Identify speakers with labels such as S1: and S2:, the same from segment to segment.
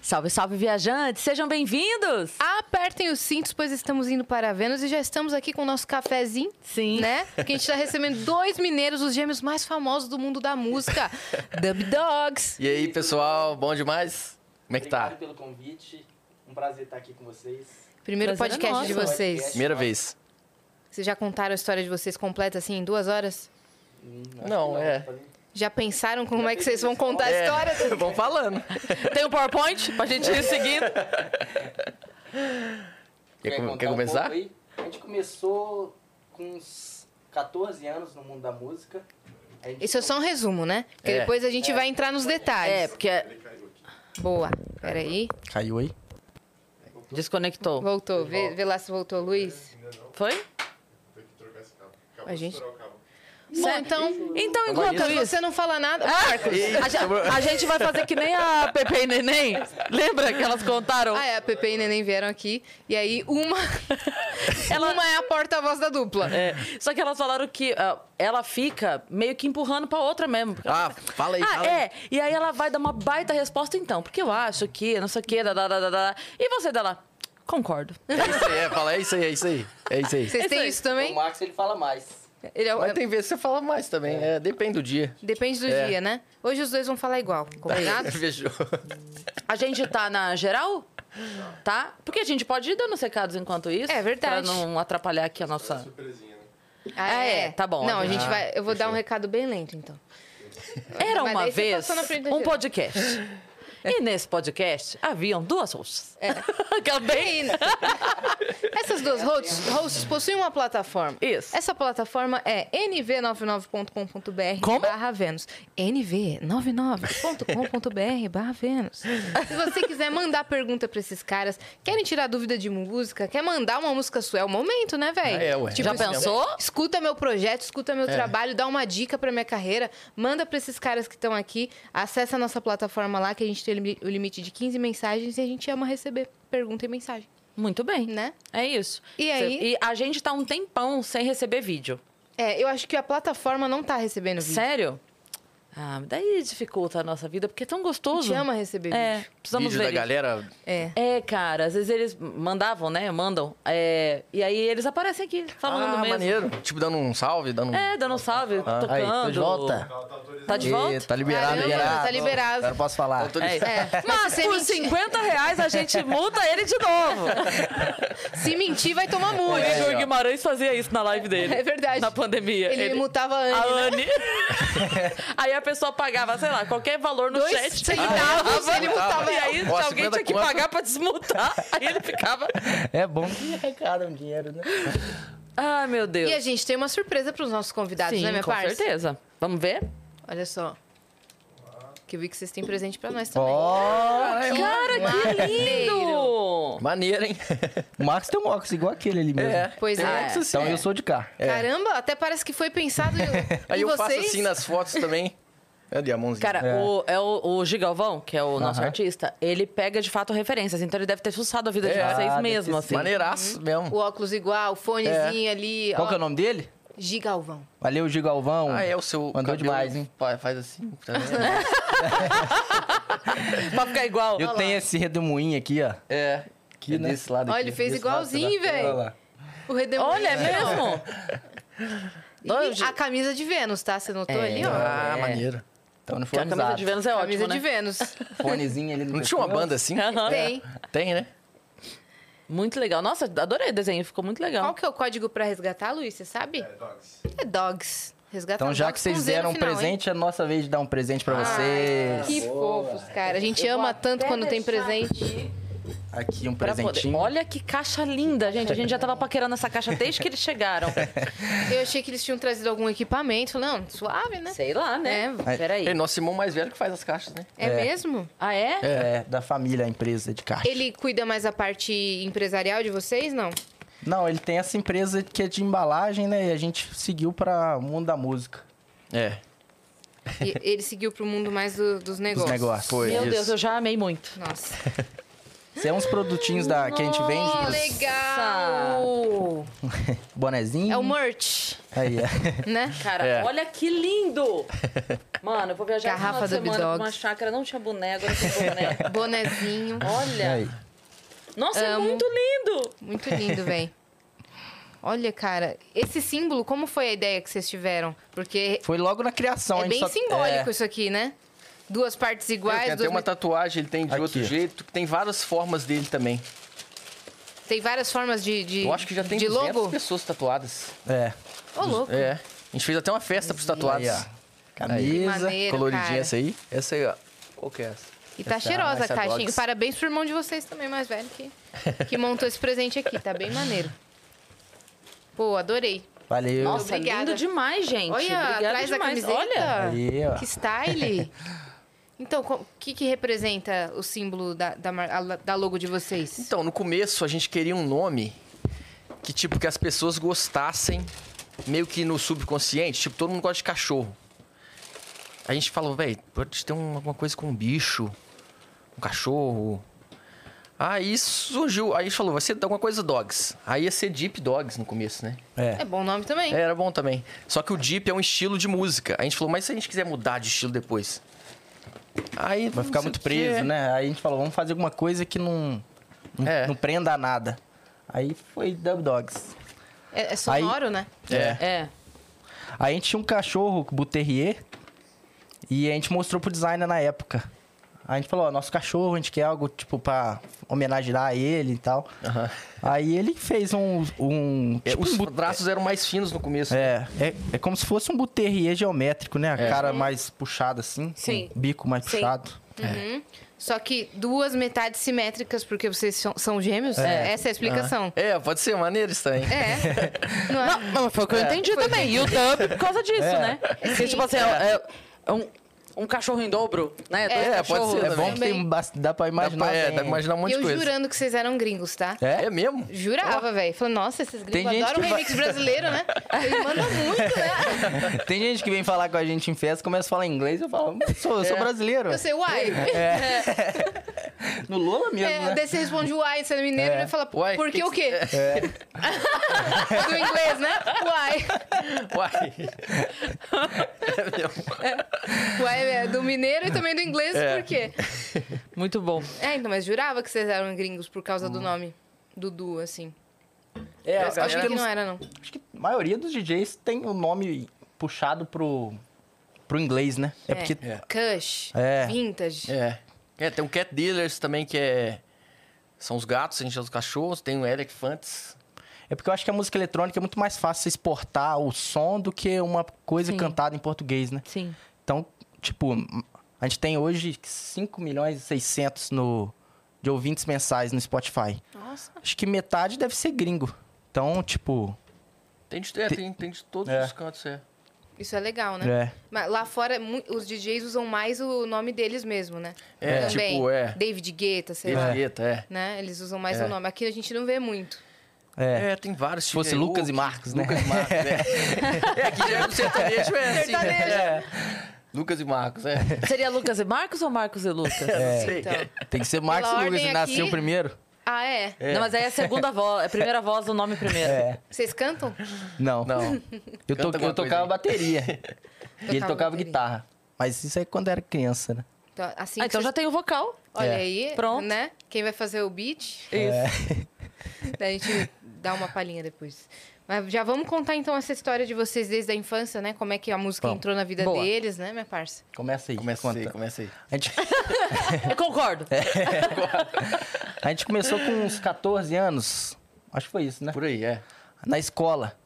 S1: Salve, salve, viajantes! Sejam bem-vindos!
S2: Apertem os cintos, pois estamos indo para Vênus e já estamos aqui com o nosso cafezinho,
S1: Sim.
S2: né? Porque a gente está recebendo dois mineiros, os gêmeos mais famosos do mundo da música, Dub Dogs.
S3: E aí, pessoal, bom demais? Como é que tá?
S4: Obrigado pelo convite. Um prazer estar aqui com vocês.
S2: Primeiro
S1: Prazer é
S2: podcast de
S1: nosso.
S2: vocês.
S3: Primeira vez.
S2: Vocês já contaram a história de vocês completa, assim, em duas horas?
S4: Hum, acho
S3: Não,
S4: que
S3: é.
S4: falei-
S2: Já pensaram como é que vocês vão contar a
S3: É,
S2: história?
S3: Vão falando.
S1: Tem um PowerPoint pra gente ir seguindo?
S3: Quer, com-
S4: contar
S3: quer
S4: um
S3: começar?
S4: pouco aí? a gente começou com uns 14 anos no mundo da música. A gente-
S2: Isso é só um resumo, né? Porque
S3: É.
S2: depois a gente vai entrar nos
S1: É,
S2: detalhes.
S1: porque
S2: Boa. Peraí.
S3: Caiu aí.
S1: desconectou.
S2: Voltou. Vê, vê lá se voltou, Luiz.
S1: Foi?
S5: Tem que trocar esse cabo. Acabou
S2: A
S5: de
S2: gente-
S5: estourar o cabo.
S2: Bom, então,
S3: Tá
S1: Então, enquanto
S2: então
S1: isso... Ah,
S2: você não fala nada.
S1: A gente, a gente vai fazer que nem a Pepe e Neném. Lembra que elas contaram?
S2: Ah, é, a Pepe e Neném vieram aqui. E aí, uma. Uma é a porta-voz da dupla.
S1: É, Só que elas falaram que ah, ela fica meio que empurrando pra outra mesmo.
S3: Ah, fala aí,
S1: Ah,
S3: fala aí.
S1: é. E aí ela vai dar uma baita resposta, então. Porque eu acho que, não sei o quê, da, da, da, da, da. E você dela, concordo.
S3: É isso aí, é, fala, é isso aí, é isso aí. É isso aí.
S2: Vocês
S1: isso
S2: têm
S1: aí.
S2: isso
S4: O
S2: também?
S4: Max ele fala mais.
S2: Ele é o-
S3: Mas tem vezes que você fala mais também, é, depende do dia.
S2: Depende do
S3: É.
S2: dia, né? Hoje os dois vão falar igual,
S1: Tá.
S2: combinado?
S3: Fechou.
S1: A gente tá na geral? Tá? Porque a gente pode ir dando os recados enquanto isso.
S2: É verdade.
S1: Pra não atrapalhar aqui a
S5: Só
S1: nossa.
S5: surpresinha, né?
S1: Ah, é, tá bom.
S2: Não, a gente
S1: Ah,
S2: vai. Eu vou dar um recado bem lento, então.
S1: Era
S2: Mas
S1: uma
S2: daí você
S1: vez
S2: passou na frente da É.
S1: um
S2: geral.
S1: podcast. E nesse podcast haviam duas hosts. É. Aquela bem.
S2: né? Essas duas hosts, hosts possuem uma plataforma.
S1: Isso.
S2: Essa plataforma é nv99.com.br
S1: Como?
S2: barra Vênus. nv99.com.br barra Vênus. Se você quiser mandar pergunta pra esses caras, querem tirar dúvida de música, quer mandar uma música sua, é o momento, né, velho?
S3: Ah, é, ué. É.
S1: Já pensou?
S2: Escuta meu projeto, escuta meu trabalho, dá uma dica pra minha carreira, manda pra esses caras que estão aqui, acessa a nossa plataforma lá, que a gente tem limi- o limite de 15 mensagens e a gente ama receber pergunta e mensagem,
S1: Muito bem.
S2: né?
S1: É isso.
S2: E aí?
S1: E a gente tá um tempão sem receber vídeo.
S2: É, eu acho que a plataforma não tá recebendo vídeo.
S1: Sério? Ah, daí dificulta a nossa vida, porque é tão gostoso.
S2: Te ama receber
S1: É,
S2: vídeo.
S1: precisamos
S3: Vídeo
S1: ver.
S3: da
S1: isso.
S3: galera.
S2: É.
S1: É, cara, às vezes eles mandavam, né? Mandam. é, e aí eles aparecem aqui, falando
S3: ah,
S1: mesmo.
S3: maneiro. Tipo, dando um salve, dando um...
S1: É, dando um salve,
S6: Ah,
S1: tocando.
S6: Aí, tô de volta.
S5: Tá, tá autorizado.
S1: Tá de volta?
S6: Ih, Tá liberado,
S2: Caramba,
S6: liberado.
S2: tá liberado.
S6: Agora eu posso falar.
S3: Autorizado.
S1: É.
S2: É.
S1: Mas
S2: Você
S1: por
S2: mentir.
S1: 50 reais a gente multa ele de novo.
S2: Se mentir, vai tomar
S1: O
S2: multa.
S1: Igor Guimarães fazia isso na live dele.
S2: É verdade.
S1: Na pandemia.
S2: Ele, né? mutava
S1: A
S2: antes.
S1: Anne. aí a pessoa pagava, sei lá, qualquer valor no
S2: Dois
S1: chat. Ah,
S2: centavos, ele mutava
S1: E aí,
S3: Ó,
S1: se alguém
S3: 50
S1: tinha que
S3: conto.
S1: pagar pra desmutar, aí ele ficava.
S6: É bom que arrecada um dinheiro, né?
S1: Ai, meu Deus.
S2: E a gente tem uma surpresa pros nossos convidados,
S1: Sim,
S2: né, minha
S1: com
S2: parça?
S1: certeza. Vamos ver?
S2: Olha só. Que eu vi que vocês têm presente pra nós também.
S6: Ó,
S1: Cara, que lindo!
S3: Maneiro, hein?
S6: o Marcos tem um óculos igual aquele ali mesmo.
S2: Pois
S3: Tem
S2: é.
S3: óculos assim,
S6: Então eu sou de cá.
S2: Caramba, até parece que foi pensado em,
S3: Aí
S2: em
S3: eu
S2: vocês.
S3: faço assim nas fotos também. Cadê a mãozinha?
S1: Cara,
S6: É.
S1: O, é o, o Gigalvão, que é o nosso
S6: Aham.
S1: artista, ele pega de fato referências, então ele deve ter fuçado a vida de
S3: É.
S1: vocês
S6: Ah, deve
S1: mesmo,
S6: ter
S1: assim.
S3: Maneiraço
S2: O
S3: mesmo.
S2: óculos igual, o fonezinho ali.
S6: Qual
S2: ó.
S6: que é o nome dele?
S2: Gigalvão.
S6: Valeu, Gil Galvão.
S3: Ah, é o seu
S6: Mandou
S3: cabelo
S6: demais, hein?
S3: fa- Faz assim, tá vendo?
S1: Pra ficar igual.
S6: Eu tenho esse redemoinho aqui, ó.
S3: É.
S6: Aqui,
S3: é
S6: né?
S3: desse lado
S2: Ó,
S3: aqui.
S2: ele fez
S6: Desse lado,
S2: igualzinho,
S6: será?
S2: velho.
S6: Olha lá.
S2: O Redemoinho.
S1: Olha, é mesmo?
S2: E a camisa de Vênus, tá? Você notou ali, ó?
S3: Ah,
S6: É.
S3: maneiro.
S6: Então não
S1: Porque
S6: foi
S1: a camisa de Vênus é
S2: camisa
S1: ótima,
S2: de
S1: né? É.
S2: Vênus.
S6: Fonezinho ali no
S3: Não tinha uma banda assim?
S1: Aham.
S2: Tem.
S3: Tem, né?
S1: Muito legal. Nossa, adorei o desenho, ficou muito legal.
S2: Qual que é o código pra resgatar, Luiz? Você sabe?
S5: É, dogs.
S2: É dogs. Resgatar
S6: Então já que
S2: dogs com
S6: vocês
S2: Z no
S6: deram um
S2: final, hein?
S6: presente, é nossa vez de dar um presente pra
S5: É.
S6: vocês.
S2: Que fofos, cara. A gente ama tanto quando tem presente.
S6: Aqui um
S1: Pra poder-
S6: presentinho.
S1: Olha que caixa linda, gente. A gente já tava paquerando essa caixa desde que eles chegaram.
S2: Eu achei que eles tinham trazido algum equipamento. Não, suave, né?
S1: Sei lá, né?
S2: É.
S1: Peraí.
S3: É nosso irmão mais velho que faz as caixas, né?
S2: É, mesmo?
S1: Ah, é?
S6: É, da família, a empresa de caixa.
S2: Ele cuida mais da parte empresarial de vocês, não?
S6: Não, ele tem essa empresa que é de embalagem, né? E a gente seguiu pra mundo da música.
S3: É.
S2: E ele seguiu pro mundo mais do- dos negócios.
S6: negócios.
S3: Foi
S1: Meu
S3: isso.
S1: Deus, eu já amei muito.
S2: Nossa.
S6: Isso é uns produtinhos da, que a gente vende.
S2: Que
S6: pros-
S2: legal!
S6: Bonezinho.
S2: É o merch,
S6: Aí, é.
S2: né?
S1: Cara,
S3: É.
S1: olha que lindo! Mano, eu vou viajar no
S2: Garrafa
S1: final de
S2: da
S1: semana
S2: Bidogs.
S1: pra uma chácara, não tinha boné, agora tem boné.
S2: Bonezinho.
S1: Olha!
S6: é. Aí.
S1: Nossa,
S2: Amo.
S1: é muito lindo!
S2: Muito lindo, véi. Olha, cara, esse símbolo, como foi a ideia que vocês tiveram? Porque
S6: Foi logo na
S3: Então,
S6: criação. a
S2: é
S6: gente
S2: bem
S6: só-
S2: simbólico
S6: é.
S2: isso aqui, né? Duas partes
S3: tem
S2: iguais,
S3: até
S2: duas...
S3: uma tatuagem, ele tem de outro
S6: Aqui.
S3: jeito. Tem várias formas dele também.
S2: tem várias formas de, de
S3: Eu acho que já tem
S2: de
S3: 200
S2: logo.
S3: pessoas tatuadas.
S6: É.
S2: Ô, louco.
S3: É. A gente fez até uma festa pros tatuados.
S6: Aí, ó. Camisa.
S2: Maneiro,
S3: Coloridinha
S2: cara.
S3: essa aí. Essa aí, ó. Qual que é essa?
S2: E tá
S3: Essa-
S2: cheirosa a
S3: essa
S2: caixinha.
S3: Dogs.
S2: Parabéns pro irmão de vocês também, mais velho, que, que montou esse presente aqui. Tá bem maneiro. Pô, adorei.
S6: Valeu.
S1: Nossa,
S2: Obrigada.
S1: lindo demais, gente.
S2: Olha,
S1: Obrigada
S2: atrás da
S1: demais.
S2: camiseta.
S1: Olha!
S6: Aí, ó.
S2: Que style! Então, co- o que, que representa o símbolo da, da, mar- a- da logo de vocês?
S3: Então, no começo a gente queria um nome que, tipo, que as pessoas gostassem, meio que no subconsciente. Tipo, todo mundo gosta de cachorro. A gente falou, velho, pode ter um- alguma coisa com um bicho, um cachorro. Aí surgiu, aí a gente falou, vai ser alguma coisa dogs. Aí ia ser Deep Dogs no começo, né?
S6: É.
S2: É bom nome também.
S3: É, era bom também. Só que o Deep é um estilo de música. A gente falou, mas se a gente quiser mudar de estilo depois? Aí.
S6: Vai ficar muito preso, né? Aí a gente falou, vamos fazer alguma coisa que não, não,
S3: É.
S6: não prenda a nada. Aí foi Dub Dogs.
S2: É, é sonoro, né?
S3: É.
S1: É.
S6: Aí a gente tinha um cachorro, o Terrier, e a gente mostrou pro designer na época. Aí a gente falou, ó, nosso cachorro, a gente quer algo, tipo, pra homenagear ele e tal.
S3: Aham.
S6: Aí ele fez um... um
S3: É,
S6: tipo
S3: os
S6: um bu-
S3: braços eram mais finos no começo.
S6: É, é, é como se fosse um Buterrier geométrico, né? A cara mais puxada, assim.
S1: Sim.
S6: com o bico mais
S1: Sim.
S6: puxado.
S2: Uhum. Só que duas metades simétricas, porque vocês são, são gêmeos? Essa é a explicação.
S3: É, pode ser maneiro isso também.
S2: É. Não é?
S1: Não, não, foi o que eu entendi também. E o dub por causa disso,
S3: É.
S1: né? Porque, tipo assim, é, é um, um cachorro em dobro, né? Dois
S3: É, pode
S1: cachorros.
S3: ser,
S6: É bom que
S2: Também.
S6: tem, bas- dá pra imaginar
S3: dá pra, é,
S6: bem.
S3: dá pra imaginar um monte
S2: eu
S3: de coisa.
S2: jurando que vocês eram gringos, tá?
S3: É? É mesmo?
S2: Jurava, velho. Falei, nossa, esses
S6: Tem
S2: gringos
S6: gente
S2: adoram
S6: que vai-
S2: remix brasileiro, né? Eles mandam muito, né?
S6: Tem gente que vem falar com a gente em festa, começa a falar inglês, eu falo, "Mas sou, eu sou brasileiro.
S2: Eu sei, uai.
S6: No Lola mesmo,
S2: É,
S6: né?
S2: daí você responde uai, você é mineiro,
S6: É.
S2: ele fala,
S3: Uai,
S2: por que
S3: que
S2: o quê?
S6: É.
S2: Do inglês, né? Uai.
S3: Uai. É mesmo.
S2: Uai, é do mineiro e também do inglês, por quê?
S1: Muito bom.
S2: É, então, mas jurava que vocês eram gringos por causa
S6: Hum.
S2: do nome. Dudu, assim.
S6: É,
S2: Eu acho que
S6: não-
S2: não era, não.
S6: acho que a maioria dos DJs tem o nome puxado pro, pro inglês, né? É, porque.
S2: É. Cush,
S6: É.
S2: vintage.
S3: É. É, tem um Cat Dealers também que é. São os gatos, a gente é os cachorros, tem o Elefantes.
S6: É porque eu acho que a música eletrônica é muito mais fácil você exportar o som do que uma coisa
S1: Sim.
S6: cantada em português, né?
S1: Sim.
S6: Então, tipo, a gente tem hoje 5 milhões e 600 no, de ouvintes mensais no Spotify.
S2: Nossa.
S6: Acho que metade deve ser gringo. Então, tipo.
S3: Tem de, é, tem, tem de todos
S6: É.
S3: os cantos, é.
S2: Isso é legal, né?
S6: É.
S2: Mas lá fora, mu- os DJs usam mais o nome deles mesmo, né?
S3: É,
S2: Também.
S3: tipo, é.
S2: David Guetta, sei lá.
S3: Devieta, é.
S2: Né? Eles usam mais
S3: É.
S2: o nome. Aqui a gente não vê muito.
S6: É.
S3: é. tem vários.
S6: Se fosse
S3: tipo, é,
S6: Lucas
S3: Hulk,
S6: e Marcos, né?
S3: Lucas e Marcos, é. é, que já é do sertanejo, é assim.
S2: Sertanejo.
S3: É. Lucas e Marcos, é.
S1: Seria Lucas e Marcos ou Marcos e Lucas?
S3: É. Não sei.
S2: Então.
S6: Tem que ser Marcos
S2: Pela
S6: e Lucas
S2: ordem
S6: e nasceu
S2: aqui-
S6: primeiro?
S2: Ah, é?
S1: Não, mas aí é a segunda voz, é a primeira voz do nome primeiro.
S6: É.
S2: Vocês cantam?
S6: Não.
S2: então.
S3: Não.
S6: Eu, to-
S3: Canta alguma
S6: eu tocava
S3: coisa aí.
S6: bateria. e ele
S2: Tocava
S6: tocava
S2: bateria.
S6: guitarra. Mas isso é quando era criança, né?
S2: Então, assim
S1: Ah,
S2: que
S1: então
S2: vocês-
S1: já tem o vocal.
S2: Olha
S6: É.
S2: aí,
S1: Pronto.
S2: né? Quem vai fazer o beat,
S3: É.
S1: Isso.
S2: daí a gente dá uma palhinha depois. Mas já vamos contar então essa história de vocês desde a infância, né? Como é que a música
S6: Vamos.
S2: entrou na vida
S1: Boa.
S2: deles, né, minha parça?
S6: Começa aí.
S3: Começa
S6: conta.
S3: aí, começa aí.
S6: A gente,
S1: Eu concordo.
S6: a gente começou com uns 14 anos. Acho que foi isso, né?
S3: Por aí, é.
S6: na escola.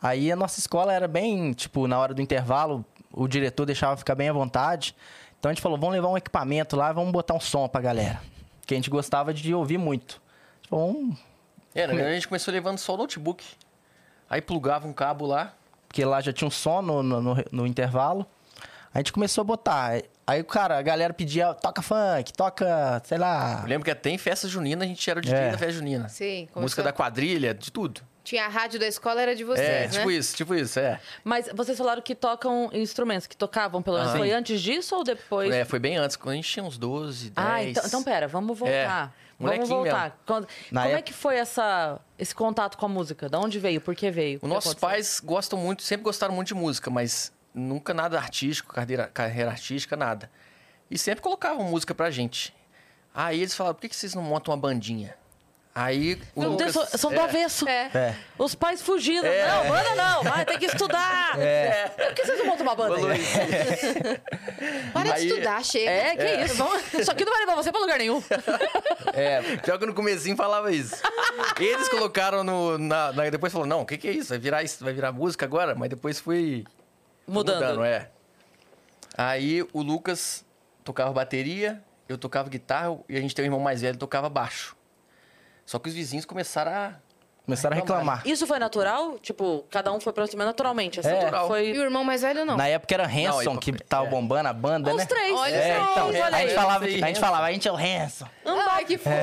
S6: Aí a nossa escola era bem, tipo, na hora do intervalo, o diretor deixava ficar bem à vontade. Então a gente falou, vamos levar um equipamento lá, vamos botar um som pra galera. Que a gente gostava de ouvir muito. A gente falou, "Hum",
S3: É, na verdade a gente começou levando só o notebook. Aí plugava um cabo lá.
S6: porque lá já tinha um som no, no, no- no intervalo. A gente começou a botar. Aí, cara, a galera pedia, toca funk, toca, sei lá.
S3: Eu lembro que até em festa junina a gente era o DJ
S6: É.
S3: da festa junina.
S2: Sim, começou-
S3: Música da quadrilha, de tudo.
S2: Tinha a rádio da escola, era de vocês,
S3: é,
S2: né?
S3: tipo isso, tipo isso, é.
S1: Mas vocês falaram que tocam instrumentos, que tocavam pelo menos.
S3: Ah,
S1: Foi
S3: sim.
S1: antes disso ou depois?
S3: É, foi bem antes, quando a gente tinha uns 12, 10.
S1: ah, então, então pera, vamos
S3: É.
S1: voltar. Vamos
S3: Molequinho
S1: voltar. Quando-
S6: Na
S1: como é
S6: época-
S1: que foi essa, esse contato com a música? Da onde veio? Por que veio? O que
S3: Os nossos
S1: aconteceu?
S3: pais gostam muito, sempre gostaram muito de música, mas nunca nada artístico, carreira, carreira artística, nada. E sempre colocavam música pra gente. Aí eles falavam, por que, que vocês não montam uma bandinha? Aí o
S1: Meu
S3: Lucas...
S1: Deus, são- são do avesso.
S2: É.
S6: É.
S1: Os pais fugiram. Não, manda não. Vai, tem que estudar. É. Por que vocês não montam uma banda?
S3: Ô, Luiz,
S2: Para
S3: É. Aí-
S2: de estudar, chega.
S1: É, que isso. Vamos- Isso aqui não vai levar você pra lugar nenhum.
S3: É, pior que no comecinho falava isso. Eles colocaram no. na- na- depois falou, não, o que, que é isso? Vai virar isso? Vai virar música agora? Mas depois fui
S1: Mudando.
S3: é. Aí o Lucas tocava bateria, eu tocava guitarra e a gente tem um irmão mais velho que tocava baixo. Só que os vizinhos começaram a.
S6: Começaram a reclamar.
S1: Isso foi natural? Tipo, cada um foi pra cima naturalmente. Assim,
S6: É.
S1: Natural.
S2: E
S1: Foi
S2: o irmão mais velho, não.
S6: Na época era Hanson
S3: Não,
S6: que
S3: aí-
S6: tava
S3: é.
S6: bombando a banda,
S1: os
S6: né?
S1: três. os
S2: Olha
S6: É,
S1: três,
S6: então,
S1: olha
S6: a,
S1: aí.
S6: gente falava,
S3: Esse aí,
S6: que- a gente falava, a gente é o Hanson.
S2: Ai, que fofo.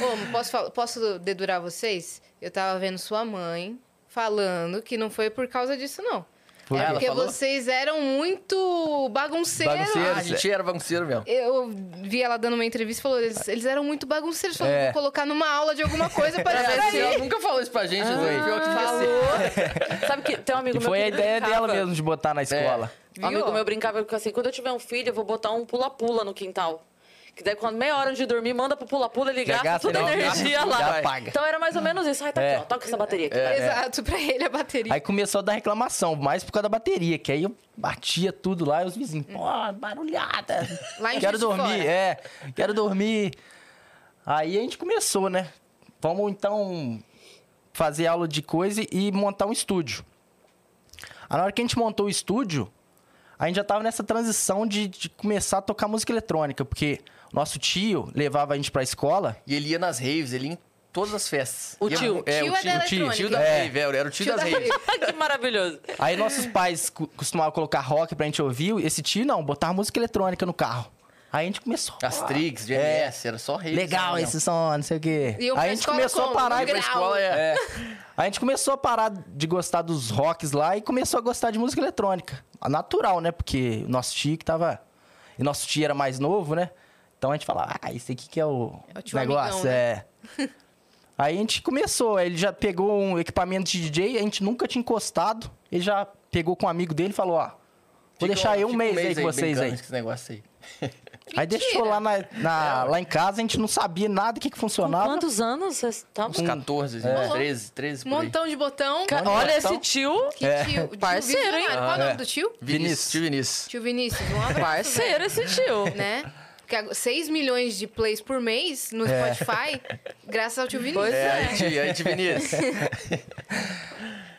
S2: Ô, posso, fal- posso dedurar vocês? Eu tava vendo sua mãe falando que não foi por causa disso, não.
S3: Por
S2: é
S3: ela
S2: porque
S3: falou?
S2: vocês eram muito bagunceiros.
S3: Ah,
S6: Bagunceiros.
S3: a gente era bagunceiro mesmo.
S2: Eu vi ela dando uma entrevista e falou: eles, eles eram muito bagunceiros. Falou,
S6: É.
S2: vou colocar numa aula de alguma coisa pra
S3: Ela
S2: distrair.
S3: nunca falou isso pra gente, ah, Pior que devia ser.
S1: Falou. Sabe que tem um amigo
S6: E
S1: meu
S6: foi
S1: que
S6: a ideia
S1: brincava.
S6: dela mesmo de botar na escola.
S1: Um amigo
S2: Viu?
S1: meu brincava que assim, quando eu tiver um filho, eu vou botar um pula-pula no quintal. Que daí, quando meia hora de dormir, manda pro pula-pula, ele
S6: Já
S1: gasta,
S6: gasta,
S1: toda a
S6: não,
S1: energia
S6: gasta,
S1: lá.
S6: já apaga.
S1: Então era mais ou menos isso. Ai, tá
S6: É.
S1: aqui, ó. Toca essa bateria aqui.
S2: Exato, pra ele a bateria.
S6: Aí começou a dar reclamação, mais por causa da bateria, que aí eu batia tudo lá e os vizinhos, pô, barulhada.
S2: Lá em
S6: Quero
S2: Juiz de
S6: dormir,
S2: Fora.
S6: é, quero dormir. Aí a gente começou, né? Vamos então fazer aula de coisa e montar um estúdio. Aí Na hora que a gente montou o estúdio, a gente já tava nessa transição de, de começar a tocar música eletrônica, porque nosso tio levava a gente pra escola
S3: E ele ia nas raves, ele ia em todas as festas.
S1: O
S3: Ia-
S1: tio.
S3: É,
S2: Tio
S3: o
S2: é da
S3: tio. O tio, tio
S2: eletrônica.
S3: da
S6: É.
S3: rave, é, era o tio,
S2: Tio
S3: das
S2: da
S3: raves.
S1: que maravilhoso.
S6: Aí nossos pais cu- costumavam colocar rock pra gente ouvir, esse tio não, botava música eletrônica no carro. Aí a gente começou.
S3: Astrix, GMS, era só né? rave.
S6: É. Legal
S3: sabe, não.
S6: esse som, não sei o quê.
S2: E eu pra
S6: Aí a gente
S2: escola
S6: começou
S2: como?
S6: a parar
S2: No
S6: e
S3: Pra
S2: grau.
S3: escola é.
S6: É. A gente começou a parar de gostar dos rocks lá e começou a gostar de música eletrônica. Natural, né? Porque o nosso tio que tava. E nosso tio era mais novo, né? Então a gente falava, ah, esse aqui que é o,
S2: É o tio
S6: negócio.
S2: amigão, né?
S6: É. Aí a gente começou, aí ele já pegou um equipamento de DJ, a gente nunca tinha encostado. Ele já pegou com um amigo dele e falou, ó, vou
S3: Fica-
S6: deixar aí um
S3: fica
S6: mês, aí com vocês
S3: brincando
S6: aí.
S3: com Esse negócio aí.
S6: Aí deixou lá, na, na- lá em casa, a gente não sabia nada, o que, que
S1: Com
S6: funcionava.
S1: quantos anos vocês estavam?
S3: Uns 14,
S6: É.
S3: 13, 13 por aí.
S2: Montão de botão.
S1: Ca-
S6: Olha,
S1: Olha esse
S6: então-
S1: tio.
S2: Que tio, tio
S1: Parceiro, hein?
S2: visionário. Qual é o nome
S6: É.
S2: do tio?
S3: Vinícius. Tio Vinícius.
S2: Tio Vinícius, um abraço.
S1: Parceiro esse tio.
S2: né? Porque ag- 6 milhões de plays por mês no Spotify, graças ao tio Vinícius.
S3: É, aí, tio, aí, tio Vinícius.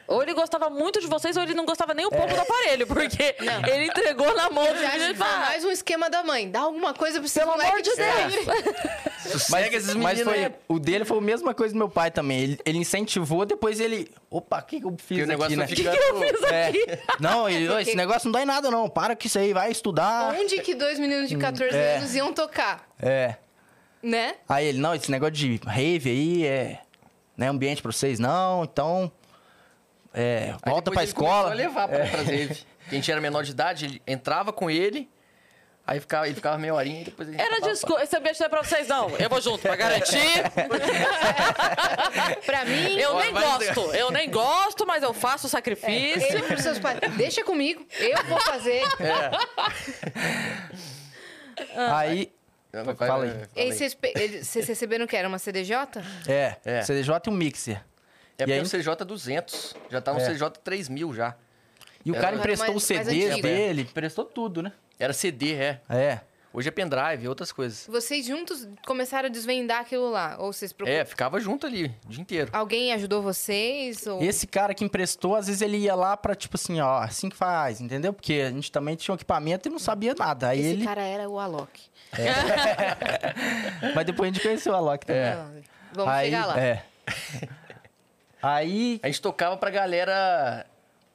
S1: Ou ele gostava muito de vocês, ou ele não gostava nem um
S6: É.
S1: pouco do aparelho, porque ele entregou na mão do menino e
S2: Já acho que foi
S1: falou,
S2: mais um esquema da mãe. Dá alguma coisa pra esse
S1: Pelo
S2: moleque
S1: amor de
S2: que
S1: Deus.
S2: tá aí.
S3: Sossega esses
S6: Mas
S3: meninos
S6: foi,
S3: aí.
S6: o dele foi a mesma coisa do meu pai também. Ele, ele incentivou, depois ele. Opa, o que, que eu
S3: Que o
S6: fiz aqui,
S3: negócio
S6: né?
S3: tá
S6: É.
S3: ficando...
S1: Isso aqui.
S6: Não, ele, "Ô, esse negócio não dá em nada, não. Para com isso aí, vai estudar.
S2: Onde que dois meninos de 14
S6: é.
S2: anos iam tocar,
S6: É.
S2: né?
S6: Aí ele, não, esse negócio de rave aí é. Não é ambiente pra vocês, não. Então. É,
S3: Aí
S6: volta
S3: depois ele
S6: pra
S3: começou
S6: escola. É.
S3: a levar pra pra rave. Porque a gente era menor de idade, ele entrava com ele, aí ficava, ele ficava meia horinha e depois ele...
S1: Era
S3: desculpa.
S1: desculpa, esse ambiente não é pra vocês, não. Eu vou junto, pra garantir.
S2: Pra mim,
S1: Eu
S3: Olha,
S1: nem
S3: vai dizer-
S1: gosto, eu nem gosto, mas eu faço o sacrifício.
S2: ele pros seus pais, deixa comigo, eu vou fazer.
S6: Ah. Aí. Fala aí.
S2: E vocês, pe- eles- vocês receberam o que? Era uma CDJ?
S6: É,
S3: É.
S6: CDJ e um mixer.
S3: É
S6: E
S3: porque
S6: aí-
S3: o CJ 200, já tá no
S6: É.
S3: CJ 3000 já.
S6: E o
S3: Era um
S6: cara
S3: mais- né?
S6: emprestou os
S2: mais
S6: CDs
S2: antigo.
S6: dele, emprestou tudo, né?
S3: Era CD, é.
S6: É.
S3: Hoje é pendrive, outras coisas.
S2: Vocês juntos começaram a desvendar aquilo lá? Ou vocês procuraram?
S3: É, ficava junto ali, o dia inteiro.
S2: Alguém ajudou vocês? Ou...
S6: Esse cara que emprestou, às vezes ele ia lá pra, tipo assim, ó, assim que faz, entendeu? Porque a gente também tinha um equipamento e não sabia nada. Aí
S2: Esse
S6: ele.
S2: cara era o Alok.
S6: Mas depois a gente conheceu a Loki também.
S2: Não, Ah, Vamos
S6: É. Aí-
S2: chegar lá.
S6: É. Aí.
S3: A gente tocava pra galera.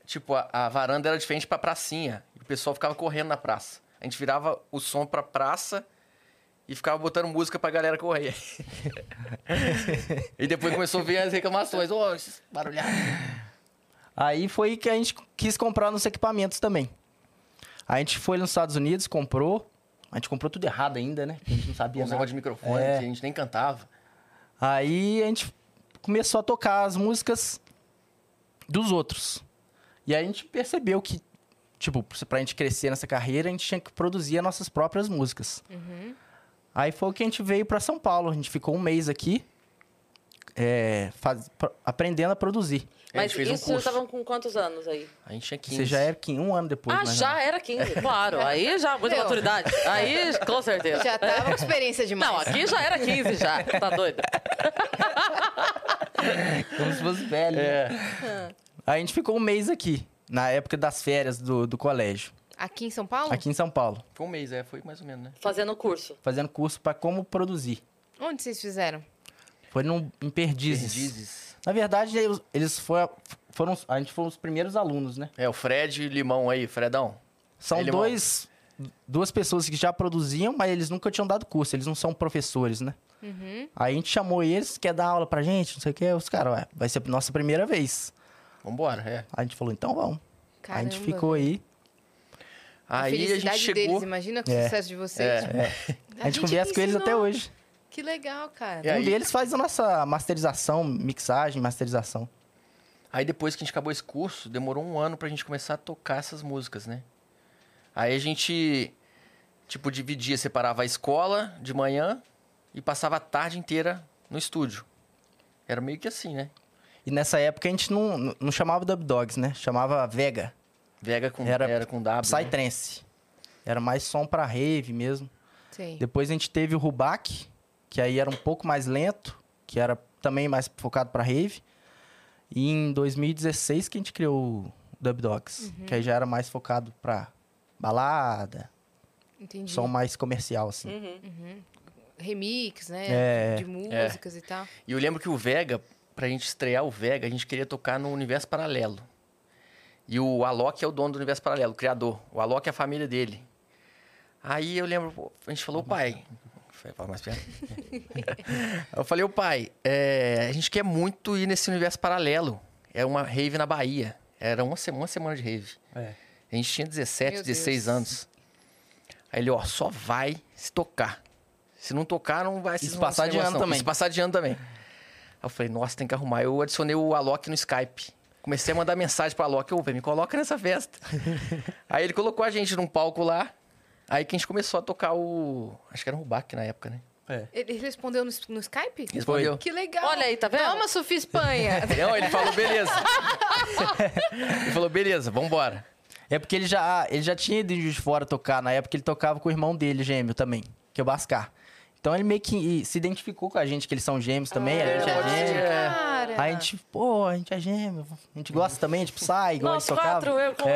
S3: Tipo, a, a varanda era diferente pra pracinha. E o pessoal ficava correndo na praça. A gente virava o som pra praça e ficava botando música pra galera correr. e depois começou a vir as reclamações. Ô, esses barulhados.
S6: Aí foi que a gente quis comprar nos equipamentos também. A gente foi nos Estados Unidos, comprou. A gente comprou tudo errado ainda, né? A gente não sabia
S3: Uns
S6: nada.
S3: negócio de microfone
S6: É.
S3: que a gente nem cantava.
S6: Aí a gente começou a tocar as músicas dos outros. E aí a gente percebeu que, tipo, pra gente crescer nessa carreira, a gente tinha que produzir as nossas próprias músicas.
S1: Uhum.
S6: Aí foi que a gente veio pra São Paulo. A gente ficou um mês aqui é, faz- pro- aprendendo a produzir.
S3: A
S1: Mas
S3: gente fez um
S1: isso vocês
S3: curso.
S1: estavam com quantos anos aí?
S3: A gente tinha 15.
S6: Você já era que um ano depois.
S1: ah,
S6: mais ou
S1: já era 15, claro. Aí já, muita
S2: Meu.
S1: maturidade. Aí, com certeza.
S2: Já tava com experiência demais.
S1: Não, aqui já era 15 já. Tá doido?
S6: Como se fosse velho. né?
S3: É.
S6: Aí a gente ficou um mês aqui, na época das férias do, do colégio,
S2: Aqui em São Paulo?
S6: aqui em São Paulo,
S3: Foi um mês, é, foi mais ou menos, né?
S1: Fazendo curso.
S6: fazendo curso pra como produzir.
S2: Onde vocês fizeram?
S6: Foi num, em Perdizes.
S3: Perdizes.
S6: Na verdade, eles, eles foi- foram. A gente foi os primeiros alunos, né?
S3: É, o Fred Limão aí, Fredão.
S6: São
S3: Ele- é
S6: dois. Duas pessoas que já produziam, mas eles nunca tinham dado curso, eles não são professores, né? Aí a gente chamou eles, quer dar aula pra gente, não sei o que, os caras, "Ué, vai ser a nossa primeira vez.
S3: Vambora, é.
S6: A gente falou, então vamos.
S2: Caramba.
S6: A gente ficou aí,
S2: A
S3: Aí a gente
S2: felicidade
S3: chegou.
S2: deles, imagina o
S6: É.
S2: sucesso de vocês. É
S6: a, gente, conversa
S2: que
S6: com eles até
S2: ensinou.
S6: hoje.
S2: Que legal, cara.
S3: É. E
S6: um
S3: aí?
S6: deles faz a nossa masterização, mixagem, masterização.
S3: Aí depois que a gente acabou esse curso, demorou um ano pra gente começar a tocar essas músicas, né? Aí a gente, tipo, dividia, separava a escola de manhã e passava a tarde inteira no estúdio. Era meio que assim, né?
S6: E nessa época a gente não, não- não chamava Dub Dogs, né? Chamava Vega,
S3: Vega com, era,
S6: Era
S3: com W. né?
S6: Psytrance. Era mais som pra rave mesmo.
S2: Sei.
S6: Depois a gente teve o Rubac, que aí era um pouco mais lento, que era também mais focado pra rave. E em 2016 que a gente criou o Dub Dogs,
S1: Uhum.
S6: que aí já era mais focado pra balada,
S2: Entendi.
S6: som mais comercial, assim.
S2: Uhum. Remix, né?
S6: É.
S2: De músicas e tal.
S3: E eu lembro que o Vega, pra gente estrear o Vega, a gente queria tocar no Universo Paralelo. E o Alok é o dono do Universo Paralelo, o criador. O Alok é a família dele. Aí eu lembro, pô, a gente falou, pai. Fala mais perto. eu falei, ô pai, é, a gente quer muito ir nesse universo paralelo. É uma rave na Bahia. Era uma semana, uma semana de rave.
S6: É.
S3: A gente tinha 17,
S2: Meu
S3: 16
S2: Deus.
S3: anos. Aí ele, ó, só vai se tocar. Se não tocar, não vai
S6: se
S3: não-
S6: passar
S3: esse
S6: de
S3: negócio
S6: ano
S3: não.
S6: também.
S3: E Se passar de ano também. Aí eu falei, nossa, tem que arrumar. Eu adicionei o Alok no Skype. Comecei a mandar mensagem pro Alok, ô, velho, me coloca nessa festa. aí ele colocou a gente num palco lá. Aí que a gente começou a tocar o. Acho que era o Rubac na época, né?
S2: Ele respondeu no, no Skype?
S3: Respondeu.
S2: Que legal.
S1: Olha aí, tá vendo?
S2: Toma, Sofia Espanha.
S3: Não, ele falou, beleza. ele falou, beleza, vambora.
S6: É porque ele já, ele já tinha ido em Juiz de Fora tocar. Na época ele tocava com o irmão dele, gêmeo também, que é o Bascar. Então ele meio que se identificou com a gente, que eles são gêmeos também,
S1: Ah,
S6: a gente
S3: pode
S6: é gêmeo.
S3: ser.
S2: Cara.
S6: Aí a gente, pô, a gente é gêmeo. A gente gosta também, tipo, sai, igual
S1: Nós
S6: eles tocavam.
S1: quatro, eu com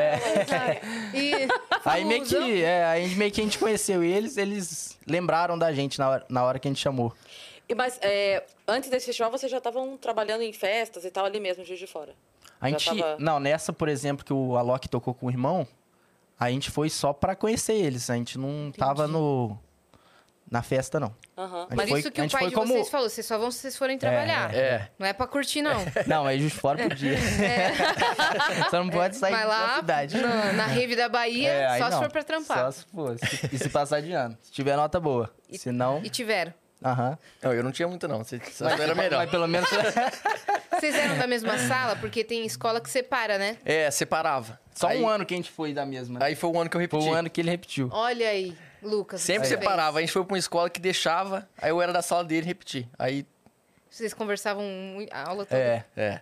S2: E...
S6: Aí meio que, é, aí meio que a gente conheceu eles, eles lembraram da gente na hora, na hora que a gente chamou.
S1: E, Mas é, antes desse festival, vocês já estavam trabalhando em festas e tal ali mesmo, Juiz de Fora.
S6: A
S1: Já
S6: gente,
S1: tava-
S6: não, nessa, por exemplo, que o Alok tocou com o irmão, a gente foi só pra conhecer eles. A gente não tava no na festa não.
S1: Aham.
S6: A gente
S2: Mas
S6: foi-
S2: isso que o
S6: a gente
S2: pai
S6: foi
S2: de
S6: como-
S2: vocês falou, vocês só vão se vocês forem trabalhar.
S3: É.
S2: Não é pra curtir, não.
S6: Não, aí justo fora podia. Só não pode sair
S2: É. Vai lá
S6: da cidade.
S2: na, na rave da Bahia,
S6: É, aí
S2: só se
S6: não.
S2: for pra trampar.
S6: Só se for. se- E se passar de ano. Se tiver nota boa. Se não,
S2: E tiveram.
S6: aham.
S3: Não, eu não tinha muito, não. Você você era melhor.
S6: Mas pelo menos...
S2: Vocês eram da mesma sala? Porque tem escola que separa, né?
S3: É, separava.
S6: Só
S3: Aí-
S6: um ano que a gente foi da mesma. né?
S3: Aí foi o ano que eu
S6: Foi
S3: repeti.
S6: o ano que ele repetiu.
S2: Olha aí, Lucas.
S3: Sempre
S2: você
S3: separava. A gente foi pra uma escola que deixava, aí eu era da sala dele e repeti.
S2: fez.
S3: Aí,
S2: Vocês conversavam mui- a aula toda.
S6: É.
S3: é.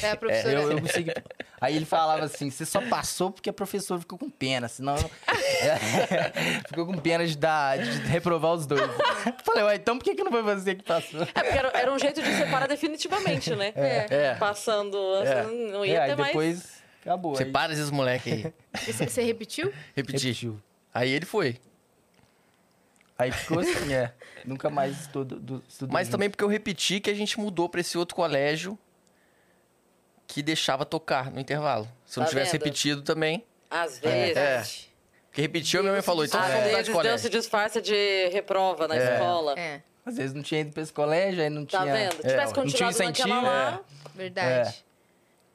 S2: Daí a professora. né?
S6: Eu, eu consegui. Aí ele falava assim: você só passou porque a professora ficou com pena, senão. É, ficou com pena de, dar, de reprovar os dois. Falei, ué, então por que, que não foi você que passou?
S1: É, porque era, era um jeito de separar definitivamente, né?
S3: É. É.
S1: Passando,
S3: É.
S1: assim, não
S6: é,
S1: ia
S6: aí
S1: ter mais.
S6: depois acabou. aí
S3: Separa esses moleque aí.
S2: E c- Você repetiu?
S3: Repeti.
S6: repetiu.
S3: Aí ele foi.
S6: Aí ficou assim, é. Nunca mais estudo, do, estudou
S3: Mas
S6: junto.
S3: também porque eu repeti que a gente mudou pra esse outro colégio que deixava tocar no intervalo. Se eu não
S1: Tá
S3: tivesse
S1: vendo?
S3: repetido também.
S1: Às vezes.
S3: É. Porque repetiu, minha mãe falou, então
S1: Às
S3: vamos mudar
S1: vezes
S3: de
S1: Deus se
S3: colégio.
S1: disfarça de reprova na escola.
S2: É,
S6: Às vezes não tinha ido pra esse colégio, aí não
S1: Tá
S6: tinha.
S1: vendo? Tivesse
S3: ó,
S6: não
S1: continuado
S6: tinha
S1: naquela
S3: É.
S6: incentivo,
S1: lá,
S2: verdade.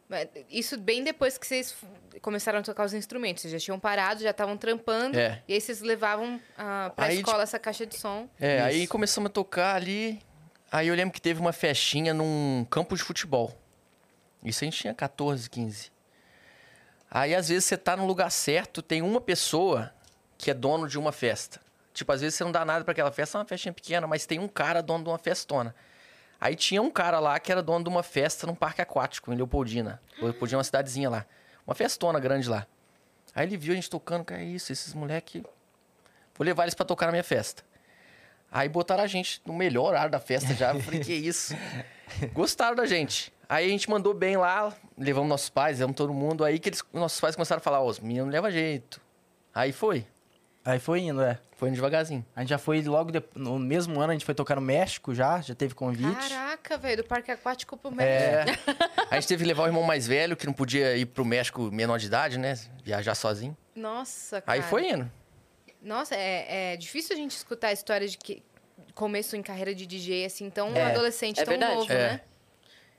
S2: Mas Isso bem depois que vocês f- começaram a tocar os instrumentos. Vocês já tinham parado, já estavam trampando.
S3: É.
S2: E aí vocês levavam ah, pra
S3: Aí, tipo,
S2: escola essa caixa de som.
S3: É,
S6: Isso.
S3: aí começamos a tocar ali. Aí eu lembro que teve uma festinha num campo de futebol. Isso a gente tinha 14, 15. Aí às vezes você tá no lugar certo, tem uma pessoa que é dono de uma festa. Tipo, às vezes você não dá nada pra aquela festa, é uma festinha pequena, mas tem um cara dono de uma festona. Aí tinha um cara lá que era dono de uma festa num parque aquático, em Leopoldina. Leopoldina é uma cidadezinha lá. Uma festona grande lá. Aí ele viu a gente tocando, que é isso, esses moleque. Vou levar eles pra tocar na minha festa. Aí botaram a gente no melhor horário da festa já. Eu falei, que isso? Gostaram da gente. Aí a gente mandou bem lá, levamos nossos pais, levamos todo mundo. Aí que eles, nossos pais começaram a falar, ó, os meninos não levam jeito. Aí foi,
S6: Aí foi indo, é.
S3: foi indo devagarzinho.
S6: A gente já foi logo de- no mesmo ano, a gente foi tocar no México já, já teve convite.
S2: Caraca, velho, do parque aquático pro médico.
S3: É. a gente teve que levar o irmão mais velho, que não podia ir pro México menor de idade, né? Viajar sozinho.
S2: Nossa, cara.
S3: Aí foi indo.
S2: Nossa, é, é difícil a gente escutar a história de que começo em carreira de DJ assim, tão
S6: É.
S2: adolescente,
S1: É
S2: tão
S1: verdade.
S2: novo,
S3: É.
S2: né?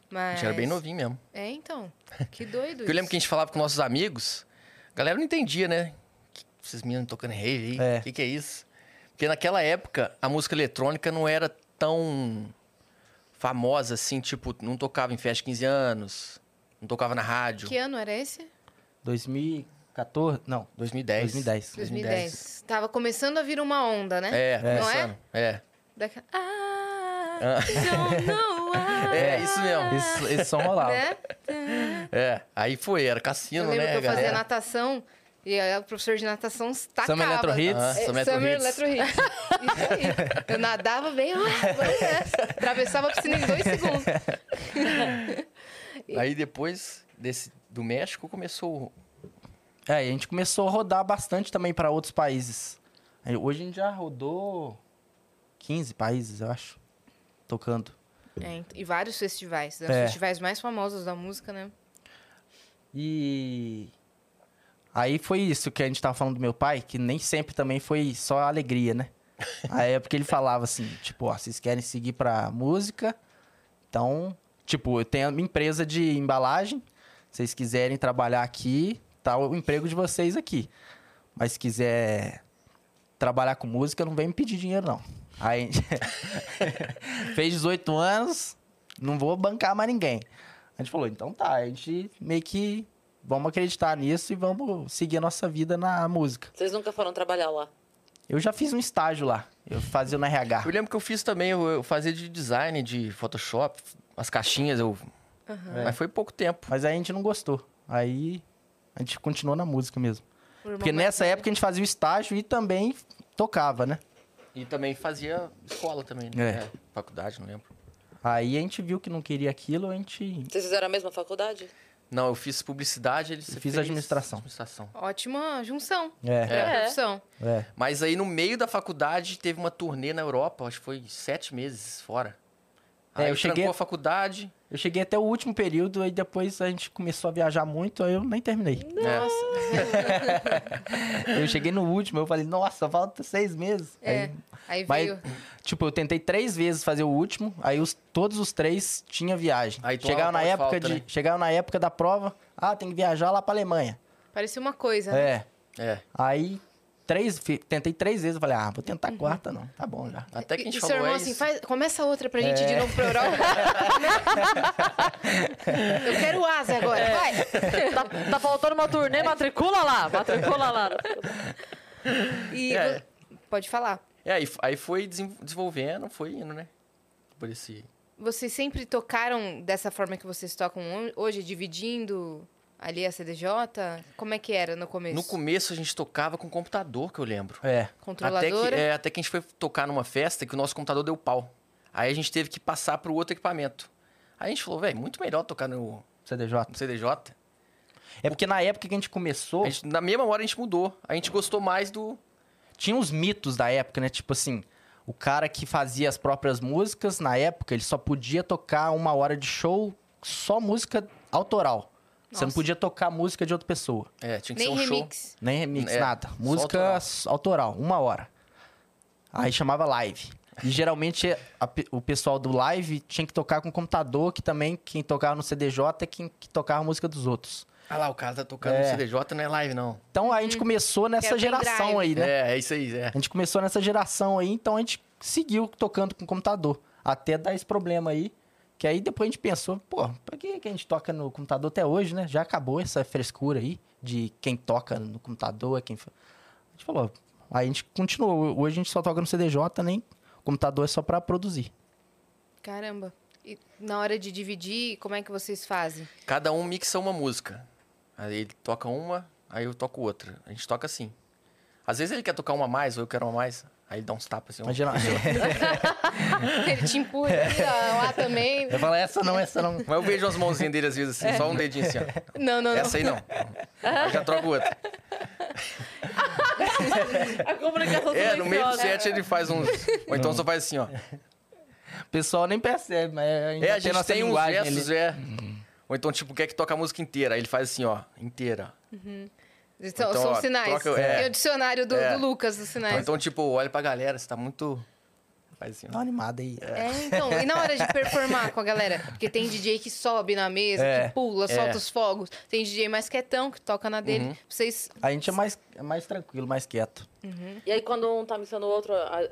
S2: Mas...
S3: A gente era bem novinho mesmo.
S2: É, então. Que doido
S3: Porque eu lembro que a
S2: isso.
S3: gente falava com nossos amigos, a galera não entendia, né? Que esses meninos tocando rave aí, o
S6: É.
S3: que, que é isso? Porque naquela época, a música eletrônica não era tão famosa assim, tipo, não tocava em festa de 15 anos, não tocava na rádio.
S2: Que ano era esse?
S6: 2014, não,
S3: 2010.
S6: 2010.
S2: 2010. Tava começando a vir uma onda, né?
S3: É,
S2: Não é?
S3: começando. É.
S2: Daquela... Ah,
S3: Ah.
S2: don't know why.
S3: É, isso mesmo.
S6: Esse, esse som rolava.
S2: Né?
S3: É. Aí foi, era cassino,
S2: Eu lembro
S3: né,
S2: que eu fazia
S3: galera?
S2: natação e aí o professor de natação tacava.
S6: é. Summer Electro
S3: Ah,
S6: Hits.
S2: É,
S3: Summer
S2: Summer
S3: Electro Hits.
S2: Electro Hits. Isso aí. Eu nadava bem, ué, vamos nessa. atravessava a piscina em dois segundos.
S3: Aí depois desse, do México começou.
S6: É, e a gente começou a rodar bastante também para outros países. Aí, Hoje a gente já rodou 15 países, eu acho, tocando.
S2: É, ent- e vários festivais, né? Os
S6: É.
S2: festivais mais famosos da música, né?
S6: E aí foi isso que a gente tava falando do meu pai, que nem sempre também foi só alegria, né? Aí é porque ele falava assim, tipo, ó, vocês querem seguir pra música, então, tipo, eu tenho uma empresa de embalagem, vocês quiserem trabalhar aqui, tá o emprego de vocês aqui. Mas se quiser trabalhar com música, não vem me pedir dinheiro, não. Aí fez 18 anos, não vou bancar mais ninguém. A gente falou, então tá, a gente meio que vamos acreditar nisso e vamos seguir a nossa vida na música.
S1: Vocês nunca foram trabalhar lá.
S6: Eu já fiz um estágio lá, eu fazia no RH.
S3: Eu lembro que eu fiz também, eu eu fazia de design, de Photoshop, as caixinhas, eu. Mas foi pouco tempo.
S6: Mas aí a gente não gostou. Aí a gente continuou na música mesmo.
S2: O irmão
S6: Porque
S2: mais
S6: nessa
S2: velho.
S6: época a gente fazia o estágio e também tocava, né?
S3: E também fazia escola também, né?
S6: É.
S3: É, faculdade, não lembro.
S6: Aí a gente viu que não queria aquilo, a gente.
S1: Vocês fizeram a mesma faculdade?
S3: Não, eu fiz publicidade, ele
S6: fiz administração.
S3: administração.
S2: Ótima junção
S6: É,
S2: pra
S1: É.
S2: profissão.
S6: é.
S3: Mas aí no meio da faculdade teve uma turnê na Europa, acho que foi sete meses fora.
S6: É,
S3: Aí
S6: eu
S3: eu
S6: cheguei-
S3: cheguei a faculdade.
S6: Eu cheguei até o último período, aí depois a gente começou a viajar muito, aí eu nem terminei.
S3: Nossa.
S6: Eu cheguei no último, eu falei, nossa, falta seis meses.
S2: É.
S6: Aí
S2: Aí
S6: Mas-
S2: veio.
S6: Tipo, eu tentei três vezes fazer o último, aí os, todos os três tinha viagem.
S3: Aí tu
S6: chegaram
S3: aula
S6: na
S3: pode
S6: época
S3: falta,
S6: de,
S3: né?
S6: chegaram na época da prova, ah, tem que viajar lá pra Alemanha.
S2: Parecia uma coisa, né?
S6: É.
S3: É.
S6: Aí três, fi- tentei três vezes, eu falei, ah, vou
S2: Uhum.
S6: tentar a quarta não, tá bom já.
S3: Até que a
S2: E-
S3: gente
S2: e seu
S3: falou
S2: irmão
S3: é
S2: assim,
S3: isso. É.
S2: faz, começa outra pra gente ir de novo pro Europa. Eu quero asa agora,
S3: É.
S2: vai.
S1: tá, tá faltando uma turnê, matricula lá, matricula lá.
S2: E
S3: É.
S2: vo- pode falar.
S3: É, aí, aí foi desen- desenvolvendo, foi indo, né? Por esse.
S2: Vocês sempre tocaram dessa forma que vocês tocam ho- hoje, dividindo ali a CDJ? Como é que era no começo?
S3: No começo a gente tocava com computador, que eu lembro.
S6: É.
S3: Até que,
S2: Controladora?
S3: é, até que a gente foi tocar numa festa que o nosso computador deu pau. Aí a gente teve que passar pro outro equipamento. Aí a gente falou, velho, muito melhor tocar no,
S6: CDJ.
S3: no CDJ.
S6: É porque na época que a gente começou,
S3: A gente- na mesma hora a gente mudou. A gente gostou mais do.
S6: tinha uns mitos da época, né? Tipo assim, o cara que fazia as próprias músicas, na época, ele só podia tocar uma hora de show só música autoral. Você não
S2: Nossa.
S6: podia tocar música de outra pessoa.
S3: É, tinha que
S2: Nem
S3: ser um show.
S2: remix.
S6: Nem remix,
S3: É,
S6: nada.
S3: só
S6: Música
S3: autoral.
S6: s- autoral. uma hora. Aí chamava live. E geralmente a pe- o pessoal do live tinha que tocar com computador, que também quem tocava no CDJ é quem que tocava a música dos outros.
S3: Ah lá, o cara tá tocando
S6: É.
S3: no CDJ, não é live, não.
S6: Então a gente começou nessa
S2: o
S6: geração
S2: pendrive.
S6: aí, né?
S3: É, é isso aí, é.
S6: A gente começou nessa geração aí, então a gente seguiu tocando com computador. Até dar esse problema aí. Que aí depois a gente pensou, pô, pra que, que a gente toca no computador até hoje, né? Já acabou essa frescura aí de quem toca no computador, é quem. fa- A gente falou, aí a gente continuou. Hoje a gente só toca no CDJ, nem. O computador é só pra produzir.
S2: Caramba. E na hora de dividir, como é que vocês fazem?
S3: Cada um mixa uma música. Aí ele toca uma, aí eu toco outra. A gente toca assim. Às vezes ele quer tocar uma a mais, ou eu quero uma a mais. Aí ele dá uns tapas assim.
S6: Mas geralmente.
S2: Ele te empurra aqui, ó, lá também.
S6: Eu falo, essa não, essa não.
S3: Mas eu vejo as mãozinhas dele às vezes assim, só um dedinho assim, ó.
S2: Não, não, não.
S3: Essa aí não. Aí já troca outra.
S1: A comunicação
S3: É, no meio do
S1: silenciosa.
S3: set ele faz uns. Ou então só faz assim, ó.
S6: É. O pessoal nem percebe, mas a gente,
S3: É,
S6: já
S3: a gente
S6: nossa
S3: tem uns
S6: linguagem
S3: gestos,
S6: ali. Uhum.
S3: é. Ou então, tipo, quer que toque a música inteira. Aí ele faz assim, ó, inteira.
S2: Então,
S3: Então,
S2: são
S3: ó,
S2: sinais.
S3: troca- é.
S2: Tem o dicionário do,
S3: É.
S2: do Lucas, os
S3: Ou
S2: sinais.
S3: então, tipo, olha pra galera, você tá muito. Faz assim,
S6: Dá uma
S3: ó.
S6: animada aí.
S2: É, então, e na hora de performar com a galera? Porque tem DJ que sobe na mesa,
S6: É, Uhum.
S2: que pula,
S3: é.
S2: solta os fogos. Tem DJ mais quietão que toca na dele. Vocês.
S6: A gente é mais, é mais tranquilo, mais quieto.
S1: E aí, quando um tá mixando o outro, a-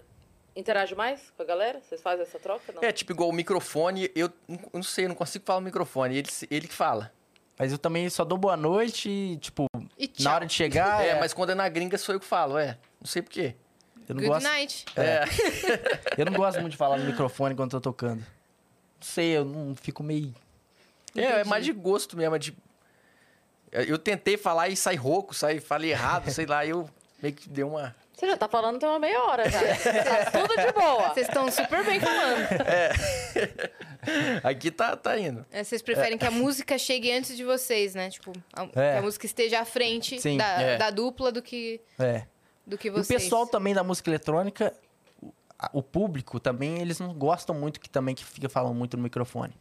S1: interage mais com a galera? Vocês fazem essa troca? Não?
S3: É, tipo, igual o microfone, eu não- eu não sei, eu não consigo falar o microfone. Ele, ele que fala.
S6: Mas eu também só dou boa noite e, tipo,
S2: E tchau.
S6: na hora de chegar.
S3: é,
S6: é,
S3: mas quando é na gringa sou eu que falo, é. Não sei por quê. É,
S6: eu não,
S2: Good
S6: gosto,
S2: night.
S6: eu não gosto muito de falar no microfone quando tô tocando. Não sei, eu não fico meio.
S3: É, é mais de gosto mesmo, é de. é, Eu tentei falar e sai rouco, sai, falei errado, sei lá, eu meio que dei uma.
S1: Você já tá falando tem uma meia hora já. tá tudo de boa.
S2: Vocês estão super bem falando.
S3: Aqui tá, tá indo.
S2: É, Vocês preferem que a música chegue antes de vocês, né? Tipo, a-
S6: É.
S2: que a música esteja à frente
S6: Sim,
S2: da,
S3: é.
S2: da dupla do que,
S6: É.
S2: do que
S6: E o
S2: vocês.
S6: pessoal tá também da música eletrônica, o- a- o público também, eles não gostam muito que também que fica falando muito no microfone.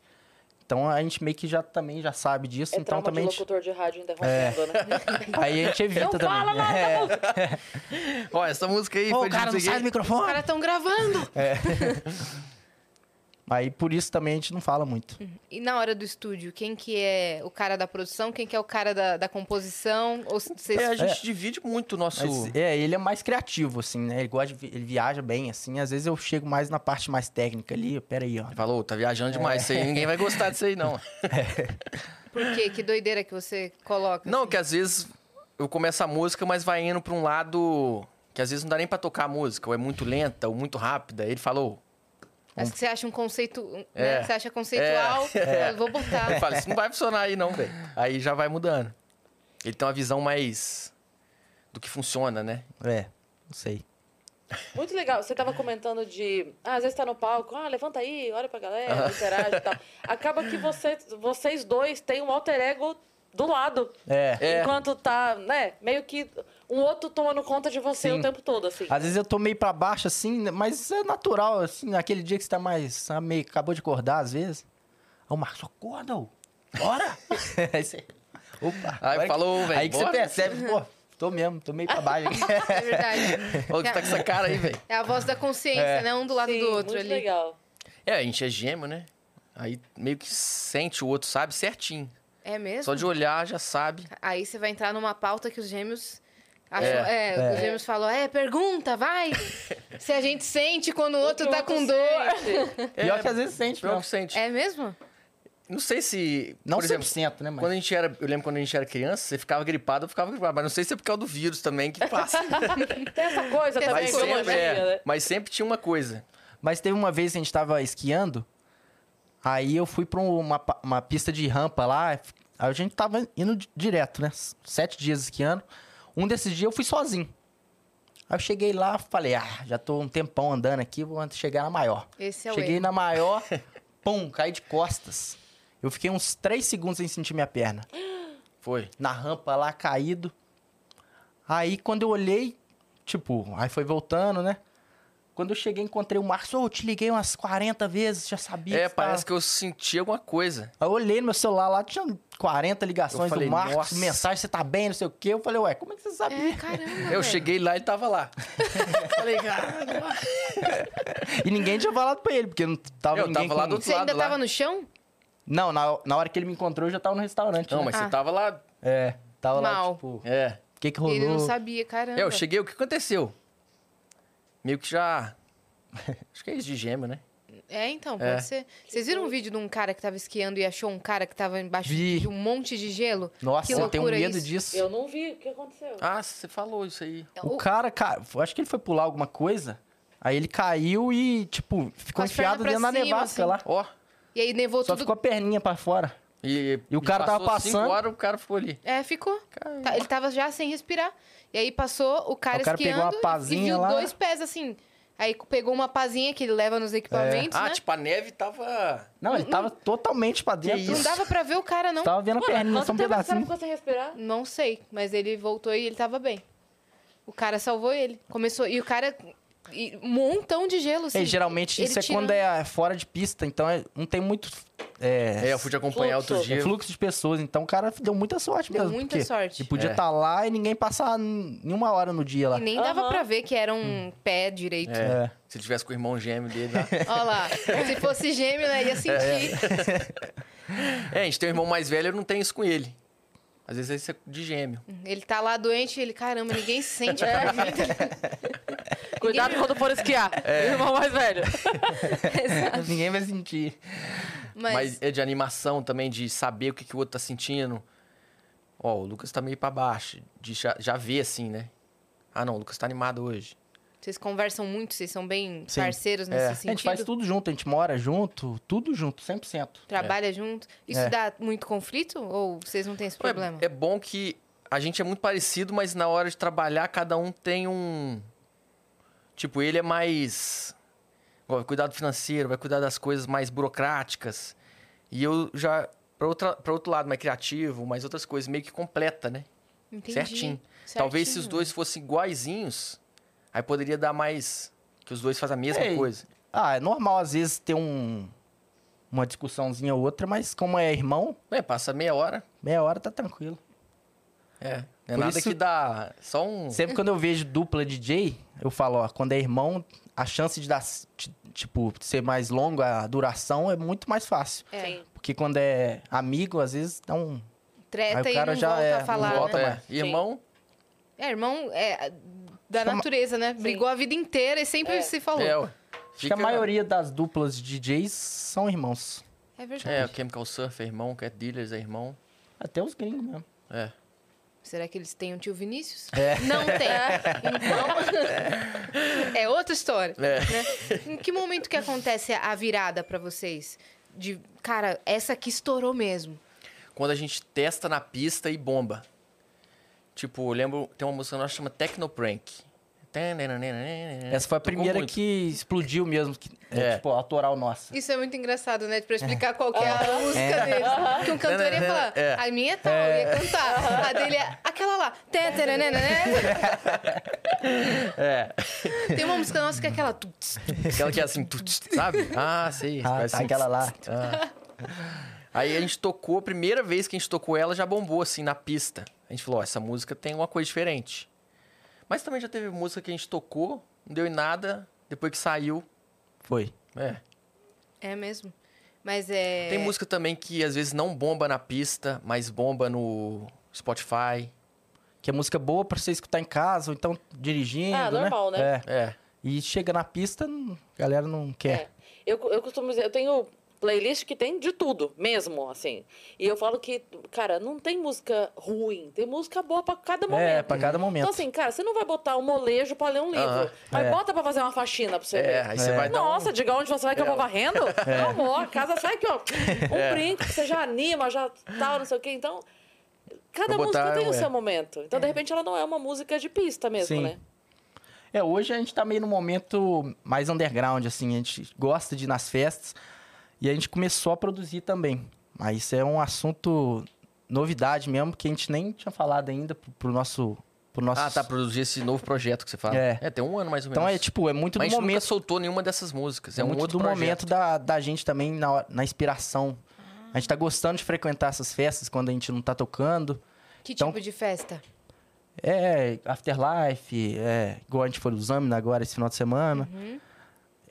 S6: Então a gente meio que já também já sabe disso,
S1: É
S6: então
S1: trauma de
S6: também. a gente-
S1: locutor de rádio interrompendo, né?
S6: Aí a gente evita
S1: Não
S6: É. também.
S1: fala nada,
S6: É.
S3: Ó, essa música aí
S6: Ô,
S3: foi de
S6: cara,
S3: não
S6: não
S3: sei
S6: sai do
S3: quem.
S2: Os
S6: microfone.
S2: caras estão gravando.
S6: Aí por isso também a gente não fala muito.
S2: E na hora do estúdio, quem que é o cara da produção, quem que é o cara da, da composição? Ou se- vocês
S3: É, a gente divide muito o nosso.
S6: Mas, é, ele é mais criativo, assim, né? Ele, gosta de vi- ele viaja bem, assim. Às vezes eu chego mais na parte mais técnica ali. Pera aí, ó.
S3: Falou, tá viajando demais
S6: É.
S3: isso aí, ninguém vai gostar disso aí, não.
S2: Por quê? Que doideira que você coloca?
S3: Não, que às vezes eu começo a música, mas vai indo pra um lado que às vezes não dá nem pra tocar a música, ou é muito lenta, ou muito rápida. Aí Ele falou,
S2: Acho que você acha um conceito. né?
S3: É.
S2: Você acha conceitual? Eu vou
S3: ele
S2: botar.
S3: fala, isso não vai funcionar aí não, velho. Aí já vai mudando. Ele tem uma visão mais do que funciona, né?
S6: É, não sei.
S1: Muito legal. Você tava comentando de. Ah, às vezes tá no palco, ah, levanta aí, olha pra galera, interage e tal. Acaba que você, vocês dois têm um alter ego do lado.
S6: É.
S3: É.
S1: Enquanto tá, né? Meio que um outro tomando conta de você
S6: Sim.
S1: o tempo todo, assim.
S6: Às vezes eu tô meio pra baixo, assim, né? mas isso é natural, assim, naquele dia que você tá mais. ah, meio, acabou de acordar, às vezes. Aí o Marcos, acorda, ô. Bora! aí você. Opa!
S3: Aí
S6: agora
S3: falou,
S6: que-
S3: velho,
S6: Aí que você
S3: bora.
S6: percebe, pô, tô mesmo, tô meio pra baixo aqui.
S2: É verdade.
S3: Olha que tá com essa cara aí, velho.
S2: É a voz da consciência, né? Um do lado
S1: Sim,
S2: do outro
S1: muito
S2: ali.
S1: legal.
S3: É, a gente é gêmeo, né? Aí meio que sente o outro, sabe? Certinho.
S2: É mesmo?
S3: Só de olhar já sabe.
S2: Aí você vai entrar numa pauta que os gêmeos. acham-
S3: É.
S2: é, os gêmeos falam, é, pergunta, vai! Se a gente sente quando o outro
S1: O
S2: tá
S1: outro
S2: com dor.
S1: sente.
S6: Pior que às vezes sente,
S3: É, Pior
S6: não.
S3: que sente.
S2: É mesmo?
S3: Não sei se.
S6: Não
S3: por exemplo,
S6: 100%, né, mas.
S3: Quando a gente era, eu lembro quando a gente era criança, você ficava gripado, eu ficava gripado. Mas não sei se é por causa do vírus também que passa.
S1: assim. Tem essa coisa
S2: Tem essa
S1: também,
S3: mas,
S2: coisa,
S1: biologia,
S3: sempre, é,
S1: né?
S3: mas sempre tinha uma coisa.
S6: Mas teve uma vez que a gente tava esquiando, aí eu fui pra um, uma, pa- uma pista de rampa lá, aí a gente tava indo di- direto, né? S- Sete dias esquiando. Um desses dias eu fui sozinho. Aí eu cheguei lá, falei, ah, já tô um tempão andando aqui, vou antes chegar na maior.
S2: Esse é o
S6: cheguei
S2: erro.
S6: na maior, pum, caí de costas. Eu fiquei uns três segundos sem sentir minha perna
S3: Foi.
S6: na rampa lá, caído. Aí quando eu olhei, tipo, aí foi voltando, né? Quando eu cheguei, encontrei o Marcos. Ô, eu te liguei umas 40 vezes, já
S3: É,
S6: sabia. que você tava-
S3: parece que eu senti alguma coisa.
S6: Aí eu olhei no meu celular lá, tinha 40 ligações
S3: Eu falei,
S6: do Marcos,
S3: "Nossa."
S6: mensagem, você tá bem, não sei o quê. Eu falei, ué, como é que você sabia?
S2: É, caramba.
S3: Eu
S2: velho.
S3: cheguei lá e tava lá. Falei, caralho.
S6: E ninguém tinha falado pra ele, porque não tava
S3: É. Eu
S6: ninguém
S3: tava lá
S6: com-
S3: do outro
S2: Você ainda
S3: lado lá.
S2: tava no chão?
S6: Não, na, na hora que ele me encontrou, eu já tava no restaurante.
S3: Não,
S6: né?
S3: mas
S2: Ah.
S3: você tava lá.
S6: É, tava lá,
S2: Mal.
S6: tipo,
S3: É.
S6: o que que rolou?
S2: Ele não sabia, caramba.
S3: É, eu cheguei, o que aconteceu? Meio que já. Acho que é isso de gêmeo, né?
S2: É, então,
S3: É.
S2: pode ser. Vocês viram um vídeo de um cara que tava esquiando e achou um cara que tava embaixo
S6: Vi.
S2: de um monte de gelo?
S6: Nossa,
S2: que
S6: eu tenho
S2: loucura
S6: medo
S2: isso.
S6: disso.
S1: Eu não vi o que aconteceu.
S3: Ah, você falou isso aí.
S6: O
S2: O-
S6: cara, cara, eu acho que ele foi pular alguma coisa, aí ele caiu e, tipo,
S2: Com
S6: ficou
S2: as pernas
S6: enfiado
S2: pra
S6: dentro da
S2: cima,
S6: nevasca
S2: assim.
S6: lá.
S3: Ó.
S2: E aí nevou
S6: Só
S2: tudo.
S6: ficou a perninha pra fora.
S3: E,
S6: E o cara tava
S3: passou
S6: passando.
S3: Cinco horas, o cara ficou ali.
S2: É, ficou. Tá, ele tava já sem respirar. E aí passou o cara,
S6: O cara pegou
S2: esquiando
S6: uma
S2: e-
S6: pazinha
S2: e viu
S6: lá.
S2: dois pés assim. Aí pegou uma pazinha que ele leva nos equipamentos,
S3: Ah,
S2: né?
S3: tipo, a neve tava.
S6: Não, ele tava totalmente pra dentro.
S2: não dava pra ver o cara, não.
S6: Tava vendo a perninha, só
S1: quanto
S6: um
S1: tempo esse cara
S6: pedacinho.
S1: ficou sem respirar?
S2: Não sei, mas ele voltou e ele tava bem. O cara salvou ele. Começou. E o cara. E um montão de gelo, assim.
S6: É, geralmente
S2: Ele
S6: isso é
S2: tirando-
S6: quando é fora de pista, então é- não tem muito é,
S3: É, eu fui te acompanhar
S1: Fluxo.
S3: outro dia.
S6: é fluxo de pessoas. Então o cara deu muita sorte
S2: Deu
S6: mesmo.
S2: muita
S6: porque
S2: sorte.
S6: Ele podia
S3: É.
S6: estar lá e ninguém passar n- nenhuma hora no dia lá.
S2: E nem dava
S1: Aham.
S2: pra ver que era um pé direito.
S3: É.
S6: Hum. É.
S3: Se tivesse com o irmão gêmeo dele lá.
S2: Olha lá. Se fosse gêmeo,
S6: é.
S2: né? Ia sentir.
S3: É, a gente tem um irmão mais velho, eu não tenho isso com ele. Às vezes isso é de gêmeo.
S2: Ele tá lá doente e ele, caramba, ninguém sente
S6: É.
S2: a vida.
S1: Cuidado quando for esquiar.
S6: É.
S1: Irmão mais velho.
S6: ninguém vai sentir.
S2: Mas,
S3: Mas... é de animação também, de saber o que, que o outro tá sentindo. Ó, o Lucas tá meio pra baixo. De já, já ver assim, né? Ah, não, o Lucas tá animado hoje.
S2: vocês conversam muito, vocês são bem
S6: Sim.
S2: parceiros nesse
S3: É. A
S2: sentido.
S6: A gente faz tudo junto, a gente mora junto, tudo junto, 100%.
S2: Trabalha junto. Isso
S6: É.
S2: dá muito conflito? Ou vocês não têm esse
S3: Ué,
S2: problema?
S3: É, bom que a gente é muito parecido, mas na hora de trabalhar, cada um tem um. Tipo, ele é mais. ó, Vai cuidar do financeiro, vai cuidar das coisas mais burocráticas. E eu já. Pra, outra, pra outro lado, mais criativo, mais outras coisas, meio que completa, né?
S2: Entendi.
S3: Certinho. Talvez se os
S2: Certinho.
S3: dois fossem iguaizinhos, aí poderia dar mais. Que os dois fazem a mesma
S6: É, e-
S3: coisa.
S6: Ah, é normal às vezes ter um, uma discussãozinha ou outra, mas como é irmão,
S3: Ué, passa meia hora.
S6: meia hora tá tranquilo.
S3: É. Não é
S6: Por
S3: nada
S6: isso-
S3: que dá. Só um.
S6: Sempre quando eu vejo dupla DJ, eu falo, ó, quando é irmão, a chance de dar, ti- tipo, ser mais longa a duração é muito mais fácil.
S2: É,
S6: Porque quando é amigo, às vezes dá um.
S2: treta
S6: Aí o
S2: e
S6: cara
S2: não
S6: já
S2: volta
S6: é,
S2: a
S6: não
S3: não
S2: falar,
S3: volta,
S2: né?
S3: é. Irmão,
S2: É, irmão, é da
S6: Chama-
S2: natureza, né? Brigou a vida inteira e sempre
S1: É.
S2: se falou.
S3: é.
S2: É,
S3: ué.
S6: Acho que a maioria das duplas de DJs são irmãos.
S2: verdade.
S3: É, o Chemical Surf é irmão, Cat Dealers é irmão.
S6: Até os gringos mesmo.
S3: É.
S2: Será que eles têm um tio Vinícius?
S6: É.
S2: Não tem. Então, é outra história. né? Em que momento que acontece a virada pra vocês? De, cara, essa aqui estourou mesmo.
S3: Quando a gente testa na pista e bomba. Tipo, eu lembro, tem uma música nossa que chama Technoprank.
S6: Essa foi a primeira que explodiu mesmo, que, é,
S3: É.
S6: tipo, autoral nossa.
S2: Isso é muito engraçado, né? Pra explicar qual que é a música deles. Que um cantor ia falar,
S3: É.
S2: a minha é tal, ia cantar. A dele é aquela lá. Tã, tã, nã, nã, nã, nã. Tem uma música nossa que é aquela... tu, tss, tu.
S3: Aquela que é assim, tu, tss, sabe? Ah, sei.
S6: Ah,
S3: parece
S6: tá
S3: assim,
S6: aquela lá.
S3: ah. Aí a gente tocou, a primeira vez que a gente tocou ela já bombou, assim, na pista. A gente falou, ó, essa música tem uma coisa diferente. Mas também já teve música que a gente tocou, não deu em nada, depois que saiu.
S6: Foi.
S3: É.
S2: É mesmo. Mas é...
S3: Tem música também que às vezes não bomba na pista, mas bomba no Spotify.
S6: Que é música boa pra você escutar em casa, ou então dirigindo,
S1: Ah, normal, né?
S6: É.
S3: É.
S6: E chega na pista, não- a galera não
S1: É.
S6: quer.
S1: Eu, eu costumo dizer, eu tenho playlist que tem de tudo, mesmo, assim. E eu falo que, cara, não tem música ruim, tem música boa pra cada momento.
S6: É, pra cada momento.
S1: Então, assim, cara, você não vai botar um molejo pra ler um livro,
S3: Aham.
S1: mas
S6: É.
S1: bota pra fazer uma faxina pra você
S3: É,
S1: ver.
S3: aí você vai dar um... É.
S1: Nossa, diga onde você vai que eu vou varrendo? Não, amor, a casa sai aqui, ó. Um brinco, que você já anima, já tal, não sei o quê. Então, cada
S3: Vou
S1: música
S3: botar,
S1: tem o
S3: é.
S1: seu momento. Então, de repente, ela não é uma música de pista mesmo,
S6: Sim.
S1: né?
S6: É, hoje a gente tá meio no momento mais underground, assim, a gente gosta de ir nas festas e a gente começou a produzir também. Mas isso é um assunto novidade mesmo, que a gente nem tinha falado ainda pro, pro nosso pro nosso.
S3: Ah, tá, produzir esse novo projeto que você fala.
S6: É.
S3: tem um ano mais ou menos.
S6: Então é tipo, é muito
S3: Mas a
S6: do
S3: gente
S6: momento.
S3: nunca soltou nenhuma dessas músicas.
S6: É
S3: É um
S6: muito
S3: outro
S6: do
S3: projeto.
S6: momento da, da gente também na, hora- na inspiração. A gente tá gostando de frequentar essas festas quando a gente não tá tocando.
S2: Que
S6: Então-
S2: tipo de festa?
S6: É, Afterlife, é, igual a gente foi no Zamina agora esse final de semana.
S3: Uhum.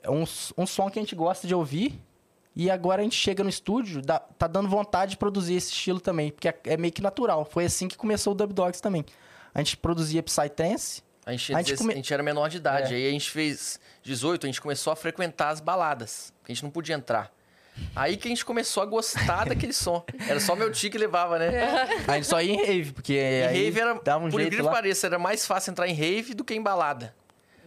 S6: É um, s- um som que a gente gosta de ouvir. E agora a gente chega no estúdio, dá- tá dando vontade de produzir esse estilo também, porque é, é meio que natural. Foi assim que começou o Dub Dogs também. A gente produzia Psytrance,
S3: A gente,
S6: A gente
S3: dezesse-
S6: come-
S3: a gente era menor de idade.
S6: É.
S3: Aí a gente fez 18, a gente começou a frequentar as baladas. Porque a gente não podia entrar. Aí que a gente começou a gostar daquele som. Era só meu tio que levava, né?
S6: a gente só ia em rave, porque
S3: E
S6: É. aí
S3: rave era,
S6: dava um
S3: por
S6: jeito
S3: incrível
S6: lá.
S3: que pareça, era mais fácil entrar em rave do que em balada.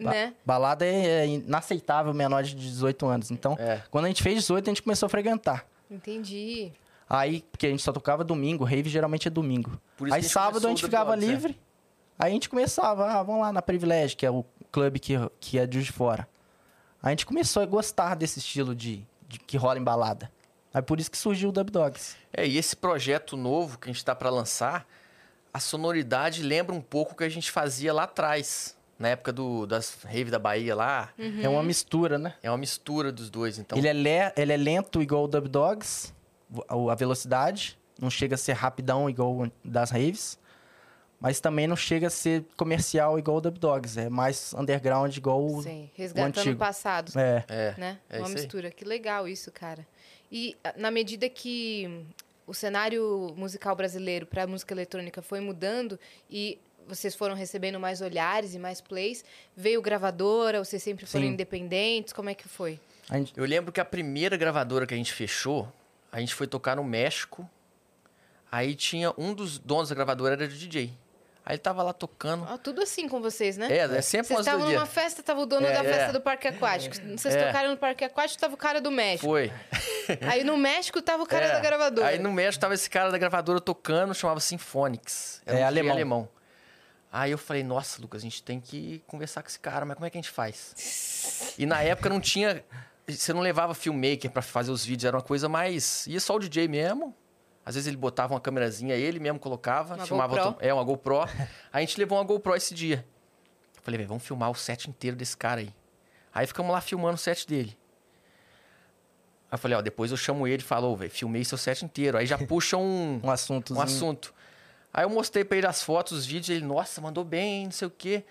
S6: Ba-
S2: Né?
S6: Balada é, é inaceitável menor de 18 anos. Então,
S3: É.
S6: quando a gente fez 18, a gente começou a frequentar.
S2: Entendi.
S6: Aí, porque a gente só tocava domingo, rave geralmente é domingo.
S3: Por isso
S6: aí
S3: que a gente
S6: sábado
S3: começou
S6: a
S3: o
S6: gente
S3: The
S6: ficava
S3: Bloods, né?
S6: livre, aí a gente começava, ah, vamos lá na Privilégio, que é o clube que, que é de Juiz de fora. Aí a gente começou a gostar desse estilo de, de que rola em balada. Aí por isso que surgiu o Dub Dogs.
S3: É, e esse projeto novo que a gente tá para lançar, a sonoridade lembra um pouco o que a gente fazia lá atrás, na época do, das rave da Bahia lá.
S6: É uma mistura, né?
S3: É uma mistura dos dois, então.
S6: Ele, é le- ele é lento igual o Dub Dogs, vo- a velocidade. Não chega a ser rapidão igual o das raves. Mas também não chega a ser comercial igual o Dub Dogs. É mais underground igual o.
S2: Sim. Resgatando o
S6: antigo.
S2: passado.
S6: É.
S3: É.
S2: né?
S3: É
S2: uma
S3: isso aí.
S2: mistura. Que legal isso, cara. E a- na medida que hum, o cenário musical brasileiro para a música eletrônica foi mudando e vocês foram recebendo mais olhares e mais plays, veio gravadora, vocês sempre foram
S6: Sim.
S2: independentes, como é que foi?
S6: A gente-
S3: Eu lembro que a primeira gravadora que a gente fechou, a gente foi tocar no México. Aí tinha um dos donos da gravadora era DJ. Aí ele tava lá tocando.
S2: Ó, tudo assim com vocês, né?
S3: É, é sempre
S2: Vocês
S3: umas
S2: estavam numa
S3: doideiras.
S2: festa, tava o dono
S3: É,
S2: da festa
S3: é.
S2: do Parque Aquático. Vocês
S3: É.
S2: tocaram no Parque Aquático, tava o cara do México.
S3: Foi.
S2: Aí no México tava o cara
S3: É.
S2: da gravadora.
S3: Aí no México tava esse cara da gravadora tocando, chamava Symphonics. Era
S6: É,
S3: um DJ
S6: alemão.
S3: alemão. Aí eu falei, nossa, Lucas, a gente tem que conversar com esse cara, mas como é que a gente faz? E na época não tinha. Você não levava filmmaker pra fazer os vídeos, era uma coisa mais. ia só o DJ mesmo. Às vezes ele botava uma câmerazinha, ele mesmo colocava,
S2: Uma
S3: filmava
S2: GoPro.
S3: outro- é, uma GoPro. a gente levou uma GoPro esse dia. Eu falei, velho, vamos filmar o set inteiro desse cara aí. Aí ficamos lá filmando o set dele. Aí eu falei, ó, depois eu chamo ele e falo, "Ô, velho, filmei seu set inteiro. Aí já puxa um,
S6: Um assunto.
S3: um assunto. Aí eu mostrei pra ele as fotos, os vídeos, ele, nossa, mandou bem, não sei o quê.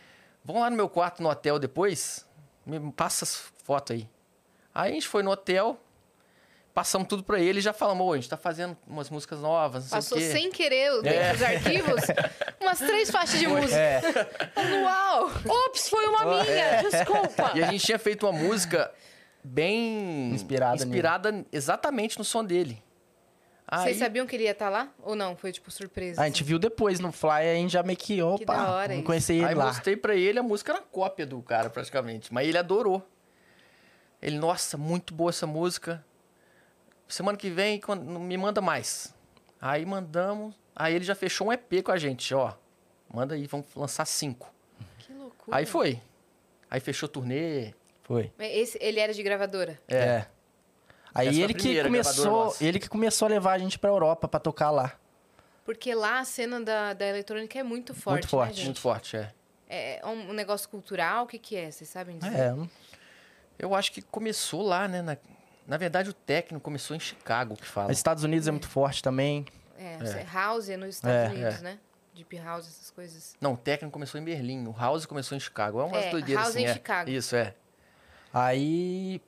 S3: Vão lá no meu quarto no hotel depois, me passa as fotos aí. Aí a gente foi no hotel, passamos tudo pra ele e já falamos, "Ô, a gente tá fazendo umas músicas novas, não
S2: Passou
S3: sei o quê.
S2: sem querer dentro dos arquivos umas três faixas de música.
S6: É,
S2: Uau!
S1: Ops, foi uma minha, desculpa.
S3: é. E a gente tinha feito uma música bem
S6: Inspirada nele.
S3: inspirada exatamente no som dele. Aí,
S2: Vocês sabiam que ele ia estar lá? Ou não? Foi tipo surpresa.
S6: a gente viu depois no Fly, a gente já meio que, opa,
S2: da hora
S6: não
S2: isso.
S6: conheci ele
S3: aí
S6: lá.
S3: mostrei pra ele, a música era cópia do cara praticamente, mas ele adorou. Ele, nossa, muito boa essa música. Semana que vem quando- me manda mais. Aí mandamos, aí ele já fechou um EP com a gente, ó. Manda aí, vamos lançar cinco.
S2: assim? Que loucura.
S3: Aí foi. Aí fechou turnê.
S6: Foi.
S2: É, Esse- ele era de gravadora.
S6: É.
S3: Essa
S6: Aí
S3: foi a
S6: ele que
S3: primeira gravadora
S6: começou,
S3: nossa.
S6: ele que começou a levar a gente pra Europa pra tocar lá.
S2: Porque lá a cena da, da eletrônica é muito forte. né,
S6: forte.
S2: gente?
S3: Muito forte, é.
S2: É um um negócio cultural? O que, que é? Vocês sabem disso?
S6: É, não-
S3: Eu acho que começou lá, né? Na, na verdade, o técnico começou em Chicago, que fala.
S6: Os Estados Unidos é muito forte também.
S2: É, House é nos Estados
S6: É.
S2: Unidos, né? Deep House, essas coisas.
S3: Não, o técnico começou em Berlim, o House começou em Chicago. É umas
S2: É,
S3: doideiras
S2: House
S3: assim,
S2: em
S3: é.
S2: Chicago.
S3: Isso, é.
S6: Aí.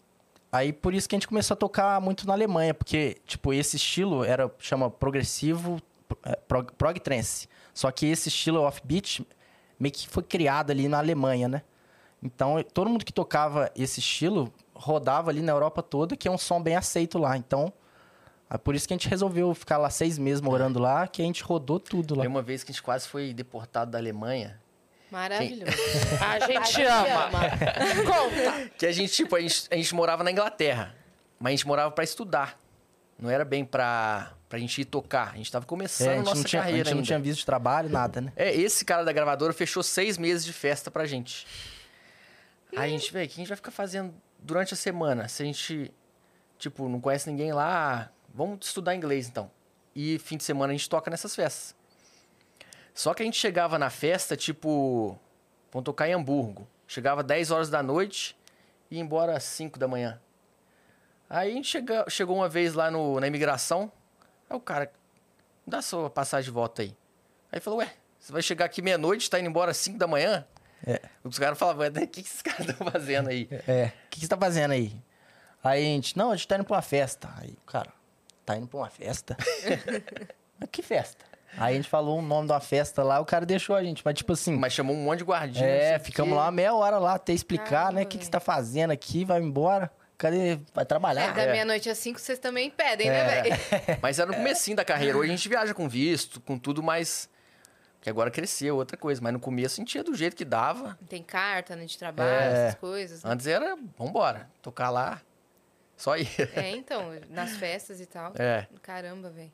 S6: Aí por isso que a gente começou a tocar muito na Alemanha, porque, tipo, esse estilo era, chama progressivo é, prog, prog trance. Só que esse estilo offbeat meio que foi criado ali na Alemanha, né? Então, eh, todo mundo que tocava esse estilo rodava ali na Europa toda, que é um som bem aceito lá. Então, é por isso que a gente resolveu ficar lá seis meses morando lá, que a gente rodou tudo lá.
S3: É.
S6: É,
S3: Tem uma vez que a gente quase foi deportado da Alemanha.
S2: Maravilhoso.
S1: A gente
S2: ama.
S1: ama. Conta.
S3: Que a gente, tipo, a gente, a gente morava na Inglaterra. Mas a gente morava pra estudar. Não era bem pra, pra gente ir tocar. A gente tava
S6: É,
S3: começando
S6: a
S3: a
S6: gente,
S3: nossa
S6: não tinha, a
S3: carreira
S6: gente não
S3: ainda.
S6: tinha visto de trabalho, nada, né?
S3: É, esse cara da gravadora fechou seis meses de festa pra gente. Aí a gente, velho, o que a gente vai ficar fazendo durante a semana? Se a gente, tipo, não conhece ninguém lá, vamos estudar inglês então. E fim de semana a gente toca nessas festas. Só que a gente chegava na festa, tipo, vão tocar em Hamburgo. Chegava 10 horas da noite e ia embora às 5 da manhã. Aí a gente chega- chegou uma vez lá no- na imigração, aí o cara, me dá sua passagem de volta aí. Aí falou, ué, você vai chegar aqui meia-noite, tá indo embora às 5 da manhã?
S6: É.
S3: Os caras falavam, o que, que esses caras estão fazendo aí?
S6: É. O que, que você tá fazendo aí? Aí a gente, não, a gente tá indo pra uma festa. Aí, cara, tá indo pra uma festa? Mas que festa? Aí a gente falou o nome de uma festa lá, o cara deixou a gente. Mas tipo assim,
S3: Mas chamou um monte de guardinha. não sei
S6: é,
S3: o
S6: ficamos
S3: quê.
S6: lá uma meia hora lá até explicar, né?
S2: Caramba,
S6: O que, que
S2: velho.
S6: você tá fazendo aqui? Vai embora? Cadê? Vai trabalhar?
S2: É, da meia-noite às cinco, vocês também pedem, né, velho?
S3: Mas era no comecinho da carreira. Hoje a gente viaja com visto, com tudo, mas... Que agora cresceu, outra coisa. Mas no começo a gente ia do jeito que dava.
S2: Tem carta né, de trabalho,
S6: É.
S2: essas coisas. né?
S3: Antes era, vambora, tocar lá. Só ia.
S2: É, então, nas festas e tal.
S3: É.
S2: Caramba, velho.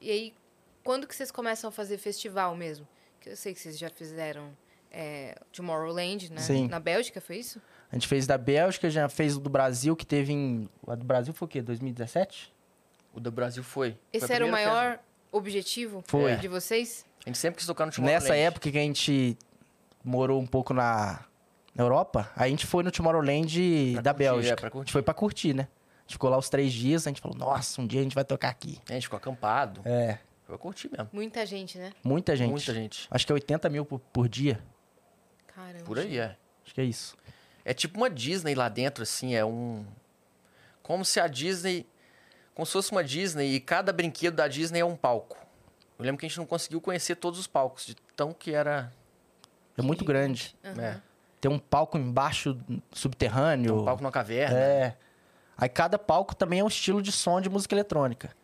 S2: E aí, quando que vocês começam a fazer festival mesmo? Que eu sei que vocês já fizeram é, Tomorrowland, né?
S6: Sim.
S2: Na Bélgica, foi isso?
S6: A gente fez da Bélgica, já fez o do Brasil, que teve em. A do Brasil foi o quê? 2017?
S3: O do Brasil foi.
S2: Esse
S3: Foi a
S2: era o
S3: primeira
S2: maior
S3: festa.
S2: objetivo
S6: Foi.
S2: de vocês?
S3: A gente sempre quis tocar no Tomorrowland.
S6: Nessa época que a gente morou um pouco na na Europa, a gente foi no Tomorrowland
S3: Pra
S6: da
S3: curtir,
S6: Bélgica.
S3: é, pra curtir.
S6: A gente foi pra curtir, né? A gente ficou lá os três dias, a gente falou, nossa, um dia a gente vai tocar aqui.
S3: A gente ficou acampado.
S6: É.
S3: Eu curti mesmo.
S2: Muita gente, né?
S6: Muita gente.
S3: Muita gente.
S6: Acho que é 80 mil por, por dia.
S2: Caramba.
S3: Por aí, é.
S6: Acho que é isso.
S3: É tipo uma Disney lá dentro, assim, é um. Como se a Disney. Como se fosse uma Disney e cada brinquedo da Disney é um palco. Eu lembro que a gente não conseguiu conhecer todos os palcos, de tão que era.
S6: É muito grande.
S2: Aham.
S3: né?
S6: Tem um palco embaixo, subterrâneo.
S3: Tem um palco né? numa caverna.
S6: É. Aí cada palco também é um estilo de som de música eletrônica.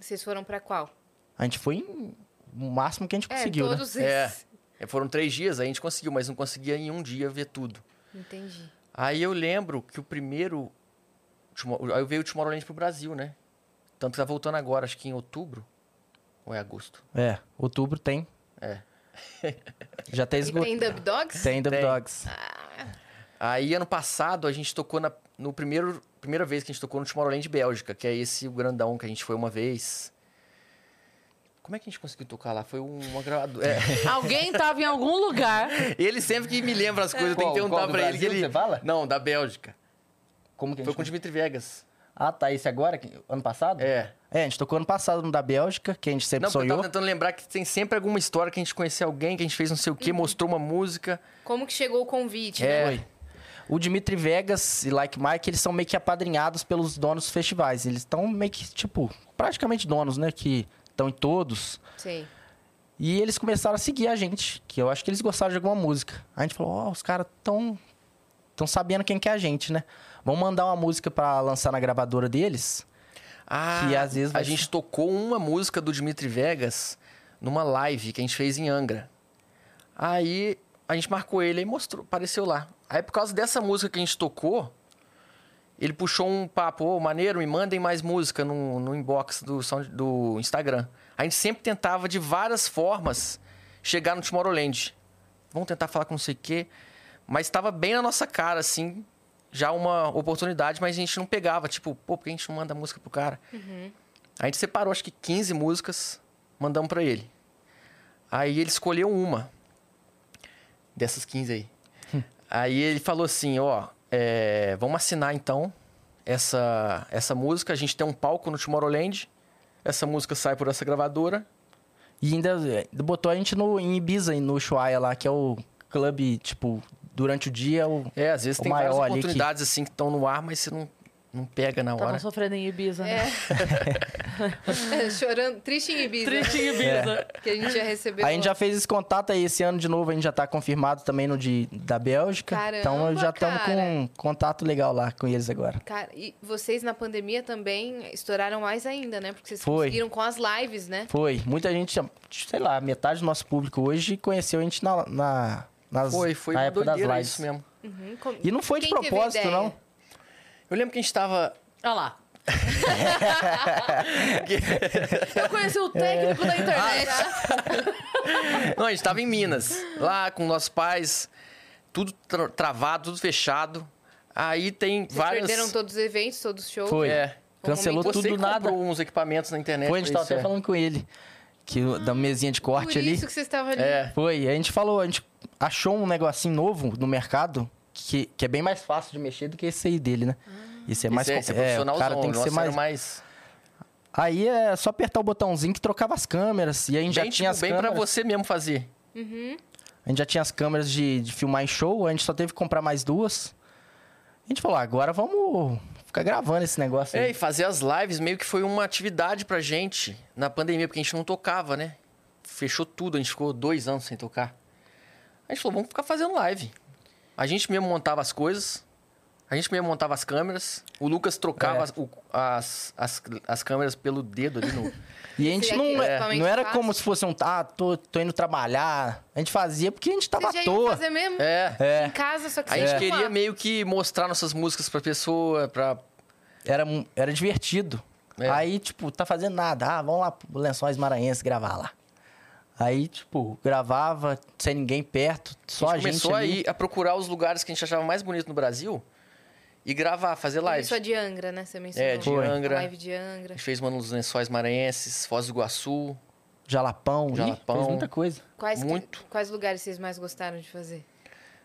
S2: Vocês foram pra qual?
S6: A gente foi em... o máximo que a gente conseguiu,
S2: é,
S6: né?
S2: todos
S3: É.
S2: esses.
S3: É, Foram três dias, aí a gente conseguiu, mas não conseguia em um dia ver tudo.
S2: Entendi.
S3: Aí eu lembro que o primeiro. Tomor- Aí veio o Tomorrowland pro Brasil, né? Tanto que tá voltando agora, acho que em outubro. Ou é agosto?
S6: É, outubro tem.
S3: É.
S6: Já até
S2: E tem
S6: esgotado.
S2: Dub Dogs?
S6: Tem Dub
S3: Tem.
S6: Dogs.
S3: Aí, ano passado, a gente tocou na no primeiro, primeira vez que a gente tocou no Tomorrowland Bélgica, que é esse o grandão que a gente foi uma vez. Como é que a gente conseguiu tocar lá? Foi um- uma gravadora. É.
S1: Alguém tava em algum lugar.
S3: Ele sempre que me lembra as coisas, eu tenho que
S6: É, Qual- qual
S3: perguntar
S6: do
S3: pra ele. Que
S6: Brasil
S3: ele...
S6: você fala?
S3: Não, da Bélgica.
S6: Como que a
S3: Foi
S6: gente
S3: com o Dimitri Vegas.
S6: Ah, tá. Esse agora? que- Ano passado?
S3: É.
S6: É, a gente tocou ano passado no da Bélgica, que a gente sempre
S3: Não, porque eu
S6: sonhou.
S3: tava tentando lembrar que tem sempre alguma história que a gente conheceu alguém, que a gente fez não sei o
S6: Uhum.
S3: quê, mostrou uma música.
S2: Como que chegou o convite,
S3: É.
S2: né?
S3: Foi.
S6: O Dimitri Vegas e Like Mike, eles são meio que apadrinhados pelos donos dos festivais. Eles estão meio que, tipo, praticamente donos, né? Que estão em todos.
S2: Sei.
S6: E eles começaram a seguir a gente, que eu acho que eles gostaram de alguma música. A gente falou, ó, os caras tão, tão sabendo quem que é a gente, né? Vamos mandar uma música pra lançar na gravadora deles.
S3: Ah,
S6: Que às vezes
S3: a
S6: vai ser-
S3: gente tocou uma música do Dimitri Vegas numa live que a gente fez em Angra. Aí a gente marcou ele e mostrou, apareceu lá. Aí por causa dessa música que a gente tocou, ele puxou um papo, ô, maneiro, me mandem mais música no, no inbox do, sound- do Instagram. A gente sempre tentava, de várias formas, chegar no Tomorrowland. Vamos tentar falar com não sei o quê. Mas estava bem na nossa cara, assim, já uma oportunidade, mas a gente não pegava. Tipo, pô, por que a gente não manda música pro cara? A gente separou, acho que 15 músicas, mandamos pra ele. Aí ele escolheu uma dessas 15 aí.
S6: Hum.
S3: aí ele falou assim, ó, é, vamos assinar então essa, essa música. A gente tem um palco no Tomorrowland. Essa música sai por essa gravadora.
S6: E ainda eh, botou a gente no, em Ibiza, e no Ushuaia lá, que é o clube, tipo, durante o dia. O...
S3: É, às vezes
S6: O
S3: tem várias
S6: maior ali que-
S3: oportunidades assim que estão no ar, mas você não, não pega na hora.
S1: Tava sofrendo em Ibiza, né?
S2: É. Chorando, triste em Ibiza. né?
S1: Triste em Ibiza.
S2: Que a gente já recebeu.
S6: A gente já fez esse contato aí esse ano de novo, a gente já tá confirmado também no de, da Bélgica. então
S2: Caramba,
S6: já estamos com
S2: cara.
S6: um contato legal lá com eles agora.
S2: Cara, e vocês na pandemia também estouraram mais ainda, né? Porque vocês
S6: Foi.
S2: conseguiram com as lives, né?
S6: Foi. Muita gente, sei lá, metade do nosso público hoje conheceu a gente na, na, nas,
S3: Foi, foi
S6: na
S3: uma
S6: época das
S3: doideira
S6: lives.
S3: isso mesmo.
S2: Uhum, com-
S6: E não foi de
S2: Quem teve a
S6: propósito,
S2: ideia?
S6: não.
S3: Eu lembro que a gente tava.
S1: Olha lá. Eu conheci o técnico
S6: Ah,
S1: da internet.
S3: Não, a gente tava em Minas, lá com nossos pais, tudo tra- travado, tudo fechado. Aí tem
S2: Vocês
S3: várias. É.
S2: perderam todos os É. eventos,
S3: né? é.
S2: todos
S6: que, da mesinha de corte
S2: Por
S6: ali.
S2: isso que vocês estavam ali.
S3: É.
S6: Foi, a gente falou, a gente achou um negocinho novo no mercado que, que é bem mais fácil de mexer do que esse aí dele, né?
S2: Ah.
S6: Isso é mais
S3: Esse é, esse é
S6: compli- é,
S3: profissionalzão,
S6: o cara tem que
S3: nossa,
S6: ser mais...
S3: era mais...
S6: Aí é só apertar o botãozinho que trocava as câmeras. E aí a gente
S3: bem,
S6: já
S3: tipo,
S6: tinha as
S3: bem
S6: câmeras.
S3: pra você mesmo fazer.
S6: A gente já tinha as câmeras de, de filmar em show, a gente só teve que comprar mais duas. A gente falou, "Ah, agora vamos ficar gravando esse negócio
S3: É,
S6: aí.
S3: e fazer as lives meio que foi uma atividade pra gente na pandemia, porque a gente não tocava, né? Fechou tudo, a gente ficou dois anos sem tocar. A gente falou, vamos ficar fazendo live. A gente mesmo montava as coisas, a gente mesmo montava as câmeras, o Lucas trocava
S6: É.
S3: as, o- as, as, as câmeras pelo dedo ali no.
S6: E a gente
S2: Seria
S6: não,
S2: aquele
S6: é,
S2: equipamento
S6: não era
S2: fácil?
S6: como se fosse um, ah, tô, tô indo trabalhar. A gente fazia porque a gente tava
S2: Vocês já
S6: à
S2: iam
S6: toa.
S2: fazer mesmo?
S3: É.
S6: É,
S2: Em casa, só que
S3: A
S2: vocês iam
S3: gente queria
S2: lá.
S3: meio que mostrar nossas músicas pra pessoa, pra.
S6: era, mu- era divertido.
S3: É.
S6: Aí, tipo, tá fazendo nada. Ah, vamos lá pro Lençóis Maranhenses gravar lá. Aí, tipo, gravava sem ninguém perto, só
S3: a
S6: a
S3: gente
S6: gente,
S3: começou a,
S6: ali.
S3: ir- a procurar os lugares que a gente achava mais bonito no Brasil e gravar, fazer
S2: Por
S3: live.
S2: Isso é de Angra, né? Você mencionou.
S3: É, de
S6: Foi.
S3: Angra.
S2: A live de Angra.
S3: A gente fez uma nos lençóis maranhenses, Foz do Iguaçu.
S6: Jalapão,
S3: Jalapão.
S6: Jalapão. fez muita coisa.
S2: Quais, que-
S3: Muito.
S2: quais lugares vocês mais gostaram de fazer?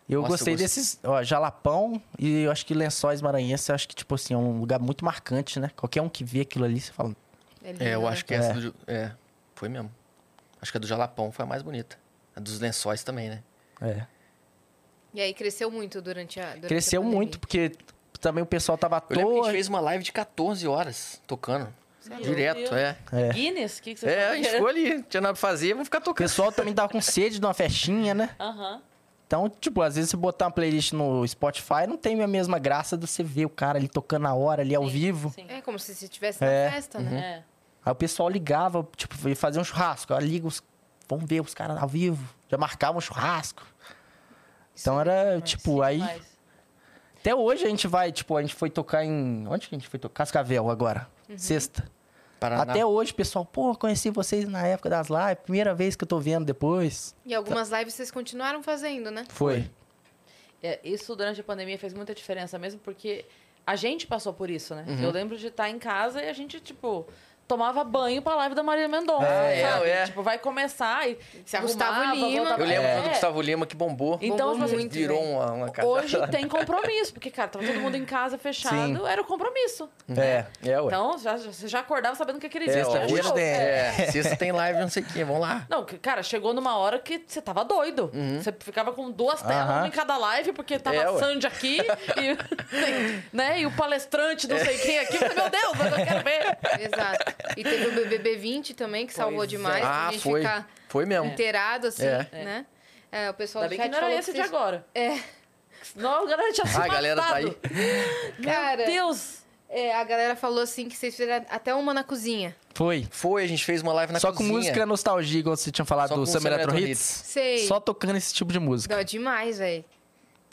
S6: Eu
S3: Nossa, eu
S6: gostei
S3: gostei.
S6: desses, ó, Jalapão e eu acho que Lençóis Maranhenses, eu acho que, tipo assim, é um lugar muito marcante, né? Qualquer um que vê aquilo ali, você fala,
S2: lindo,
S3: É, eu
S2: né?
S3: acho que essa do. É, foi mesmo. Acho que a do Jalapão foi a mais bonita. A dos lençóis também, né?
S6: é.
S2: E aí cresceu muito durante a. durante a
S6: Cresceu
S2: pandemia.
S6: muito, porque também o pessoal tava à
S3: Eu lembro que a
S6: toa.
S3: gente fez uma live de 14 horas tocando.
S1: Você é louco.
S3: Direto, é.
S6: É.
S1: Guinness? O que, que você
S3: É,
S1: tá
S3: a gente
S1: querendo?
S3: ficou ali, não tinha nada pra fazer, vamos ficar
S6: O
S3: tocando.
S6: pessoal também tava com sede de uma festinha, né?
S1: Aham.
S6: Então, tipo, às vezes você botar uma playlist no Spotify, não tem a mesma graça de você ver o cara ali tocando na hora, ali ao vivo.
S1: Sim.
S2: É como se você estivesse na
S6: É.
S2: festa,
S3: Uhum.
S1: É.
S2: né?
S6: Aí o pessoal ligava, tipo, ia fazer um churrasco. Aí liga os. Vamos ver os caras ao vivo. Já marcavam um churrasco.
S1: é
S6: Então era, tipo, aí.
S1: Mas,
S6: Até hoje a gente vai, tipo, a gente foi tocar em. Onde que a gente foi tocar? Cascavel agora.
S1: Uhum.
S6: Sexta.
S3: Paraná.
S6: Até hoje, o pessoal, pô, conheci vocês na época das lives, primeira vez que eu tô vendo depois.
S2: E algumas lives vocês continuaram fazendo, né?
S6: Foi.
S1: é, isso durante a pandemia fez muita diferença mesmo, porque a gente passou por isso,
S3: Uhum.
S1: né? Eu lembro de estar em casa e a gente, tipo, tomava banho pra live da Maria Mendonça.
S3: É,
S1: sabe?
S3: é.
S1: Tipo, vai começar e se
S2: Gustavo
S1: arrumava,
S2: Lima.
S1: voltava-
S3: Eu lembro
S1: É.
S3: do Gustavo Lima que bombou.
S1: Então,
S2: Bombou
S1: tipo assim,
S2: muito,
S3: virou um-
S2: né?
S3: uma, uma casa.
S1: hoje tem compromisso, porque, cara, tava todo mundo em casa fechado, era o compromisso.
S3: Uhum.
S6: É, é, ué.
S1: Então, já, já- você já acordava sabendo que aquele dia
S3: É, ó,
S1: era um
S6: Sexta-feira
S3: hoje
S1: show.
S6: tem-
S3: é, sexta tem live, não sei o quê, vamos lá.
S1: Não, que, cara, chegou numa hora que você tava doido. Você ficava com duas telas,
S6: Aham.
S1: uma em cada live, porque tava
S3: Uhum. É, ué.
S1: Sandy aqui e, né, e o palestrante não sei quem aqui. Eu falei, Meu Deus, mas eu quero ver.
S2: Exato. E teve o BBB 20 também, que salvou
S1: Pois é.
S2: demais. pra
S3: Ah,
S2: gente
S3: foi.
S2: ficar
S3: Foi mesmo.
S2: inteirado, assim,
S3: É.
S2: né? É, o pessoal
S1: Ainda
S2: do
S1: bem que
S2: chat
S1: não era
S2: falou
S1: esse de
S2: vocês-
S1: agora.
S2: É,
S1: Não, a galera tinha se
S3: Ah, a galera tá
S1: matado.
S3: aí.
S2: cara.
S1: Meu Deus.
S2: é, a galera falou assim que vocês fizeram até uma na cozinha.
S6: Foi.
S3: Foi, a gente fez uma live na
S6: Só
S3: cozinha.
S6: com música nostalgia, igual você tinha falado
S3: Só
S6: do
S3: com
S6: Summer Electro
S3: Electro
S6: Hits.
S2: Sei.
S6: Só tocando esse tipo de música.
S2: Não, é demais, velho.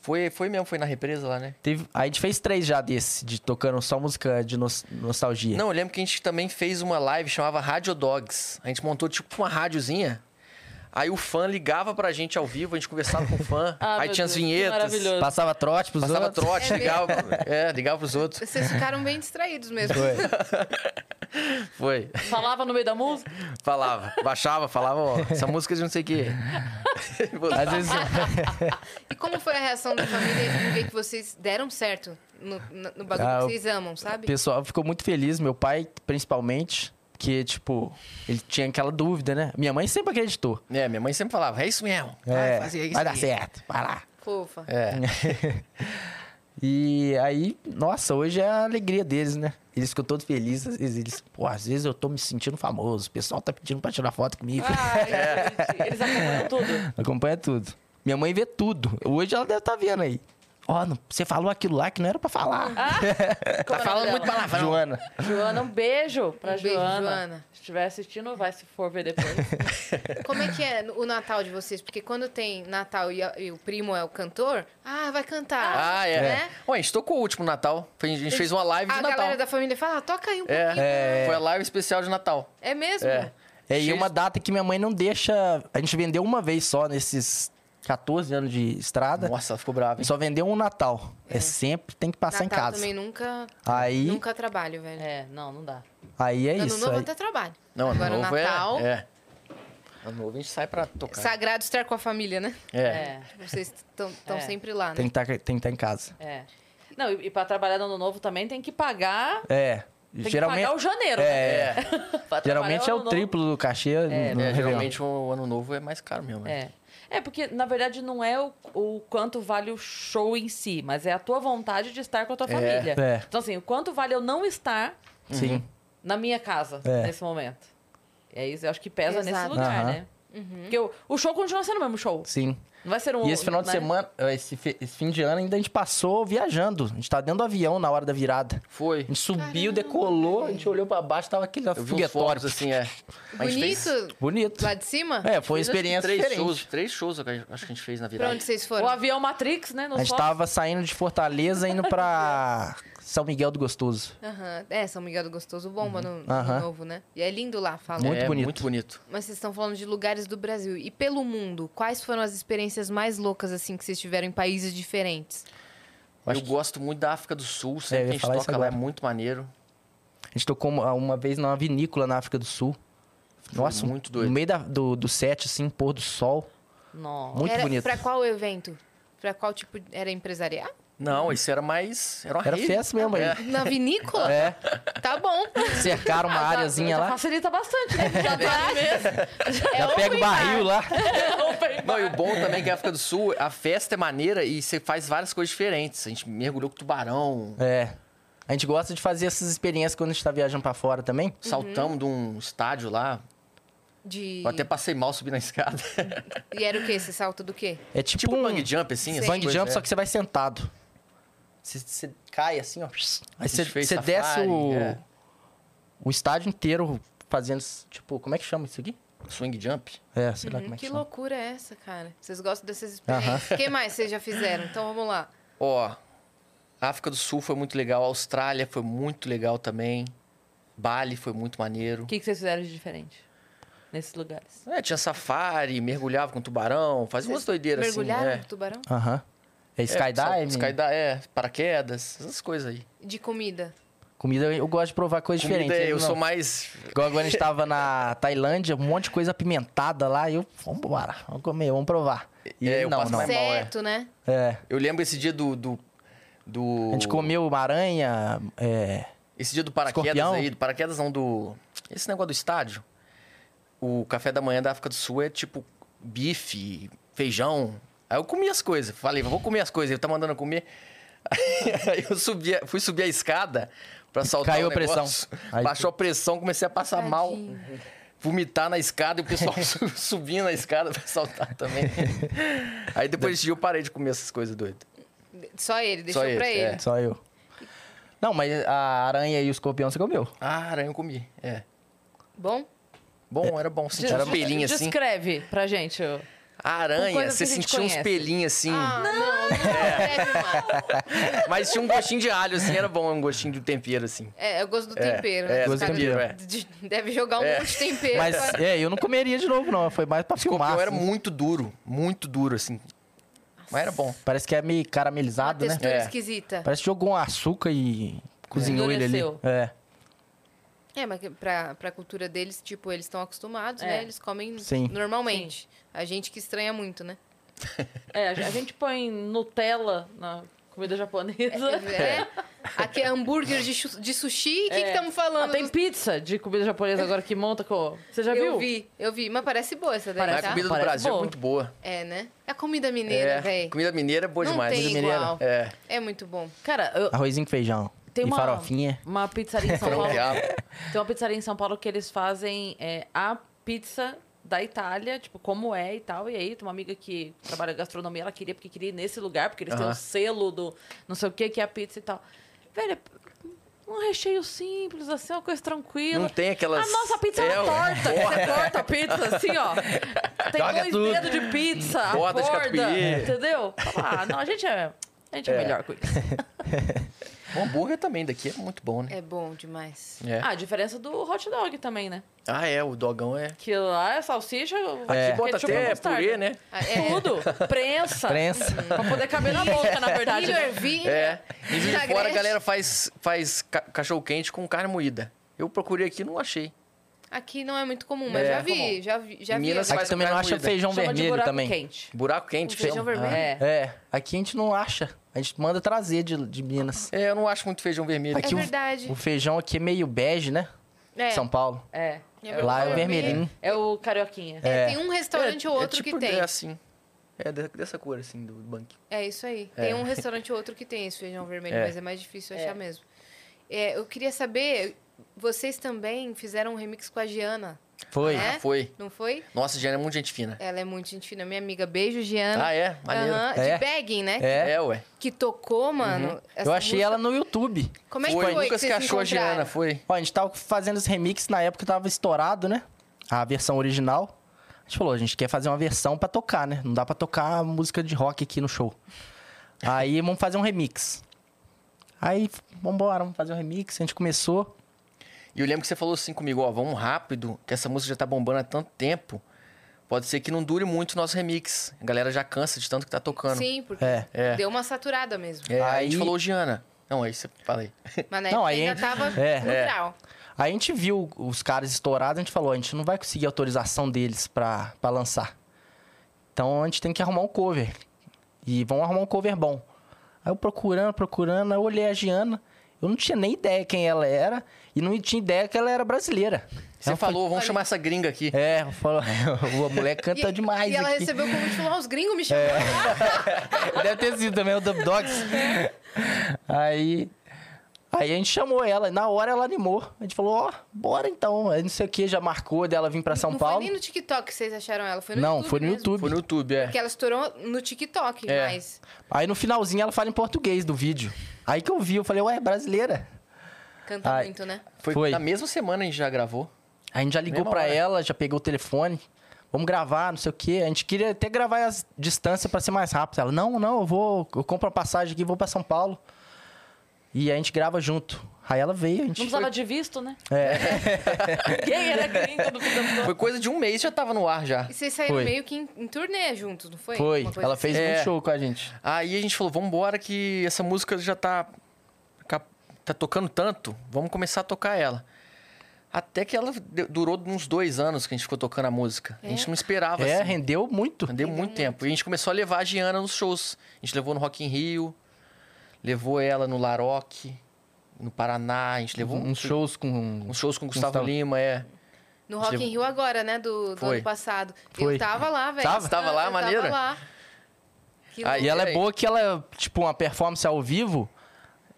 S3: Foi, foi mesmo, foi na represa lá, né?
S6: Teve, a gente fez três já desse, de tocando só música de nos- nostalgia.
S3: Não, eu lembro que a gente também fez uma live, chamava Radio Dogs. A gente montou tipo uma rádiozinha. Aí o fã ligava pra gente ao vivo, a gente conversava com o fã.
S1: Ah,
S3: aí
S1: meu
S3: tinha
S1: Deus,
S3: as
S1: que
S3: vinhetas.
S1: maravilhoso.
S6: Passava trote pros
S3: Passava
S6: outros.
S3: trote,
S2: É
S3: ligava, é, ligava pros outros.
S2: Vocês ficaram bem distraídos mesmo.
S6: Foi.
S3: Foi.
S1: Falava no meio da música.
S3: Falava, baixava, falava, ó, essa música é de não sei o quê.
S6: Às vezes
S2: E como foi a reação da família em ver que vocês deram certo no, no- no bagulho
S6: Ah,
S2: que
S6: o-
S2: vocês amam,
S6: o
S2: sabe?
S6: pessoal ficou muito feliz, meu pai principalmente, que tipo, ele tinha aquela dúvida, né? Minha mãe sempre acreditou.
S3: É, minha mãe sempre falava, é isso mesmo.
S6: É,
S3: vai fazer isso
S6: vai dar
S3: aí."
S6: certo, vai lá.
S2: Fofa.
S3: É.
S6: E aí, nossa, hoje é a alegria deles, né? Eles ficam todos felizes, eles, eles, pô, às vezes eu tô me sentindo famoso, o pessoal tá pedindo pra tirar foto comigo.
S3: Ah,
S1: Ai,
S3: É.
S1: gente, eles acompanham tudo.
S6: Acompanha tudo. Minha mãe vê tudo. Hoje ela deve estar vendo aí. Ó, não- você falou aquilo lá que não era pra falar.
S1: Como é o
S3: Tá
S1: nome
S3: falando muito
S1: dela?
S3: palavrão.
S6: Joana.
S1: Joana, um beijo pra
S2: Um beijo,
S1: Joana.
S2: Joana.
S1: Se estiver assistindo, vai se for ver depois.
S2: Como é que é o Natal de vocês? Porque quando tem Natal e, a- e o primo é o cantor, ah, vai cantar.
S3: Ah, é.
S2: Né?
S3: Ué, a gente tocou o último Natal. Foi- A gente fez uma live de
S2: A
S3: Natal.
S2: galera da família fala, ah, toca aí um
S3: É.
S2: pouquinho. É,
S3: Foi a live especial de Natal.
S2: mesmo?
S3: É.
S6: É, e
S3: Cheio
S6: uma
S3: de-
S6: data que minha mãe não deixa. A gente vendeu uma vez só nesses 14 anos de estrada.
S3: Nossa, ela ficou brava. hein?
S6: Só vendeu um Natal. É, sempre tem que passar
S2: Natal
S6: em casa.
S2: também nunca,
S6: Aí,
S2: nunca trabalho, velho.
S1: É, não, não dá.
S6: aí é
S2: ano
S6: isso.
S2: novo
S6: aí.
S2: até trabalho.
S3: Não,
S2: Agora é
S3: novo
S2: Natal,
S3: é, é.
S7: Ano novo a gente sai pra tocar.
S2: Sagrado estar com a família, né?
S6: É.
S2: Vocês estão
S1: É.
S2: sempre lá, né?
S6: Tem que tá, estar em casa.
S1: É. Não, e, e pra trabalhar no ano novo também tem que pagar.
S6: É.
S1: Tem que
S6: geralmente
S1: pagar o janeiro. né?
S6: é,
S1: Pra
S6: geralmente
S1: trabalhar
S6: é o
S1: ano novo.
S6: triplo do cachê no
S3: É,
S6: Réveillon.
S3: geralmente o ano novo é mais caro mesmo. né?
S1: É. É, porque na verdade não é o, o quanto vale o show em si, mas é a tua vontade de estar com a tua família.
S6: é.
S1: Então, assim, o quanto vale eu não estar
S6: Sim.
S1: na minha casa
S6: É.
S1: nesse momento. É isso, eu acho que pesa nesse
S2: Exato.
S1: lugar,
S6: Aham.
S1: né? Porque o, o show continua sendo o mesmo show.
S6: Sim.
S1: Não vai ser um.
S6: E esse final de
S1: né?
S6: semana, esse, fi- esse fim de ano ainda a gente passou viajando. A gente tá dentro do avião na hora da virada.
S3: Foi.
S6: A gente subiu, decolou, a gente olhou pra baixo, tava aquele
S3: Eu vi uns
S6: foguetório.
S3: fotos, assim, é. A gente fez
S2: Bonito,
S6: Bonito.
S2: lá de cima?
S6: É, foi uma
S3: Fez acho que
S6: experiência
S3: três
S6: diferente.
S3: shows, três shows eu acho que a gente fez na
S2: Pra
S3: virada.
S2: onde vocês
S1: O
S2: foram?
S1: avião Matrix, né? No
S6: A gente
S1: Fox.
S6: tava saindo de Fortaleza indo pra São Miguel do Gostoso.
S2: Aham. É, São Miguel do Gostoso bomba no, no
S6: Uhum. Aham.
S2: novo, né? E é lindo lá, fala.
S6: Muito
S3: é,
S6: bonito.
S3: Muito bonito.
S2: Mas vocês estão falando de lugares do Brasil. E pelo mundo, quais foram as experiências mais loucas, assim, que vocês tiveram em países diferentes?
S3: Eu,
S6: acho que-
S3: gosto muito da África do Sul,
S6: eu
S3: sempre
S6: ia
S3: que a
S6: falar
S3: gente
S6: isso
S3: toca lá é
S6: agora.
S3: muito maneiro.
S6: A gente tocou uma, uma vez numa vinícola na África do Sul. Nossa,
S3: muito doido.
S6: no meio da- do, do set, assim, pôr do sol.
S1: Nossa.
S6: Muito
S2: era
S6: bonito.
S2: Pra qual evento? Pra qual tipo... de- Era empresarial?
S3: Não, isso era mais. Era uma
S6: Era
S3: rave.
S6: festa mesmo aí.
S2: Na vinícola?
S6: É,
S2: Tá bom.
S6: cercaram uma áreazinha
S1: Ah, Já
S6: lá.
S1: facilita bastante, né? Já tá ali mesmo.
S6: É.
S2: É
S6: Já
S2: um
S6: pega o barril lá.
S1: Open
S3: Não,
S1: bar.
S3: e o bom também é que a África do Sul, a festa é maneira e você faz várias coisas diferentes. A gente mergulhou com tubarão,
S6: É. A gente gosta de fazer essas experiências quando a gente tá viajando pra fora também.
S3: saltamos de um estádio lá.
S2: De...
S3: Eu até passei mal subindo na escada.
S2: E era o quê? Esse salto do quê?
S6: É tipo,
S3: tipo
S6: um
S3: bang jump, assim. essas
S6: bungee
S3: coisas,
S6: jump,
S3: é.
S6: só que você vai sentado. Você, você cai assim, ó. Aí
S3: gente
S6: você,
S3: fez
S6: você
S3: safari,
S6: desce o,
S3: é.
S6: o estádio inteiro fazendo, tipo, como é que chama isso aqui?
S3: Swing jump.
S6: É, sei lá
S2: Hum,
S6: como é que,
S2: que
S6: chama.
S2: loucura é essa, cara? Vocês gostam dessas experiências? O que mais vocês já fizeram? Então vamos lá.
S3: Ó, África do Sul foi muito legal, Austrália foi muito legal também, Bali foi muito maneiro.
S1: O que, que vocês fizeram de diferente nesses lugares?
S3: É, tinha safari, mergulhava com tubarão, fazia umas doideiras assim,
S2: Mergulharam
S3: né?
S2: no tubarão?
S6: Aham. É
S3: É,
S6: skydiving.
S3: skydive, é, paraquedas, essas coisas aí.
S2: De comida.
S6: Comida, eu gosto de provar coisa
S3: Comida,
S6: diferente. né?
S3: eu
S6: não.
S3: sou mais...
S6: Igual agora a gente tava na Tailândia, um monte de coisa apimentada lá, e eu, vambora, vamos comer, vamos provar. E
S3: É,
S6: ele,
S3: eu
S6: não,
S3: passo
S6: não.
S3: mais mal. é.
S2: certo, né?
S6: É.
S3: Eu lembro esse dia do... do, do-
S6: A gente comeu uma aranha, é,
S3: Esse dia do paraquedas
S6: Escorpião?
S3: aí, do paraquedas não, do... Esse negócio do estádio. O café da manhã da África do Sul é tipo bife, feijão. Aí eu comi as coisas. Falei, vou comer as coisas. Ele tá mandando eu comer. Aí eu subi, a- fui subir a escada pra saltar
S6: Caiu
S3: o
S6: a pressão.
S3: negócio.
S6: Aí-
S3: Baixou a pressão, comecei a passar mal.
S2: Tadinho.
S3: Vomitar na escada e o pessoal su- subindo na escada pra saltar também. Aí depois desse dia eu parei de comer essas coisas doidas.
S2: Só ele, deixou
S3: ele,
S2: pra ele.
S3: é.
S6: só eu. Não, mas a aranha e o escorpião você comeu.
S3: Ah, aranha eu comi. É.
S2: Bom?
S3: Bom,
S6: É.
S3: era bom. Sentir
S1: Des-
S3: uns pelinhos assim.
S1: Descreve pra gente. o-
S3: A
S1: Com
S3: aranha,
S1: coisa
S3: você
S1: que a gente
S3: sentia uns
S1: conhece.
S3: pelinhos assim.
S2: Ah, não, não,
S6: É.
S2: deve mais.
S3: Mas tinha um gostinho de alho, assim, era bom, um gostinho de tempero, assim.
S2: É, eu gosto do
S3: É,
S2: tempero,
S3: é,
S2: né?
S6: gosto
S2: Os
S6: do
S2: caras
S6: tempero,
S3: é.
S2: de- Deve jogar um
S3: É.
S2: monte de tempero.
S6: Mas,
S2: pra-
S6: é, eu não comeria de novo, não. Foi mais pra filmar.
S3: Escorpião era
S6: assim.
S3: muito duro, muito duro, assim. Mas era bom.
S6: Parece que é meio
S2: Uma
S6: caramelizado, né?
S2: textura
S3: É.
S2: esquisita.
S6: Parece que jogou um açúcar e cozinhou ele ali.
S1: Endureceu.
S6: É,
S2: É, mas que pra, pra cultura deles, tipo, eles estão acostumados,
S1: É.
S2: né? Eles comem
S6: Sim.
S2: normalmente. A gente que estranha muito, né?
S1: É, a gente põe Nutella na comida japonesa.
S2: É. Aqui é hambúrguer de, chu- de sushi. O que
S1: É.
S2: estamos falando?
S1: Ah, tem pizza de comida japonesa agora que monta com. Você já
S2: eu
S1: viu?
S2: vi, eu vi. Mas parece boa essa daí,
S3: Mas
S2: tá?
S3: a comida do
S1: Parece
S3: Brasil
S1: boa.
S3: é muito boa.
S2: É, né? É a comida mineira,
S3: É,
S2: velho.
S3: comida mineira é boa
S2: Não
S3: demais.
S2: tem
S3: comida
S2: igual.
S3: mineira. É.
S2: É muito bom.
S1: Cara, eu-
S6: arrozinho com feijão.
S1: tem
S6: e
S1: uma.
S6: farofinha.
S1: Uma pizzaria em São
S3: frango
S1: Paulo.
S3: de alho.
S1: Tem uma pizzaria em São Paulo que eles fazem é, a pizza da Itália, tipo, como é e tal. E aí, tem uma amiga que trabalha em gastronomia, ela queria, porque queria ir nesse lugar, porque eles têm um
S3: Aham.
S1: selo do não sei o que, que é a pizza e tal. Velho, é um recheio simples, assim, uma coisa tranquila.
S3: Não tem aquelas.
S1: A nossa pizza é
S3: É,
S1: uma torta. Você corta a pizza assim, ó. Tem
S3: Joga
S1: dois
S3: tudo.
S1: dedos de pizza, a
S3: Borda
S1: borda,
S3: de catupiry.
S1: entendeu? Ah, não, a gente é, a gente é,
S3: É.
S1: melhor com isso.
S3: O hambúrguer também daqui é muito bom, né?
S2: É bom demais.
S3: É.
S1: Ah, a diferença do hot dog também, né?
S3: Ah, é, o dogão é.
S1: Que lá é salsicha,
S3: Aqui
S1: é.
S3: bota até purê, né?
S2: Ah, é.
S1: Tudo. Prensa.
S6: Prensa.
S1: Pra poder caber na boca, na verdade.
S2: Milho
S7: né?
S2: ervilha.
S3: É. E de
S2: vinagrete.
S3: fora a galera faz, faz cachorro quente com carne moída. Eu procurei aqui e não achei.
S2: Aqui não é muito comum, mas
S3: É,
S2: já vi,
S3: comum.
S2: já vi. Já vi É
S3: Minas
S2: essa-
S3: faz
S6: Aqui também
S3: com
S6: não acha
S3: carne moída.
S6: feijão
S7: Chama de
S6: vermelho
S7: buraco
S6: também.
S7: quente.
S3: Buraco quente,
S7: O feijão
S3: feijão.
S7: vermelho.
S6: É. aqui a gente não acha. A gente manda trazer de, de Minas.
S3: É, eu não acho muito feijão vermelho.
S2: É
S6: Aqui o-
S2: verdade.
S6: O feijão aqui é meio bege, né?
S2: É.
S6: São Paulo.
S7: É.
S2: É
S6: Lá é o
S2: vermelho.
S6: vermelhinho.
S7: É o carioquinha.
S2: É, tem um restaurante ou
S3: é
S2: outro
S3: tipo-
S2: que tem.
S3: É assim. É de- dessa cor, assim, do banco.
S2: É isso aí. Tem um restaurante ou outro que tem esse feijão vermelho,
S3: É.
S2: mas é mais difícil achar mesmo. É, eu queria saber, vocês também fizeram um remix com a Giana,
S6: Foi.
S2: É?
S3: Foi.
S2: não foi?
S3: Nossa, Giana é muito gente fina.
S2: Ela é muito gente fina, minha amiga. Beijo, Giana.
S3: Ah, é? Maneiro.
S2: né? Aham,
S6: É.
S2: De Begging, né?
S6: É. Uhum.
S3: É, ué.
S2: Que tocou, mano. essa
S6: Eu achei
S2: música.
S6: ela no YouTube.
S2: Como é que
S3: foi.
S2: foi?
S3: Lucas
S2: que
S3: que
S2: vocês
S3: achou a
S2: encontraram?
S3: Giana, foi.
S6: Ó, a gente tava fazendo os remixes na época tava estourado, né? A versão original. A gente falou, a gente quer fazer uma versão pra tocar, né? Não dá pra tocar música de rock aqui no show. Aí vamos fazer um remix. Aí, vambora, vamos fazer um remix. A gente começou.
S3: E eu lembro que você falou assim comigo, ó, vamos rápido, que essa música já tá bombando há tanto tempo. Pode ser que não dure muito o nosso remix. A galera já cansa de tanto que tá tocando.
S2: Sim, porque
S6: É.
S3: É.
S2: deu uma saturada mesmo.
S3: É, aí... a
S6: Aí-
S3: gente falou, Giana. Não, aí você falei.
S2: Mas na
S6: Não,
S2: época
S6: aí-
S2: ainda tava
S6: É.
S2: no
S3: É.
S2: grau.
S6: Aí a gente viu os caras estourados, a gente falou, a gente não vai conseguir autorização deles pra, pra lançar. Então a gente tem que arrumar um cover. E vamos arrumar um cover bom. Aí eu procurando, procurando, aí eu olhei a Giana. Eu não tinha nem ideia quem ela era e não tinha ideia que ela era brasileira.
S3: Você
S6: Ela
S3: falou, vamos chamar essa gringa aqui.
S6: falou- É, falou, a mulher canta
S2: E-
S6: demais
S2: E ela
S6: aqui. É,
S2: recebeu o convite e falou, "Ah, os gringos me chamaram.
S6: Deve ter sido também o Dub Dogs. Aí. Aí a gente chamou ela, e na hora ela animou. A gente falou, ó, bora então. Aí não sei o que, já marcou dela vir pra São
S2: não
S6: Paulo.
S2: foi nem no TikTok que vocês acharam ela, foi no
S6: não,
S2: YouTube
S6: foi no
S2: mesmo.
S6: YouTube.
S3: Foi no YouTube, é.
S2: Porque ela estourou no TikTok,
S3: É.
S2: mas...
S6: Aí no finalzinho ela fala em português do vídeo. Aí que eu vi, eu falei, ué, é brasileira.
S2: Canta
S6: Ai.
S2: muito, né?
S3: Foi,
S6: Foi.
S3: na mesma semana a gente já gravou.
S6: Aí a gente já ligou
S3: Mesma
S6: pra
S3: hora.
S6: ela, já pegou o telefone. Vamos gravar, não sei o quê. A gente queria até gravar as distâncias pra ser mais rápido. Ela, não, não, eu vou, eu compro uma passagem aqui, vou pra São Paulo. E a gente grava junto. Aí ela veio, a gente É,
S7: Não precisava de visto, né?
S1: Gay era gringo do Vitor
S3: Foi coisa de um mês já tava no ar já.
S2: E vocês saíram
S6: Foi.
S2: meio que em, em turnê juntos, não foi?
S6: Foi,
S2: Uma coisa
S6: ela
S2: assim.
S6: fez
S3: É.
S6: um show com a gente.
S3: Aí a gente falou, vambora que essa música já tá, cap- tá tocando tanto, vamos começar a tocar ela. Até que ela de- durou uns dois anos que a gente ficou tocando a música. A gente não esperava,
S6: É,
S3: assim.
S6: rendeu muito.
S3: Rendeu muito, tempo. E a gente começou a levar a Giana nos shows. A gente levou no Rock in Rio, levou ela no Laroque, no Paraná. A gente levou
S6: Uns shows com.
S3: uns shows com o Gustavo
S6: Um Gustavo.
S3: Lima, é.
S2: No Rock in Rio agora, né? Do, do
S3: Foi.
S2: ano passado.
S6: tipo- Foi.
S2: Eu tava lá, velho.
S3: Tava?
S2: Ah,
S3: Tava lá,
S2: eu
S3: maneira?
S2: Tava lá. Que
S3: Aí
S6: E ela é
S3: Peraí.
S6: boa que ela, tipo, uma performance ao vivo.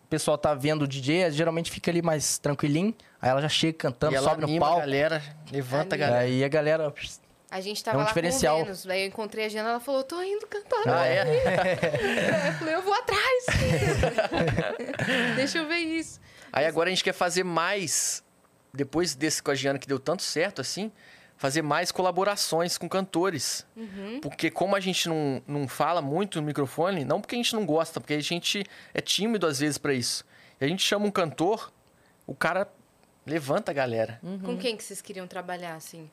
S6: O pessoal tá vendo o DJ, geralmente fica ali mais tranquilinho. Aí ela já chega cantando,
S3: e ela
S6: sobe no
S3: anima a
S6: palco.
S3: galera, levanta a
S2: Anima.
S3: galera.
S6: Aí a galera.
S2: A gente tava
S6: É um
S2: lá
S6: diferencial.
S2: com o Vênus. Daí eu encontrei a Jana, ela falou, tô indo cantar.
S3: Ah, é?
S2: Eu falei, eu vou atrás. Deixa eu ver isso.
S3: Aí agora a gente quer fazer mais, depois desse com a Giana que deu tanto certo assim, fazer mais colaborações com cantores. Porque como a gente não, não fala muito no microfone, não porque a gente não gosta, porque a gente é tímido às vezes pra isso. E a gente chama um cantor, o cara levanta a galera.
S2: Com quem que vocês queriam trabalhar, assim,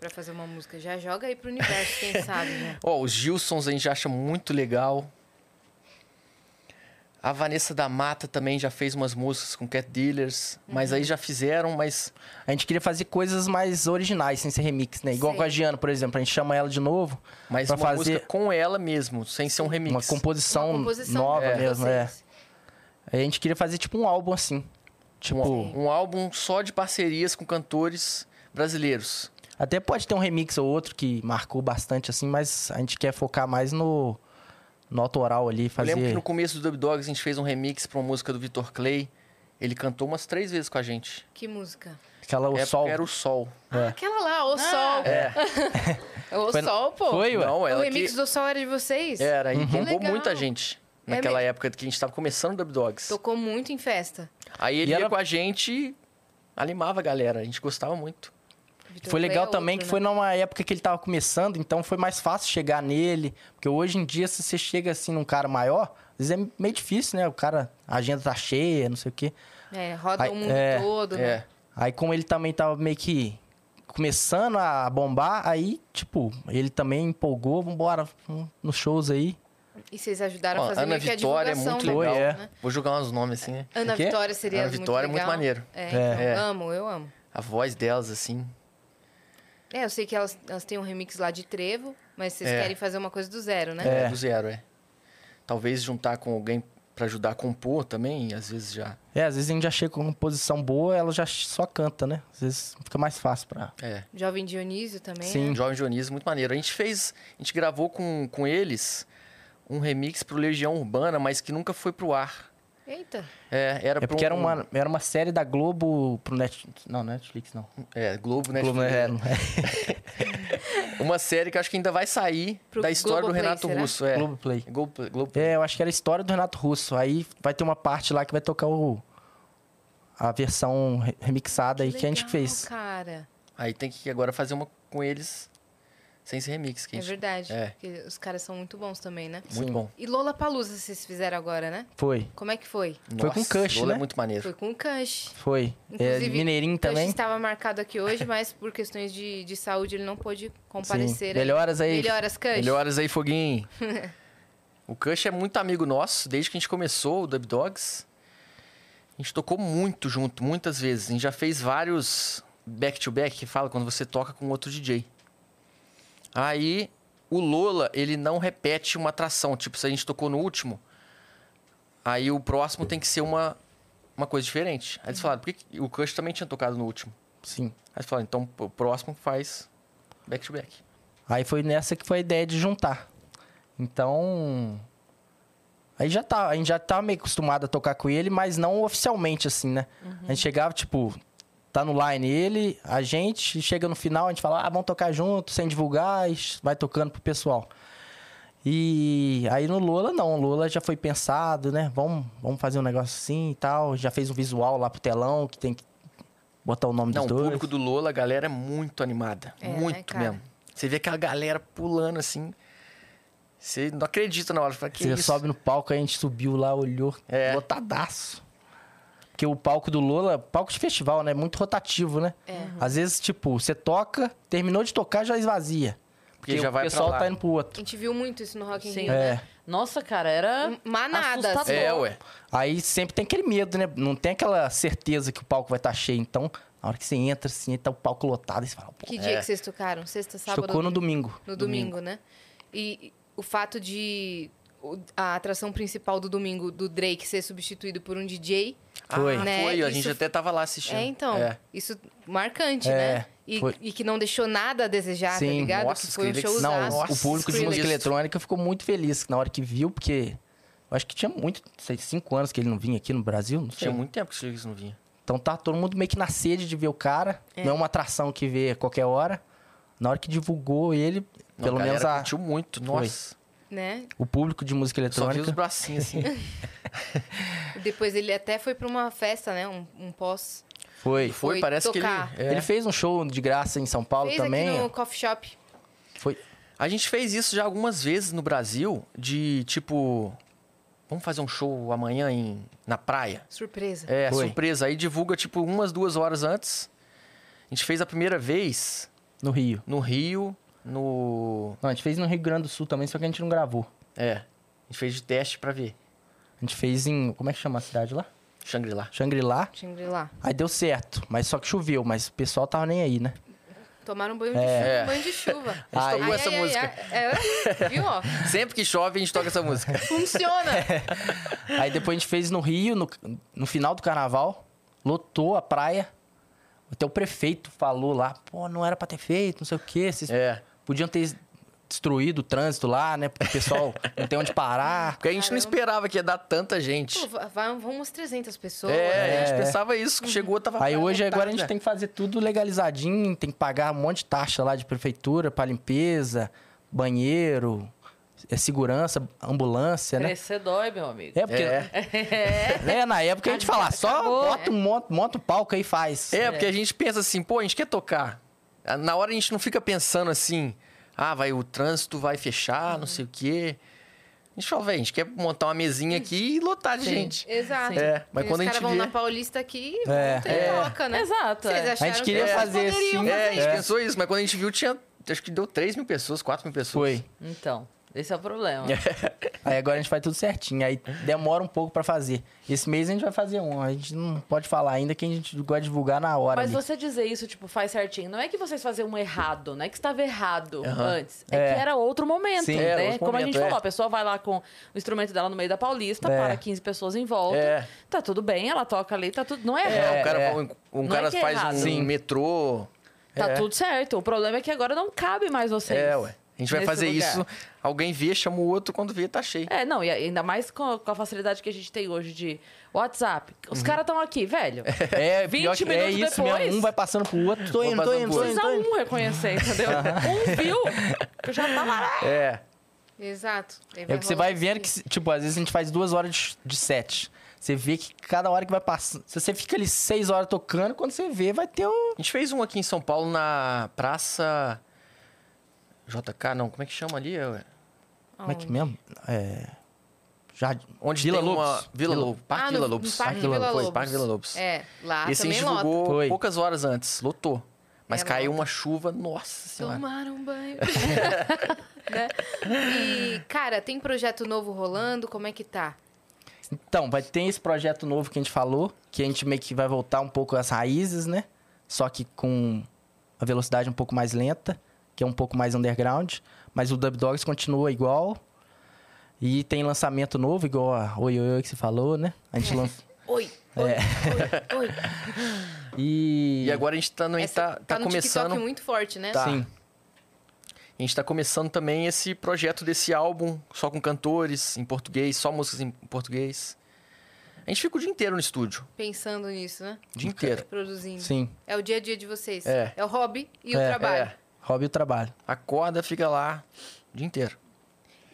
S2: pra fazer uma música? Já joga aí pro universo, quem sabe, né?
S3: Ó, os Gilsons a gente acha muito legal. A Vanessa da Mata também já fez umas músicas com Cat Dealers, mas aí já fizeram, mas
S6: A gente queria fazer coisas mais originais, sem ser remix, né? Igual
S2: Sei.
S6: com a Giana, por exemplo. A gente chama ela de novo.
S3: Mas
S6: pra
S3: uma
S6: fazer
S3: música com ela mesmo, sem ser um remix.
S6: uma composição,
S2: Uma composição
S6: um nova
S2: de
S6: mesmo, é.
S2: vocês.
S6: Aí a gente queria fazer tipo um álbum assim. Tipo.
S3: Um álbum só de parcerias com cantores brasileiros.
S6: Até pode ter um remix ou outro que marcou bastante, assim, mas a gente quer focar mais no, no autoral ali,
S3: Eu lembro que
S6: fazer.
S3: no começo do Dub Dogs a gente fez um remix pra uma música do Vitor Clay. Ele cantou umas três vezes com a gente.
S2: Que música?
S6: Aquela o
S3: É,
S6: sol. É.
S3: Era o Sol. É,
S2: Ah, aquela lá, O Sol. o
S6: Foi-
S2: Sol, pô.
S6: Foi, ué.
S3: Não,
S2: O
S3: ela
S2: remix
S3: que... É.
S2: do Sol era de vocês?
S3: Era, e
S6: Uhum.
S3: bombou
S2: Legal. É
S3: muita gente. Naquela
S2: mesmo.
S3: época que a gente tava começando o Dub Dogs.
S2: Tocou muito em festa.
S3: Aí ele
S6: E
S3: ia
S6: ela-
S3: com a gente e animava a galera. A gente gostava muito.
S2: Vitor
S6: Foi
S2: Clay
S6: legal
S2: é
S6: também
S2: outro,
S6: que foi
S2: né?
S6: numa época que ele tava começando, então foi mais fácil chegar nele. Porque hoje em dia, se você chega assim num cara maior, às vezes é meio difícil, né? O cara, a agenda tá cheia, não sei o quê.
S2: É, roda
S6: Ai,
S2: o mundo
S6: é,
S2: todo, né?
S3: É.
S6: Aí, como ele também tava meio que começando a bombar, aí, tipo, ele também empolgou, vambora vamos nos shows aí.
S2: E vocês ajudaram
S3: Ó,
S2: a fazer
S3: Ana
S2: meio que a
S3: Vitória é
S2: divulgação
S3: muito
S2: da
S3: legal.
S6: Foi, é.
S2: né?
S3: Vou jogar uns nomes assim, né?
S2: Ana
S6: O quê?
S2: Vitória seria
S3: Ana Vitória é
S2: muito
S3: muito
S2: legal.
S3: maneiro.
S2: É, então,
S3: É.
S2: amo, eu amo.
S3: A voz delas, assim.
S2: É, eu sei que elas, elas têm um remix lá de trevo, mas vocês
S3: É.
S2: querem fazer uma coisa do zero, né?
S3: É.
S6: É.
S3: do zero, é. Talvez juntar com alguém pra ajudar a compor também, às vezes já.
S6: É, às vezes a gente já chega com uma composição boa, ela já só canta, né? Às vezes fica mais fácil pra.
S3: É.
S2: Jovem Dionísio também.
S6: Sim.
S2: né?
S3: Jovem Dionísio, muito maneiro. A gente fez, a gente gravou com, com eles um remix pro Legião Urbana, mas que nunca foi pro ar.
S2: Eita.
S3: É, era
S6: É
S3: pra
S6: porque
S3: um-
S6: era uma, era uma série da Globo pro Netflix. Não, Netflix não.
S3: É, Globo, né?
S6: Globo, é, não é.
S3: Uma série que eu acho que ainda vai sair
S2: Pro
S3: da história do
S2: Globoplay,
S3: Renato
S2: será?
S3: Russo. É.
S6: Globo Play.
S3: Globo, Globo-
S6: É, eu acho que era a história do Renato Russo. Aí vai ter uma parte lá que vai tocar o. A versão re- remixada aí que a gente
S2: Legal,
S6: fez.
S2: cara.
S3: Aí tem que agora fazer uma com eles sem esse remix. Que a
S2: É
S3: gente-
S2: verdade.
S3: É.
S2: Porque os caras são muito bons também, né?
S3: Muito
S6: Sim.
S3: bom.
S2: E Lola Palusa vocês fizeram agora, né?
S6: Foi,
S2: Como é que foi?
S6: Foi com Kush,
S3: Lola é
S6: né?
S3: muito maneiro.
S2: Foi com o Kush.
S6: foi. É,
S2: Inclusive,
S6: Mineirinho
S2: Kush
S6: também.
S2: Então, estava marcado aqui hoje, mas por questões de, de saúde ele não pôde comparecer.
S6: Sim. é Melhoras aí.
S2: Melhoras, Kush.
S3: Melhoras aí, Foguinho. o Kush é muito amigo nosso, desde que a gente começou o Dub Dogs. A gente tocou muito junto, muitas vezes. A gente já fez vários back-to-back, que fala quando você toca com outro DJ. Aí, o Lola, ele não repete uma atração. Tipo, se a gente tocou no último, aí o próximo tem que ser uma, uma coisa diferente. Aí eles falaram, por que que- o Kush também tinha tocado no último?
S6: Sim.
S3: Aí eles falaram, então o próximo faz back-to-back.
S6: Aí foi nessa que foi a ideia de juntar. Então. Aí já tá, a gente já tá meio acostumado a tocar com ele, mas não oficialmente, assim, né? A gente chegava, tipo, tá no line ele, a gente, e chega no final, a gente fala, ah, vamos tocar junto, sem divulgar, e vai tocando pro pessoal. E aí no Lola, não, o Lola já foi pensado, né? Vamos, vamos fazer um negócio assim e tal. Já fez um visual lá pro telão, que tem que botar o nome
S3: Não,
S6: dos
S3: o
S6: dois.
S3: público do Lola, a galera é muito animada.
S2: É, né,
S3: muito
S2: cara?
S3: mesmo. Você vê aquela galera pulando assim. Você não acredita na hora. Você fala, que
S6: Você
S3: isso?
S6: sobe no palco, a gente subiu lá, olhou,
S3: É.
S6: lotadaço. Porque o palco do Lola, palco de festival, né? Muito rotativo, né?
S3: É.
S6: Às vezes, tipo, você toca, terminou de tocar, já esvazia. Porque,
S3: já
S6: o
S3: vai pra
S6: pessoal
S3: lá. né?
S6: tá indo pro
S2: A
S6: outro.
S2: gente viu muito isso no Rock in
S7: Sim.
S2: Rio. né?
S6: É.
S7: Nossa, cara, era.
S2: Manadas.
S7: assustador.
S3: É, ué.
S6: Aí sempre tem aquele medo, né? Não tem aquela certeza que o palco vai estar cheio. Então, na hora que você entra, assim, tá o palco lotado, aí você fala, pô,
S2: Que dia que vocês tocaram? Sexta,
S6: a gente
S2: sábado?
S6: É. tocou
S2: ou
S6: no domingo.
S2: No domingo, né? E o fato de o- a atração principal do domingo do Drake ser substituído por um DJ.
S6: Foi.
S3: Ah,
S2: Né,
S3: foi. A
S2: isso
S3: gente
S2: f-
S3: até tava lá assistindo.
S2: É, então.
S3: É.
S2: Isso marcante,
S6: É,
S2: né? E,
S6: foi.
S2: e que não deixou nada a desejar, tá
S6: Sim,
S2: ligado?
S3: nossa,
S2: que foi um
S3: Skrillex,
S2: show
S6: Não,
S3: Nossa,
S6: o público de música
S3: Skrillex.
S6: eletrônica ficou muito feliz na hora que viu, porque eu acho que tinha muito, sei, cinco anos que ele não vinha aqui no Brasil, não sei.
S3: Tinha muito tempo que o Skrillex não vinha.
S6: Então tá todo mundo meio que na sede de ver o cara. Não é uma atração que vê a qualquer hora. Na hora que divulgou ele,
S3: Não,
S6: pelo
S3: a galera
S6: menos a-
S3: curtiu muito. Nossa.
S2: né?
S6: o público de
S3: Só
S6: música
S3: vi os
S6: eletrônica.
S3: bracinhos assim.
S2: Depois ele até foi pra uma festa, né? Um, um pós.
S6: Foi.
S3: Foi,
S2: Foi
S3: parece
S2: tocar.
S3: que ele... é.
S6: Ele fez um show de graça em São Paulo
S2: Fez
S6: também.
S2: aqui no coffee shop.
S6: Foi.
S3: A gente fez isso já algumas vezes no Brasil, de tipo... Vamos fazer um show amanhã em... na praia.
S2: Surpresa.
S3: É,
S6: Foi.
S3: surpresa. Aí divulga, tipo, umas, duas horas antes. A gente fez a primeira vez
S6: No Rio.
S3: no Rio, no...
S6: Não, a gente fez no Rio Grande do Sul também, só que a gente não gravou.
S3: É, a gente fez de teste pra ver.
S6: A gente fez em. Como é que chama a cidade lá?
S3: Shangri-La.
S6: Xangri-Lá.
S2: Xangri-Lá.
S6: Aí deu certo, mas só que choveu, mas o pessoal tava nem aí, né?
S2: Tomaram um banho de
S6: É.
S2: chuva. Um banho de chuva.
S3: A gente tocou essa
S2: ai,
S3: música.
S2: ai. É, viu, ó?
S3: Sempre que chove, a gente toca essa música.
S2: Funciona.
S6: Aí depois a gente fez no Rio, no, no final do carnaval, lotou a praia. Até o prefeito falou lá, pô, não era pra ter feito, não sei o quê. Vocês
S3: É.
S6: podiam ter destruído o trânsito lá, né? Porque o pessoal não tem onde parar.
S3: Porque a gente não esperava que ia dar tanta gente.
S2: Pô, va- vai- vão umas 300 pessoas. Né?
S3: É, a
S6: é.
S3: gente pensava isso. que Chegou, tava... né?
S6: Aí hoje agora a gente
S3: lotada.
S6: tem que fazer tudo legalizadinho, tem que pagar um monte de taxa lá de prefeitura pra limpeza, banheiro, eh, segurança, ambulância, né?
S7: Crescer dói, meu amigo.
S6: É, porque
S3: É.
S6: né, na época a gente fala, só
S7: é.
S6: bota, um mon- monta o palco aí e faz.
S3: É, porque a gente pensa assim, pô, a gente quer tocar. Na hora a gente não fica pensando assim, ah, vai, o trânsito vai fechar, não sei o quê. A gente fala, velho, a gente quer montar uma mesinha aqui e lotar de gente.
S2: Exato.
S3: É, mas
S2: E
S3: quando
S2: os
S3: a gente
S2: caras vão
S3: vê-
S2: na Paulista aqui e
S6: É.
S2: montam e toca, né?
S7: Exato,
S2: Vocês
S7: é. A
S2: acharam
S6: gente queria
S2: que eles
S6: fazer
S2: poderiam
S6: assim,
S2: fazer
S3: É, a gente
S6: É.
S3: pensou isso, mas quando a gente viu, tinha. Acho que deu 3 mil pessoas, 4 mil pessoas.
S6: Foi.
S7: Então. Esse é o problema.
S6: Aí agora a gente faz tudo certinho. Aí demora um pouco pra fazer. Esse mês a gente vai fazer um. A gente não pode falar ainda que a gente gosta de divulgar na hora.
S7: Mas
S6: ali.
S7: você dizer isso, tipo, faz certinho. Não é que vocês faziam um errado, não é que estava errado
S3: Aham.
S7: antes. É,
S6: É.
S7: que era outro momento,
S6: Sim,
S7: né?
S3: era outro
S7: Como a
S3: momento,
S7: gente falou,
S3: é.
S7: a pessoa vai lá com o instrumento dela no meio da Paulista,
S6: É.
S7: para 15 pessoas em volta.
S3: É.
S7: Tá tudo bem, ela toca ali, tá tudo. Não é
S3: É,
S7: errado.
S3: o cara,
S6: é.
S3: um, um
S7: Não
S3: cara
S7: é que é
S3: faz
S7: errado.
S3: um
S7: Sim.
S3: metrô.
S7: Tá
S3: É.
S7: tudo certo. O problema é que agora não cabe mais vocês.
S3: É, ué. A gente vai
S7: nesse
S3: fazer
S7: lugar.
S3: isso, alguém vê, chama o outro, quando vê, tá cheio.
S7: É, não, e ainda mais com a, com a facilidade que a gente tem hoje de WhatsApp. Os
S3: Uhum.
S7: caras estão aqui, velho.
S6: É,
S7: 20
S6: pior que é
S7: minutos
S6: isso
S7: depois?
S6: mesmo. Um vai passando pro outro. Tô
S3: Vai
S6: indo, tô
S3: passando
S6: indo,
S3: pro
S6: tô
S7: Precisa
S6: indo, tô indo.
S7: um reconhecer, entendeu? um viu que já tá lá.
S3: É.
S2: Exato. Aí
S7: um
S6: É que você
S2: rolar
S6: vai vendo
S2: isso.
S6: que, tipo, às vezes a gente faz duas horas de, de set. Você vê que cada hora que vai passando. Se você fica ali seis horas tocando, quando você vê, vai ter um.
S3: A gente fez um aqui em São Paulo na Praça JK, não, como é que chama ali? É,
S6: Como
S2: Ah,
S6: é que mesmo? É. Jardim.
S3: Onde
S6: Vila
S3: tem uma-
S6: Lobos.
S3: Vila Lobos. Parque
S2: Ah, no-
S3: Vila
S2: no
S3: Lobos.
S2: Parque Vila
S3: Foi,
S2: Lobos.
S3: Parque Vila Lobos.
S2: É, lá
S3: Esse a
S2: também
S3: gente
S2: lota.
S3: divulgou
S6: Foi.
S3: poucas horas antes, lotou. Mas
S2: É,
S3: caiu
S2: lota.
S3: uma chuva, nossa senhora.
S2: Tomaram um banho. Né? E, cara, tem projeto novo rolando? Como é que tá?
S6: Então, vai ter esse projeto novo que a gente falou, que a gente meio que vai voltar um pouco às raízes, né? Só que com a velocidade um pouco mais lenta, que é um pouco mais underground. Mas o Dub Dogs continua igual. E tem lançamento novo, igual a Oi Oi Oi que você falou, né? A
S3: É.
S6: gente lança.
S2: Oi, oi, oi, oi.
S6: E.
S3: E agora a gente também
S2: Essa
S3: tá, tá
S2: no
S3: começando.
S2: TikTok muito forte, né?
S3: Tá.
S6: Sim.
S3: A gente tá começando também esse projeto desse álbum, só com cantores em português, só músicas em português. A gente fica o dia inteiro no estúdio.
S2: Pensando nisso, né?
S3: O dia inteiro.
S2: Produzindo.
S6: Sim.
S2: É o dia a dia de vocês.
S3: É.
S2: o hobby e o
S6: É,
S2: trabalho.
S3: é.
S6: Hobby e o trabalho.
S3: Acorda, fica lá o dia inteiro.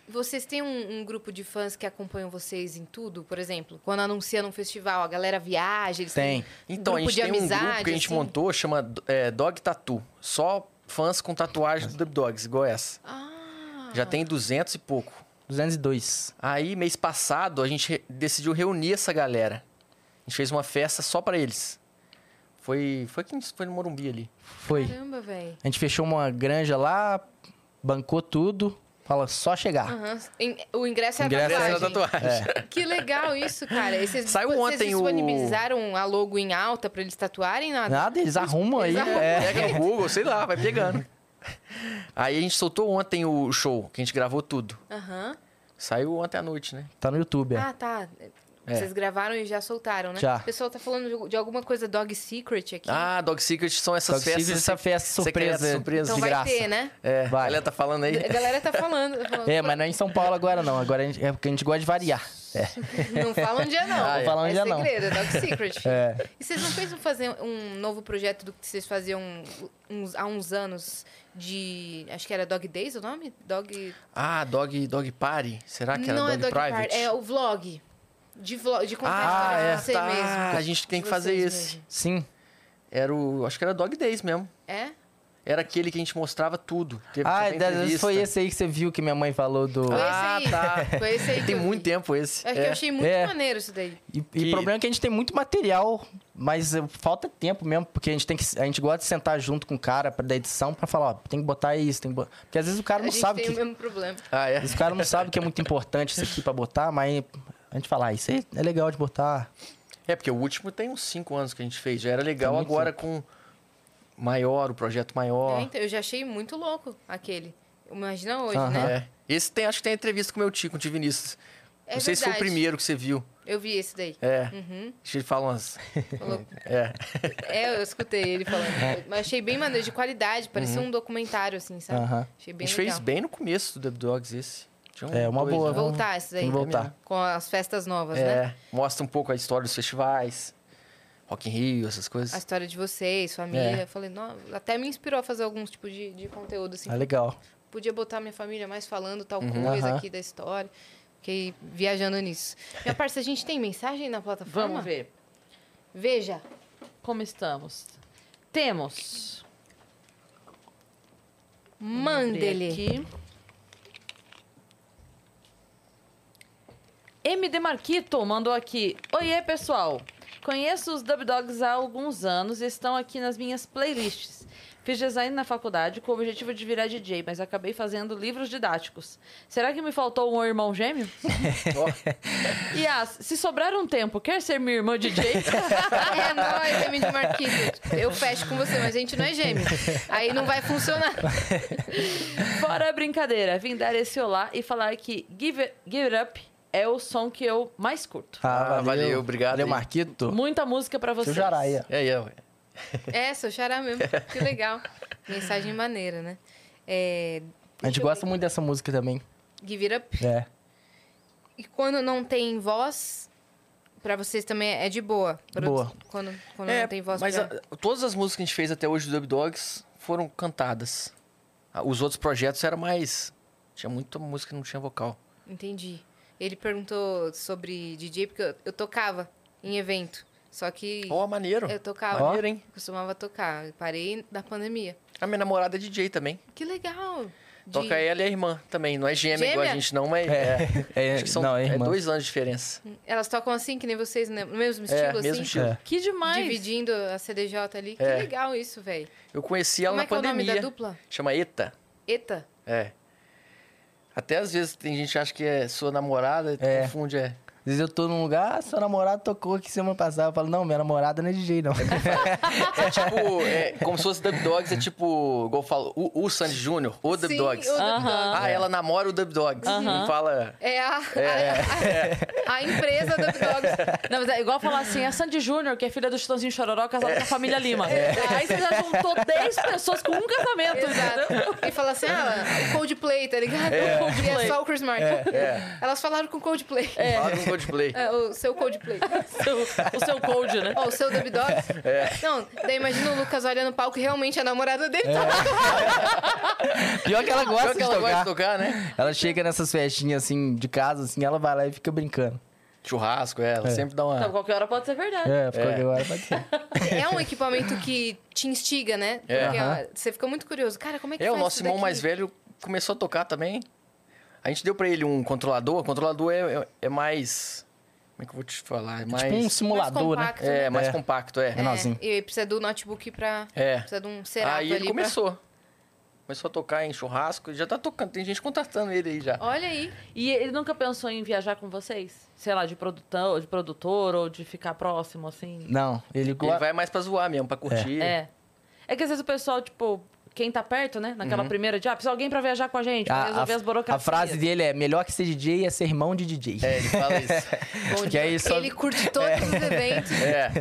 S2: Vocês têm um, um grupo de fãs que acompanham vocês em tudo? Por exemplo, quando anuncia num festival, a galera viaja, eles
S6: Tem.
S2: têm um
S3: Então,
S2: grupo
S3: a gente
S2: de
S3: tem
S2: amizade.
S3: um grupo que a gente
S2: assim?
S3: montou, chama é, Dog Tattoo. Só fãs com tatuagem do Dub Dogs, igual essa.
S2: Ah,
S3: Já tem 200 e pouco.
S6: 202.
S3: Aí, mês passado, a gente re- decidiu reunir essa galera. A gente fez uma festa só pra eles. Foi, foi, aqui, foi no Morumbi ali.
S6: Foi.
S2: caramba, velho.
S6: A gente fechou uma granja lá, bancou tudo. Fala, só chegar.
S2: Aham. Em- O ingresso é a
S6: Ingresso
S2: tatuagem.
S3: Essa tatuagem.
S2: Que legal isso, cara. E vocês-
S3: Saiu
S2: Vocês
S3: ontem o-
S2: disponibilizaram a logo em alta pra eles tatuarem
S3: Ah.
S2: nada?
S6: Nada, eles arrumam aí.
S2: Eles arrumam.
S6: É.
S3: Pega no Google, sei lá, vai pegando. Aí a gente soltou ontem o show, que a gente gravou tudo.
S2: Aham.
S3: Saiu ontem à noite, né?
S6: Tá no YouTube. é.
S2: Ah, tá. Vocês gravaram e já soltaram, né?
S6: Já.
S2: O pessoal tá falando de- de alguma coisa Dog Secret aqui.
S3: Ah, Dog Secret são essas
S6: Dog Secret,
S3: festas.
S6: essa festa
S3: secretas,
S6: surpresa.
S3: surpresas
S2: então
S6: de
S2: vai
S6: graça.
S2: ter, né?
S3: É,
S6: Vai.
S3: a galera tá falando aí.
S2: A galera tá falando. falando,
S6: É, mas não é em São Paulo agora, não. Agora a gente, é porque a gente gosta de variar. É.
S2: Não fala onde é, não.
S6: Ah, é. Fala onde
S2: é
S6: é, não.
S2: segredo, é Dog Secret.
S6: É.
S2: E vocês não pensam fazer um novo projeto do que vocês faziam uns- há uns anos de. Acho que era Dog Days o nome? Dog.
S3: Ah, Dog, dog Party? Será que era
S2: não
S3: Dog,
S2: é Dog
S3: Private?
S2: Party, é o vlog. De, vlog, de contar
S3: Ah,
S2: história
S3: é,
S2: de você
S3: tá.
S2: mesmo.
S3: A gente tem que
S2: De
S3: fazer
S2: vocês
S3: esse.
S2: mesmo.
S6: Sim.
S3: Era o. Acho que era Dog Days mesmo.
S2: É?
S3: Era aquele que a gente mostrava tudo. Teve
S6: Ah,
S3: teve
S6: das vezes
S3: É, entrevista.
S6: foi esse aí que você viu que minha mãe falou do.
S2: Foi
S3: Ah,
S2: esse aí.
S3: tá.
S2: Foi esse aí. que
S3: Tem
S2: eu
S3: muito
S2: vi.
S3: tempo esse.
S2: Acho que eu achei muito
S6: É.
S2: maneiro isso daí.
S6: E, e
S3: Que-
S6: o problema é que a gente tem muito material, mas eh, falta tempo mesmo, porque a gente tem que a gente gosta de sentar junto com o cara pra, da edição pra falar, ó, tem que botar isso, tem que botar... Porque às vezes o cara
S2: A
S6: não
S2: gente
S6: sabe
S2: tem
S6: que
S2: o mesmo problema.
S3: Ah, é.
S6: Os caras não sabem que é muito importante isso aqui pra botar, mas a gente fala, ah, isso aí é legal de botar.
S3: É, porque o último tem uns 5 anos que a gente fez. Já era legal
S6: Tem muito
S3: agora com maior, o projeto
S2: É,
S3: maior.
S2: então, eu já achei muito louco aquele. Imagina hoje,
S6: Aham.
S2: né?
S3: É. Esse tem, acho que tem entrevista com o meu tio, com o tio Vinícius.
S2: É
S3: Não sei se foi o
S2: verdade.
S3: primeiro que você viu.
S2: Eu vi esse daí.
S3: É.
S2: Uhum.
S3: Acho que ele fala umas.
S2: Falou-
S3: É.
S2: É, eu escutei ele falando. Mas achei bem maneiro, de qualidade. Parecia um documentário, assim, sabe?
S6: Aham.
S2: Achei
S3: Uhum. A
S2: bem
S3: gente
S2: legal.
S3: fez bem no começo do Dub Dogs esse. Tinha um
S6: É, uma
S3: dois,
S6: boa.
S3: né?
S6: Vamos-
S2: Voltar isso daí.
S6: Tem que voltar.
S2: Com as festas novas, né?
S3: É, mostra um pouco a história dos festivais, Rock in Rio, essas coisas.
S2: A história de vocês, família.
S3: É.
S2: Eu falei, "Nó, até me inspirou a fazer alguns tipos de, de conteúdo, assim.
S6: É legal.
S2: Podia botar minha família mais falando tal
S3: Uhum.
S2: coisa
S6: Aham.
S2: aqui da história. Fiquei viajando nisso. Minha parça, a gente tem mensagem na plataforma?
S7: Vamos ver
S2: Veja.
S7: como estamos. Temos. Abrir
S2: Mande-lhe.
S7: aqui. MD Marquito mandou aqui. Oiê, pessoal.
S1: Conheço os Dub Dogs há alguns anos e estão aqui nas minhas playlists. Fiz design na faculdade com o objetivo de virar DJ, mas acabei fazendo livros didáticos. Será que me faltou um irmão gêmeo? e as, se sobrar um tempo, quer ser minha irmã DJ?
S2: É nóis, Emílio Marquinhos. Eu fecho com você, mas a gente não é gêmeo. Aí não vai funcionar.
S1: Fora a brincadeira, vim dar esse olá e falar que Give It, Give It Up é o som que eu mais curto.
S3: Ah, valeu, obrigado
S6: Valeu,
S3: aí.
S6: Marquito.
S1: Muita música pra
S6: Seu
S1: vocês.
S6: Jaraia.
S3: É, é, ué.
S2: É, sou xará mesmo. Que legal. Mensagem maneira, né? É,
S6: A gente
S2: deixa eu
S6: gosta
S2: ver.
S6: muito dessa música também.
S2: Give it up.
S6: É.
S2: E quando não tem voz, pra vocês também é de boa. Produ-
S6: Boa.
S2: Quando, quando
S3: É,
S2: não tem voz
S3: mas
S2: pra...
S3: a- todas as músicas que a gente fez até hoje do Dub Dogs foram cantadas. Ah, Os outros projetos eram mais... Tinha muita música que não tinha vocal.
S2: Entendi. Ele perguntou sobre DJ, porque eu, eu tocava em evento. Só que
S3: Ó, maneiro.
S2: eu tocava,
S3: Maneiro, hein?
S2: eu costumava tocar. Eu parei na pandemia.
S3: A minha namorada é DJ também.
S2: Que legal! De-
S3: Toca ela e a irmã também. Não é gêmea, igual a
S2: Gêmea?
S3: gente, não, mas...
S6: É,
S3: Acho que são
S6: não, é
S3: é
S6: irmã.
S3: dois anos de diferença.
S2: Elas tocam assim, que nem vocês, né? no mesmo estilo,
S3: é,
S2: assim?
S3: mesmo estilo.
S6: É.
S1: Que demais!
S2: Dividindo a CDJ ali. Que
S3: É.
S2: legal isso, velho.
S3: Eu conheci ela
S2: Como
S3: na
S2: é que é o
S3: pandemia.
S2: nome da dupla?
S3: Chama Eta.
S2: Eta.
S3: É. Até às vezes tem gente que acha que é sua namorada,
S6: É.
S3: confunde, é.
S6: Às vezes eu tô num lugar, ah, seu namorado tocou aqui semana passada. Eu falo, não, minha namorada não é DJ, não.
S3: É tipo, é, como se fosse Dub Dogs, é tipo, igual eu falo, o, o Sandy Júnior, o Dub
S2: Sim,
S3: Dogs.
S2: o Dub
S1: Aham.
S6: É.
S3: Ah, ela namora o Dub Dogs. Não fala.
S2: É a,
S3: é.
S2: a, a- a empresa do Dogs.
S1: Não, mas é igual falar assim, a Sandy Júnior, que é filha do Chitãozinho Chororó, casada com a família Lima.
S6: É.
S1: Aí você já juntou 10 pessoas com um casamento. entendeu?
S2: Exato. E fala assim, ah, o Coldplay, tá ligado? É, E é só o Chris Martin.
S3: é.
S2: Elas falaram com o Coldplay. É.
S3: Fala com o Coldplay.
S2: o seu Coldplay.
S1: Seu- o seu code, né?
S6: Ah.
S2: Ó, o seu Dub Dogs.
S3: É.
S2: Não, daí imagina o Lucas olhando o palco e realmente a namorada dele tá lá.
S6: Pior que ela
S3: Pior
S6: gosta
S3: que
S6: de
S3: ela gosta de
S6: tocar.
S3: tocar, né?
S6: Ela chega nessas festinhas assim de casa, assim, ela vai lá e fica brincando.
S3: Churrasco, é, ela sempre dá uma.
S2: Tá
S1: Então, qualquer hora pode ser verdade.
S6: É, ficou
S3: É.
S6: agora. Pode ser.
S2: É um equipamento que te instiga, né? Porque
S3: É.
S2: ó, você fica muito curioso. Cara, como é que
S3: É, o
S2: faz
S3: nosso
S2: isso
S3: irmão
S2: daqui?
S3: mais velho começou a tocar também. A gente deu pra ele um controlador. O controlador é, é, é mais. Como é que eu vou te falar? É mais.
S6: Tipo um
S2: Mais
S6: simulador, né?
S2: compacto,
S3: É,
S2: né?
S3: mais
S6: É.
S3: compacto, é.
S6: menorzinho.
S2: É, e precisa do notebook pra...
S3: É.
S2: Precisa de um cerato
S3: aí ele
S2: ali
S3: começou. Começou a tocar em churrasco. Já tá tocando. Tem gente contratando ele aí já.
S2: pra... Olha aí.
S1: E ele nunca pensou em viajar com vocês? Sei lá, de produtor, de produtor ou de ficar próximo, assim?
S6: Não, ele
S3: Ele
S6: gosta.
S3: vai mais pra zoar mesmo, pra curtir.
S1: É. É que às vezes o pessoal, tipo, quem tá perto, né? Naquela primeira de, ah, precisa de alguém pra viajar com a gente, pra resolver as burocracias.
S6: a frase dele é: melhor que ser DJ é ser irmão de DJ.
S3: É, ele fala isso.
S2: Bom,
S6: Que é aí só-
S2: Ele curte todos os eventos.
S3: é.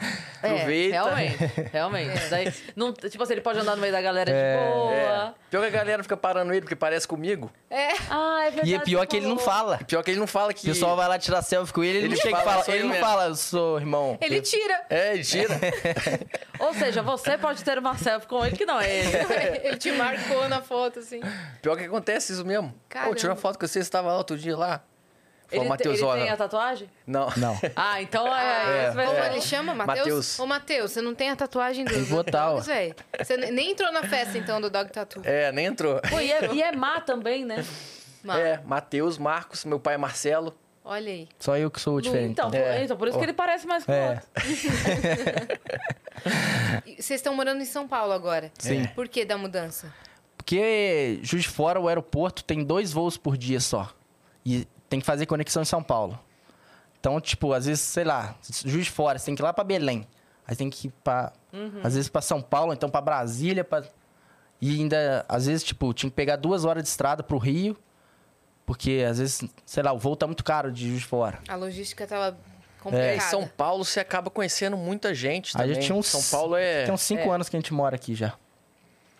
S1: É,
S3: Aproveita.
S1: realmente, realmente. Daí, não, tipo assim, ele pode andar no meio da galera de
S3: É.
S1: boa.
S3: Pior que a galera fica parando ele, porque parece comigo.
S1: Ah, é verdade.
S6: E é pior que ele não
S1: falou.
S6: fala.
S3: Pior que ele não fala
S6: O
S3: que.
S6: pessoal vai lá tirar selfie com ele, ele,
S3: Ele
S6: não chega e
S3: fala,
S6: fala.
S3: "Sou eu
S6: Ele não
S3: mesmo."
S6: fala, eu sou irmão.
S2: Ele tira.
S3: É, ele tira.
S1: Ou seja, você pode ter uma selfie com ele que não é ele.
S2: Ele te marcou na foto, assim.
S3: Pior que acontece isso mesmo. Pô,
S2: Caramba.
S3: tirei uma foto com você, você tava lá outro dia lá.
S1: Ele,
S3: Falou,
S1: te-
S3: Matheus,
S1: ele tem
S3: olha.
S1: a tatuagem?
S3: Não.
S6: Não.
S1: Ah, então é. esse vai
S2: Como
S1: ser-
S2: ele chama? Matheus?
S3: Mateus.
S2: Ô, Matheus, você não tem a tatuagem do, do
S6: botar,
S2: Dogs,
S6: ó.
S2: velho? Você ne- nem entrou na festa, então, do Dog Tattoo.
S3: É, nem entrou.
S1: Pô, e, é, e é má também, né?
S2: Mas,
S3: É, Matheus, Marcos, meu pai é Marcelo.
S2: Olha aí.
S6: Só eu que sou o diferente.
S1: Então, por-
S3: É.
S1: então, por isso que ele parece mais com o
S6: É.
S1: outro.
S2: E Vocês estão morando em São Paulo agora. É.
S6: Sim.
S2: Por que da mudança?
S6: Porque Juiz de Fora, o aeroporto, tem dois voos por dia só. E tem que fazer conexão em São Paulo. Então, tipo, às vezes, sei lá, Juiz de Fora, você tem que ir lá pra Belém. Aí tem que ir pra... Às vezes pra São Paulo, então pra Brasília, pra... E ainda, às vezes, tipo, tinha que pegar duas horas de estrada pro Rio. Porque, às vezes, sei lá, o voo tá muito caro de Juiz de Fora.
S2: A logística tava complicada.
S3: É, em São Paulo você acaba conhecendo muita gente
S6: A
S3: também.
S6: gente tinha uns...
S3: São Paulo é...
S6: Tem uns cinco anos que a gente mora aqui já.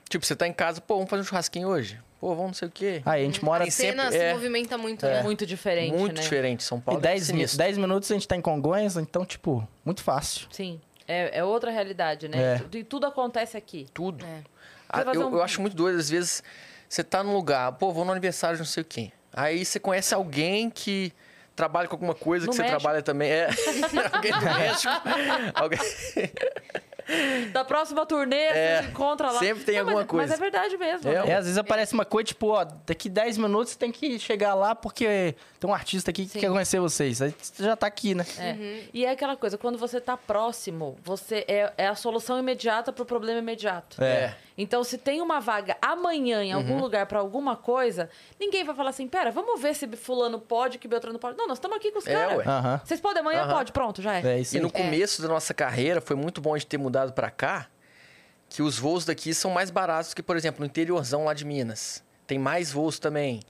S3: Tipo, você tá em casa, pô, vamos fazer um churrasquinho hoje? Pô, vamos não sei o quê.
S6: Aí a gente mora...
S2: A cena
S3: sempre-
S2: se
S3: é.
S2: movimenta muito,
S1: É.
S2: né?
S1: Muito diferente,
S3: Muito
S1: né?
S3: diferente. São
S6: Em
S3: Paulo é
S6: 10, mi-
S3: sinistro.
S6: 10 minutos a gente tá em Congonhas, então, tipo, muito fácil.
S1: Sim. É, é outra realidade, né?
S6: É.
S1: E tudo acontece aqui.
S3: Tudo.
S2: É.
S3: Ah,
S1: Você vai
S3: eu,
S1: fazer um-
S3: eu acho muito doido, às vezes, você tá num lugar, pô, vou no aniversário de não sei quem. Aí você conhece alguém que trabalha com alguma coisa
S1: No
S3: que você
S1: México.
S3: trabalha também. É. alguém do México. alguém...
S1: Da próxima turnê,
S3: É,
S1: você encontra lá.
S3: sempre tem
S1: Não, mas-
S3: alguma coisa.
S1: Mas é verdade mesmo.
S3: É,
S6: É, às vezes aparece uma coisa, tipo, ó, daqui 10 minutos você tem que chegar lá porque tem um artista aqui que
S1: Sim.
S6: quer conhecer vocês. Aí você já tá aqui, né?
S1: É. E é aquela coisa, quando você tá próximo, você é, é a solução imediata pro problema imediato.
S6: É.
S1: Então, se tem uma vaga amanhã em
S3: Uhum.
S1: algum lugar pra alguma coisa, ninguém vai falar assim, pera, vamos ver se fulano pode, que Beltrano pode. Não, nós estamos aqui com os
S3: É,
S1: caras.
S3: ué.
S6: Aham.
S1: Vocês podem amanhã?
S3: Aham.
S1: Pode, pronto, já é.
S6: É isso
S3: E
S6: aí.
S3: no começo da nossa carreira, foi muito bom a gente ter mudado pra cá, que os voos daqui são mais baratos que, por exemplo, no interiorzão lá de Minas. Tem mais voos também.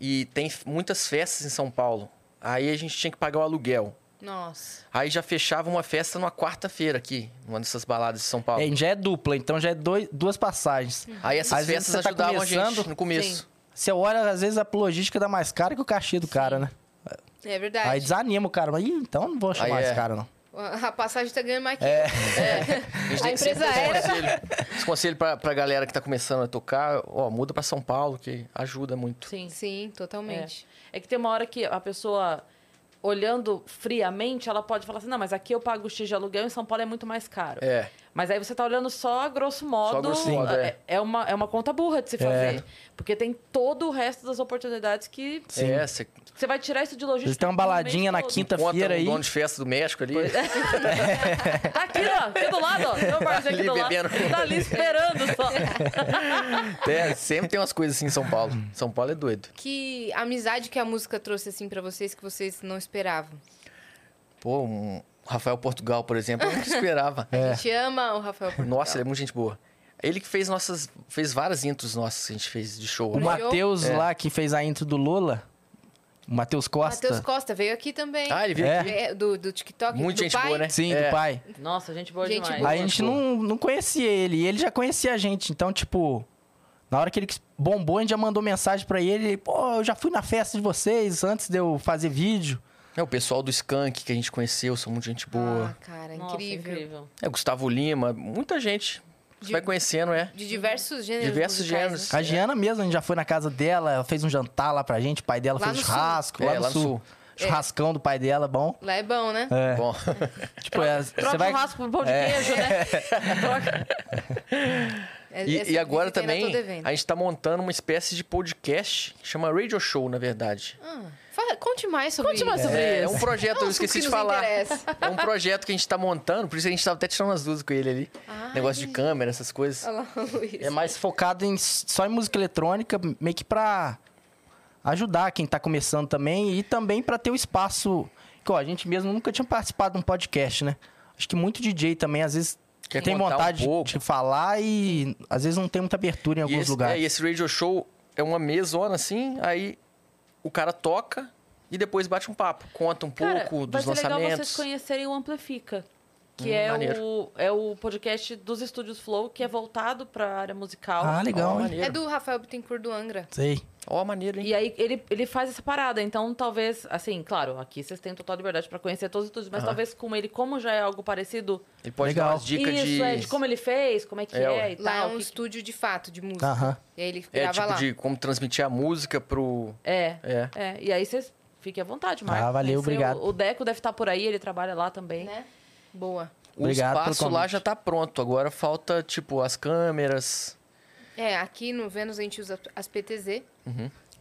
S3: E tem f- muitas festas em São Paulo. Aí a gente tinha que pagar o aluguel.
S2: Nossa.
S3: Aí já fechava uma festa numa quarta-feira aqui, numa dessas baladas de São Paulo.
S6: É, já é dupla, então já é dois, duas passagens.
S1: Uhum.
S3: Aí essas
S6: Às vezes
S3: festas
S6: você tá
S3: ajudavam a gente
S6: começando.
S3: no começo.
S6: Você olha, às vezes, a logística dá mais cara que o cachê do cara, né?
S2: É
S6: Aí
S2: verdade.
S6: desanima o cara. Mas, Ih, então não vou chamar
S3: Aí é.
S6: esse cara, não.
S2: A a passagem tá ganhando mais que eu.
S3: A, gente
S2: A
S3: tem que
S2: empresa
S3: sempre dar
S2: era-
S3: esse conselho, esse conselho pra, pra galera que tá começando a tocar, ó, muda pra São Paulo, que ajuda muito.
S1: Sim.
S2: assim. Sim, totalmente.
S1: É que tem uma hora que a pessoa, olhando friamente, ela pode falar assim, não, mas aqui eu pago X de aluguel, em São Paulo é muito mais caro.
S3: É.
S1: Mas aí você tá olhando só a grosso modo.
S3: Só a grosso modo,
S1: é, é uma, é uma conta burra de se fazer. Porque tem todo o resto das oportunidades que
S3: É, você
S1: você vai tirar isso de logística.
S6: Eles têm uma baladinha
S1: no
S6: na
S1: mês todo.
S6: quinta-feira
S3: encontra o
S6: aí.
S3: dono de festa do México ali.
S1: Tá aqui, ó, aqui do lado, ó. Tem um barzinho aqui
S3: Tá ali
S1: do lado.
S3: bebendo.
S1: Tá ali esperando só.
S3: É, sempre tem umas coisas assim em São Paulo. São Paulo é doido.
S2: Que amizade que a música trouxe, assim, pra vocês que vocês não esperavam.
S3: Pô, um Rafael Portugal, por exemplo, é eu nunca esperava.
S2: A gente ama o Rafael Portugal.
S3: É. Nossa, ele é muito gente boa. Ele que fez nossas. fez várias intros nossas que a gente fez de show.
S6: O
S3: né?
S6: Matheus lá, que fez a intro do Lola, o Matheus Costa.
S2: Matheus Costa veio aqui também.
S3: Ah, ele veio
S6: É.
S3: aqui.
S2: É, do, do TikTok,
S3: Muito
S2: do
S3: gente
S2: pai.
S3: boa, né?
S6: Sim,
S3: É.
S6: do pai.
S1: Nossa, gente boa
S2: Gente
S1: demais.
S2: boa.
S6: a gente
S3: pô.
S6: não, não conhecia ele, e ele já conhecia a gente. Então, tipo, na hora que ele bombou, a gente já mandou mensagem pra ele. Pô, eu já fui na festa de vocês antes de eu fazer vídeo.
S3: É, o pessoal do Skank que a gente conheceu, são muito gente boa.
S2: Ah, cara,
S1: Nossa,
S2: incrível.
S1: incrível.
S3: É, Gustavo Lima, muita gente. Você
S2: De-
S3: vai conhecendo, é.
S2: De diversos gêneros.
S3: Diversos
S2: musicais,
S3: gêneros.
S2: né?
S6: A Giana mesmo, a gente já foi na casa dela, ela fez um jantar lá pra gente, o pai dela
S2: Lá
S6: fez
S2: no
S6: churrasco,
S3: sul.
S6: lá,
S3: É,
S6: no sul. Churrascão do pai dela, bom.
S2: Lá é bom, né?
S6: É.
S3: Bom,
S6: Tipo, é, você
S1: Troca
S6: vai. É.
S1: churrasco por pão de queijo, né? Troca.
S2: É-
S3: e,
S2: essa
S3: e agora
S2: visita ainda
S3: também
S2: tô devendo.
S3: a gente tá montando uma espécie de podcast, que chama Radio Show, na verdade.
S2: Ah, fala- conte mais sobre
S1: Conte mais
S2: isso.
S1: sobre
S3: É, é
S1: isso.
S3: um projeto,
S2: É um
S3: eu
S2: assunto que
S3: esqueci de
S2: nos
S3: falar.
S2: interessa.
S3: É um projeto que a gente tá montando, por isso a gente tava até tirando as dúvidas com ele ali.
S2: Ah,
S3: Negócio de câmera, essas coisas.
S2: Olha lá, o Luiz.
S6: É mais focado em, só em música eletrônica, meio que pra ajudar quem tá começando também e também pra ter o espaço. Que, ó, a gente mesmo nunca tinha participado de um podcast, né? Acho que muito DJ também, às vezes,
S3: Quer
S6: tem
S3: contar um
S6: vontade de-
S3: pouco?
S6: de falar e às vezes não tem muita abertura
S3: E
S6: em alguns
S3: esse,
S6: lugares.
S3: É, e esse radio show é uma mesona assim, aí o cara toca e depois bate um papo, conta um
S1: Cara,
S3: pouco
S1: vai
S3: dos
S1: ser legal vocês
S3: lançamentos.
S1: conhecerem o Amplifica, que
S3: Hum,
S1: é,
S3: maneiro.
S1: o, é o podcast dos estúdios Flow, que é voltado pra área musical.
S6: Ah,
S3: Ó,
S6: legal, hein?
S2: É
S3: um maneiro.
S2: do Rafael Bittencourt do Angra.
S6: Sei.
S3: Ó, maneiro, hein?
S1: E aí ele, ele faz essa parada, então talvez, assim, claro, aqui vocês têm total liberdade pra conhecer todos os estúdios, mas talvez com ele, como já é algo parecido,
S3: Ele pode
S6: Legal.
S3: dar umas dicas
S1: isso,
S3: de.
S1: é, de como ele fez, como é que
S3: É,
S1: é,
S3: ué.
S1: e
S2: Lá é
S1: tal.
S2: um
S1: que-
S2: estúdio de fato, de música.
S6: Aham.
S2: E aí ele
S3: É,
S2: grava
S3: tipo
S2: lá.
S3: de como transmitir a música pro.
S1: É,
S3: É.
S1: é, e aí vocês fiquem à vontade, Marcos.
S6: Ah, valeu,
S1: Conhecer
S6: obrigado.
S1: O, o Deco deve estar por aí, ele trabalha lá também.
S2: Né? Boa.
S3: O
S6: Obrigado pelo
S3: espaço lá
S6: convite.
S3: já tá pronto. Agora falta, tipo, as câmeras.
S2: É, aqui no Vênus a gente usa as PTZ,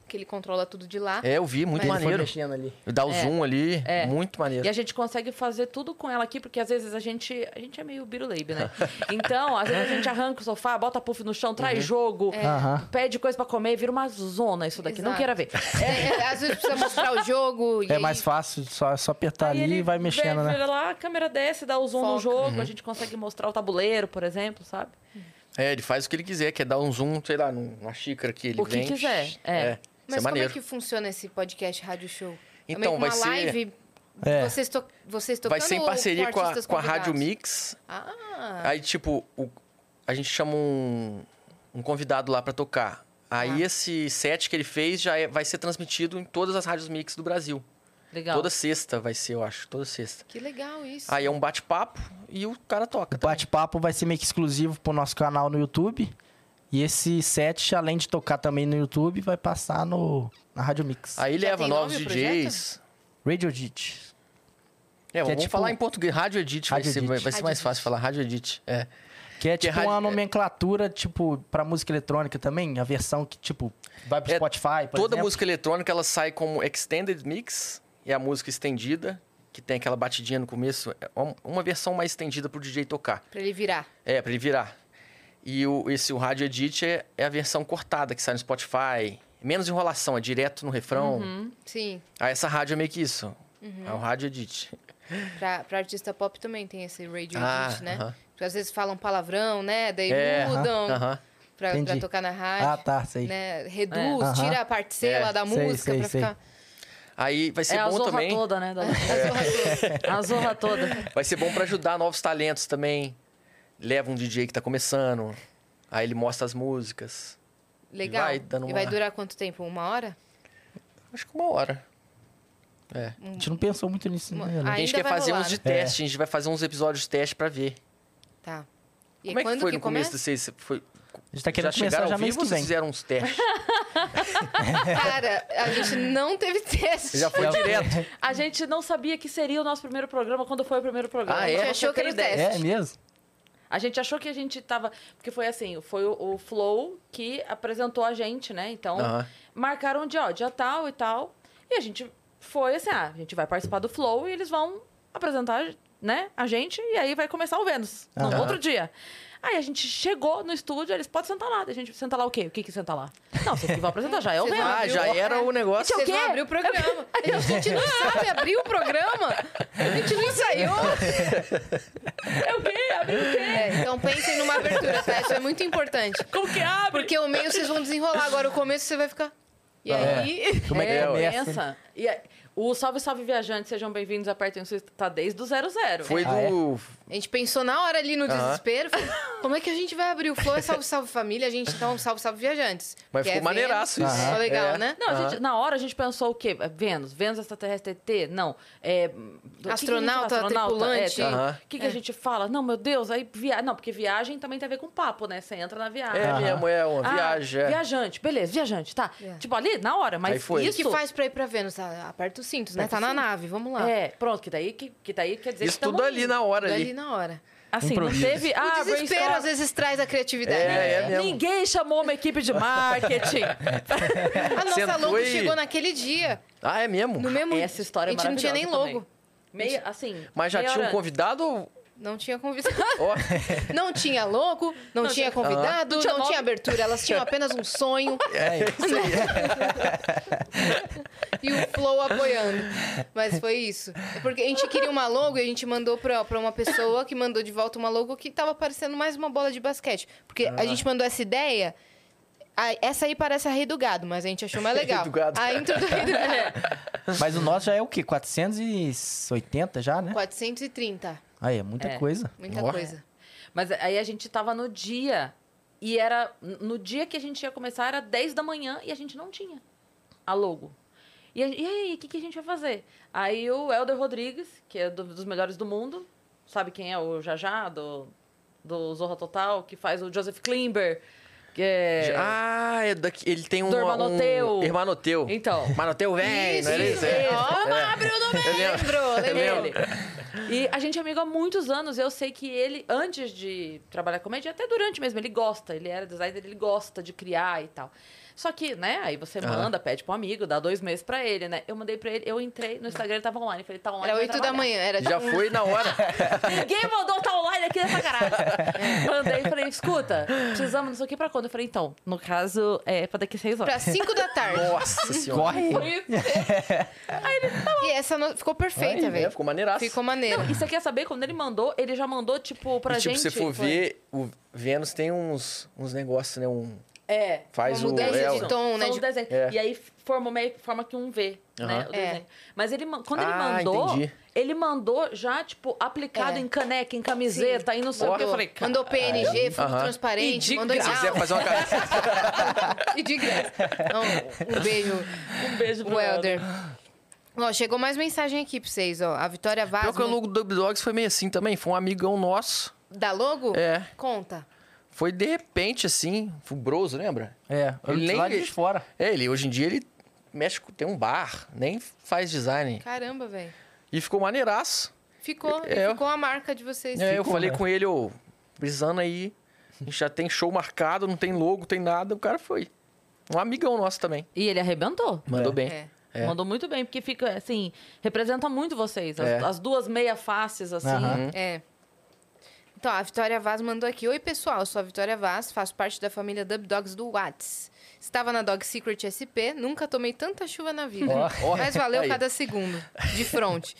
S2: que ele controla tudo de
S1: Ah.
S2: lá.
S3: Uhum. É, eu vi, muito
S6: Ele foi
S3: maneiro.
S6: mexendo ali.
S3: Dá o zoom ali,
S1: é.
S3: muito maneiro.
S1: E a gente consegue fazer tudo com ela aqui, porque às vezes a gente, a gente é meio biruleibe, né? Então, às vezes a gente arranca o sofá, bota puff no chão, traz jogo,
S6: Aham.
S1: pede coisa pra comer, vira uma zona isso daqui. Não
S2: É. Exato.
S1: queira ver.
S2: É, é, às vezes precisa mostrar o jogo. e
S6: É
S2: aí-
S6: mais fácil, só, só apertar
S1: Aí
S6: tá ali
S1: ele
S6: e vai
S1: vê-
S6: mexendo, né?
S1: vira lá, a câmera desce, dá o zoom no
S2: Foca.
S1: jogo,
S3: Uhum.
S1: a gente consegue mostrar o tabuleiro, por exemplo, sabe?
S3: É, ele faz o que ele quiser, quer dar um zoom, sei lá, num- numa xícara que ele
S1: O que
S3: vem.
S1: quiser, é.
S3: é.
S2: Mas
S3: Isso é
S2: como é
S3: maneiro.
S2: que funciona esse podcast Rádio Show? É
S3: Então,
S2: meio que
S3: vai
S2: uma
S3: ser-
S2: live.
S6: É.
S2: Vocês, to... vocês tá tocando
S3: Vai ser em
S2: ou
S3: parceria com, a,
S2: artistas
S3: com a Rádio
S2: convidados?
S3: Mix.
S2: Ah,
S3: Aí, tipo, o- a gente chama um, um convidado lá pra tocar.
S2: Tá.
S3: Aí, esse set que ele fez já é- vai ser transmitido em todas as rádios mix do Brasil.
S1: Legal.
S3: Toda sexta vai ser, eu acho. Toda sexta.
S2: que legal isso.
S3: Aí é um bate-papo e o cara toca.
S6: O bate-papo vai ser meio que exclusivo pro nosso canal no YouTube. E esse set, além de tocar também no YouTube, vai passar no, na Rádio Mix.
S3: Aí
S2: Já
S3: leva
S2: tem
S3: novos
S2: nome o
S3: DJs.
S6: Radio Dit.
S3: É, vamos
S6: tipo-
S3: falar em português. Rádio Edit vai
S6: Rádio
S3: ser,
S6: Edit.
S3: vai, vai ser mais
S2: Rádio
S3: fácil falar. Rádio Edit. É.
S6: Que é
S3: Que é
S6: tipo
S3: radi-
S6: uma nomenclatura, tipo, pra música eletrônica também, a versão que, tipo, vai pro
S3: É,
S6: Spotify, por
S3: Toda
S6: exemplo.
S3: música eletrônica ela sai como Extended Mix, é a música estendida, que tem aquela batidinha no começo. É uma- uma versão mais estendida pro DJ tocar.
S2: Pra ele virar.
S3: É, pra ele virar. E o, esse o Rádio Edit é, é a versão cortada que sai no Spotify. Menos enrolação, é direto no refrão.
S7: Uhum.
S2: Sim.
S3: Ah, essa rádio é meio que isso. É o Rádio Edit.
S2: Pra, pra artista pop também tem esse radio
S3: Ah,
S2: edit, né?
S3: aham.
S2: Porque às vezes falam palavrão, né? Daí
S3: É,
S2: mudam
S3: Aham.
S2: pra, pra
S6: Entendi.
S2: tocar na rádio.
S6: Ah, tá, sei.
S2: né? Reduz,
S6: É.
S2: tira a parcela
S3: É,
S2: da
S6: sei,
S2: música
S6: sei,
S2: pra
S6: sei.
S2: ficar.
S3: Aí vai ser
S7: É a
S3: bom
S7: zorra
S3: também. É.
S7: toda, né? Dona? A zorra toda.
S3: Vai ser bom pra ajudar novos talentos também. Leva um DJ que tá começando. Aí ele mostra as músicas.
S2: Legal.
S3: vai dando
S2: E vai
S3: uma-
S2: durar quanto tempo? Uma hora?
S3: Acho que uma hora. É.
S6: A gente não pensou muito nisso, né?
S2: Uma-
S3: a gente
S2: Ainda
S3: quer
S2: vai
S3: fazer
S2: rolar,
S3: uns de
S2: né?
S3: teste, a gente vai fazer uns episódios de teste pra ver.
S2: Tá. E
S3: Como é que
S2: quando
S3: foi
S2: que
S3: no começo
S2: começa?
S3: de vocês? Foi...
S6: A gente tá
S3: Já
S6: querendo
S3: chegaram
S6: começar já
S3: ao
S6: mês
S3: vivo
S6: que
S3: ou vocês
S6: vem.
S3: fizeram uns testes?
S2: Cara, a gente não teve teste.
S3: Já foi
S6: Já-
S3: direto.
S1: A gente não sabia que seria o nosso primeiro programa quando foi o primeiro programa.
S3: Ah, é?
S1: Pra
S2: A gente
S1: você
S2: achou
S1: ter
S2: que era o
S1: ideia.
S6: É mesmo?
S1: A gente achou que a gente tava. Porque foi assim, foi o, o Flow que apresentou a gente, né? Então,
S3: Aham.
S1: marcaram um dia, ó, dia tal e tal. E a gente foi assim, ah, a gente vai participar do Flow e eles vão apresentar, né, a gente, e aí vai começar o Vênus, no
S3: Aham.
S1: outro dia. Aí a gente chegou no estúdio, eles podem sentar lá. A gente sentar lá o quê? O que que sentar lá? Não, vocês que vão apresentar, já é o
S2: Vocês
S1: Vênus.
S2: vão
S3: Ah,
S2: abriu
S3: já
S2: o-
S3: era o negócio.
S2: Vocês
S1: quê?
S2: não abriu o programa. A gente não sabe abrir o programa. A gente não ensaiou.
S1: É o quê? Abre o quê?
S2: É, então pensem numa abertura, tá? Isso é muito importante.
S1: Como que abre?
S2: Porque o meio vocês vão desenrolar, agora o começo você vai ficar... E aí...
S6: Como é que começa?
S1: pensa. E aí, o Salve Salve Viajantes, sejam bem-vindos, apertem o seu tá desde o zero zero.
S3: Foi
S6: Ah, é?
S3: do.
S2: A gente pensou na hora ali no
S3: Aham.
S2: desespero. falou, Como é que a gente vai abrir o flow? É salve, salve família. A gente então salve, salve viajantes.
S3: Mas
S2: Que
S3: ficou
S2: é
S3: maneiraço
S2: Vênus.
S3: isso.
S2: Ficou legal,
S3: É.
S2: né?
S1: Não, a gente- na hora a gente pensou o quê? É, Vênus, Vênus extraterrestre ET? Não. É, do- o que que a gente-
S2: Astronauta, tripulante.
S1: É, tá.
S3: Aham.
S1: O que, que a gente fala? Não, meu Deus, aí viagem. Não, porque viagem também tem a ver com papo, né? Você entra na viagem.
S3: É
S6: Aham.
S3: mesmo, é uma
S1: Ah,
S3: viagem. é.
S1: Viajante, beleza, viajante, tá.
S2: É.
S1: Tipo, ali, na hora, mas
S3: Aí foi.
S2: E o
S1: isso...
S2: que faz pra ir pra Vênus? Ah, Aperta os cintos, né?
S1: Aperta
S2: Tá
S1: os
S2: na
S1: cintos.
S2: nave, vamos lá.
S1: É, pronto, que daí, que, que daí quer dizer
S3: Isso
S1: que tamo
S3: tudo ali na hora
S2: Tudo ali
S3: ali.
S2: na hora.
S1: Assim, não
S6: Improviso.
S1: teve...
S2: o
S1: Ah,
S2: desespero
S1: brainstorm.
S2: às vezes traz a criatividade.
S3: É, é mesmo.
S1: Ninguém chamou uma equipe de marketing.
S2: A nossa
S3: Sentou
S2: logo
S3: e-
S2: chegou naquele dia.
S3: Ah, é mesmo?
S2: No mesmo
S1: Essa história é
S2: A gente não tinha nem
S1: maravilhosa
S2: logo.
S1: Meio, assim...
S3: Mas já
S1: meia
S3: tinha um
S1: hora antes.
S3: convidado? ou-
S2: Não tinha convidado.
S3: Ó,
S2: Não tinha logo, não, tinha convidado,
S1: Não tinha
S2: não
S1: logo.
S2: tinha abertura. Elas tinham apenas um sonho.
S6: É isso.
S2: e o Flow apoiando. Mas foi isso. É porque a gente queria uma logo e a gente mandou pra, pra uma pessoa que mandou de volta uma logo que tava parecendo mais uma bola de basquete. Porque a gente
S3: Ah.
S2: mandou essa ideia. a- essa aí parece a Rei do Gado, mas a gente achou mais legal.
S3: Rei do Gado.
S2: A intro do Rei do Gado. É.
S6: Mas o nosso já é o quê? 480 já, né?
S2: 430.
S6: Aí, é muita
S1: É.
S6: coisa.
S2: Muita
S3: Nossa.
S2: coisa.
S1: Mas aí a gente tava no dia. E era. No dia que a gente ia começar, era 10 da manhã e a gente não tinha a logo. E, a- e aí, o que, que a gente vai fazer? Aí o Helder Rodrigues, que é do- dos melhores do mundo, sabe quem é o Jajá, do, do Zorra Total, que faz o Joseph Klimber. Que é...
S3: Ah, é daqui, ele tem um.
S1: Do
S3: um-
S1: Hermanoteu.
S3: Hermanoteu.
S1: Então.
S3: Hermanoteu velho, não era isso? É.
S2: Ó, abriu no membro.
S3: Eu
S2: Lembrou.
S3: lembro.
S1: E a gente é amigo há muitos anos. Eu sei que ele, antes de trabalhar com comédia, até durante mesmo, ele gosta. Ele era designer, ele gosta de criar e tal. Só que, né, aí você
S3: Ah.
S1: manda, pede pro amigo, dá dois meses pra ele, né? Eu mandei pra ele, eu entrei no Instagram, ele tava online. Falei, tá online.
S2: Era
S1: vai
S2: 8 da
S1: trabalhar.
S2: manhã. Era
S3: Já
S2: tipo um-
S3: foi na hora.
S1: Ninguém mandou tá online aqui nessa caralho. mandei, falei, escuta, precisamos não sei o que pra quando. Eu falei, então, no caso, é pra daqui seis horas.
S2: Pra 5 da tarde.
S3: Nossa senhora.
S6: Corre!
S2: E essa no- ficou perfeita,
S3: Aí, né?
S2: velho.
S3: Ficou maneiraço.
S2: Ficou maneiro.
S1: E você quer saber? Quando ele mandou, ele já mandou, tipo, pra
S3: e, tipo,
S1: gente.
S3: se você for
S1: foi-
S3: ver, o Vênus tem uns, uns negócios, né? Um,
S1: É.
S3: faz
S2: Uma
S3: o.
S2: mudança
S3: é,
S2: de
S3: o-
S2: tom. né,
S1: São os
S2: de-
S1: desenhos.
S3: É.
S1: E aí forma, meio, forma que um V, né?
S3: Aham.
S1: o
S2: É.
S1: desenho. Mas ele, man- quando ele
S3: Ah,
S1: mandou,
S3: entendi.
S1: ele mandou já, tipo, aplicado
S2: É.
S1: em caneca, em camiseta, e não sei o que. Eu falei, cara,
S2: mandou PNG, fundo
S3: É. Aham.
S1: E
S2: transparente,
S1: de
S2: mandou
S3: Se
S1: graça.
S3: quiser fazer uma cara.
S2: E de graça. Não, um beijo,
S1: um beijo pro Helder.
S2: Welder. Ó, chegou mais mensagem aqui pra vocês, ó. A Vitória Vaz.
S3: Pior que o logo do Dub Dogs foi meio assim também. Foi um amigão nosso.
S2: Da logo?
S3: É.
S2: Conta.
S3: Foi de repente, assim. Fubroso, lembra?
S6: É,
S3: Ele nem-
S6: lá de fora.
S3: É, ele hoje em dia ele mexe com, tem um bar, nem faz design.
S2: Caramba, velho.
S3: E ficou maneiraço.
S2: Ficou, e
S3: É, eu-
S2: ficou a marca de vocês.
S3: É, eu
S6: Ficou,
S3: falei
S6: né?
S3: com ele, ô, brisando aí, a gente já tem show marcado, não tem logo, tem nada, o cara foi. Um amigão nosso também.
S1: E ele arrebentou.
S3: Mandou
S6: É.
S3: bem.
S2: É.
S3: É.
S1: Mandou muito bem, porque fica, assim, representa muito vocês. As,
S3: É.
S1: as duas meia-faces, assim.
S6: Aham.
S2: É. Então, a Vitória Vaz mandou aqui. Oi, pessoal, sou a Vitória Vaz, faço parte da família Dub Dogs do Whats. Estava na Dog Secret SP, nunca tomei tanta chuva na vida.
S3: Ó.
S2: Mas valeu
S3: Aí.
S2: cada segundo, de frente.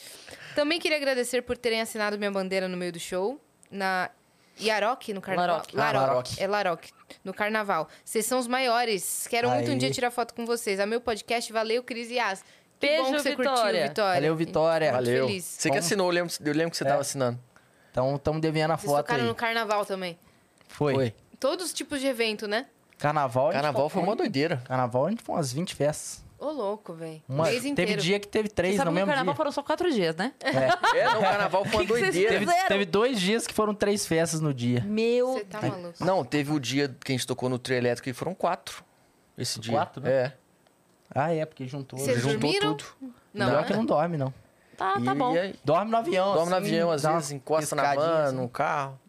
S2: Também queria agradecer por terem assinado minha bandeira no meio do show, na Iaroque, no carnaval.
S1: Laroque.
S6: Ah,
S2: É Laroque, no carnaval. Vocês são os maiores. Quero muito um
S6: Aí.
S2: dia tirar foto com vocês. A meu podcast, valeu, Cris e As. Que bom
S1: Beijo,
S2: que você curtiu,
S1: Vitória.
S2: Vitória.
S6: Valeu, Vitória.
S2: Muito
S3: Valeu.
S2: feliz.
S3: Você que
S6: Vamos.
S3: assinou, eu lembro, eu lembro que você
S6: É.
S3: tava assinando.
S6: Então, estamos devendo a
S2: Vocês
S6: foto
S2: tocaram
S6: aí.
S2: no carnaval também.
S6: Foi.
S3: Foi.
S2: Todos os tipos de evento, né?
S6: Carnaval. a gente
S3: Carnaval foi
S6: tocou.
S3: uma doideira.
S6: Carnaval, a gente foi umas 20 festas.
S2: Ô, louco, velho.
S6: Uma...
S2: Mês
S6: Teve
S2: inteiro.
S6: dia que teve
S1: Você
S6: três
S1: sabe que
S6: no
S1: no
S6: mesmo
S1: carnaval
S6: dia.
S1: foram só quatro dias, né?
S3: É, não, carnaval foi uma
S1: que que vocês
S3: doideira.
S6: Teve,
S1: Zero.
S6: teve dois dias que foram três festas no dia.
S1: Meu
S2: Você tá maluco.
S3: Não, teve o dia que a gente tocou no trio elétrico e foram quatro. Esse dia.
S6: Quatro, né?
S3: É.
S6: Ah, é, porque juntou.
S2: Vocês
S3: juntou
S2: dormiram?
S3: tudo.
S2: Não,
S6: Pior
S2: né?
S6: que não dorme, não.
S1: Tá, tá
S3: E
S1: bom.
S3: aí,
S6: Dorme no avião.
S3: Dorme no
S6: assim,
S3: avião, às
S6: dá uma
S3: vezes encosta na
S6: piscadinha,
S3: van,
S6: assim.
S3: no carro.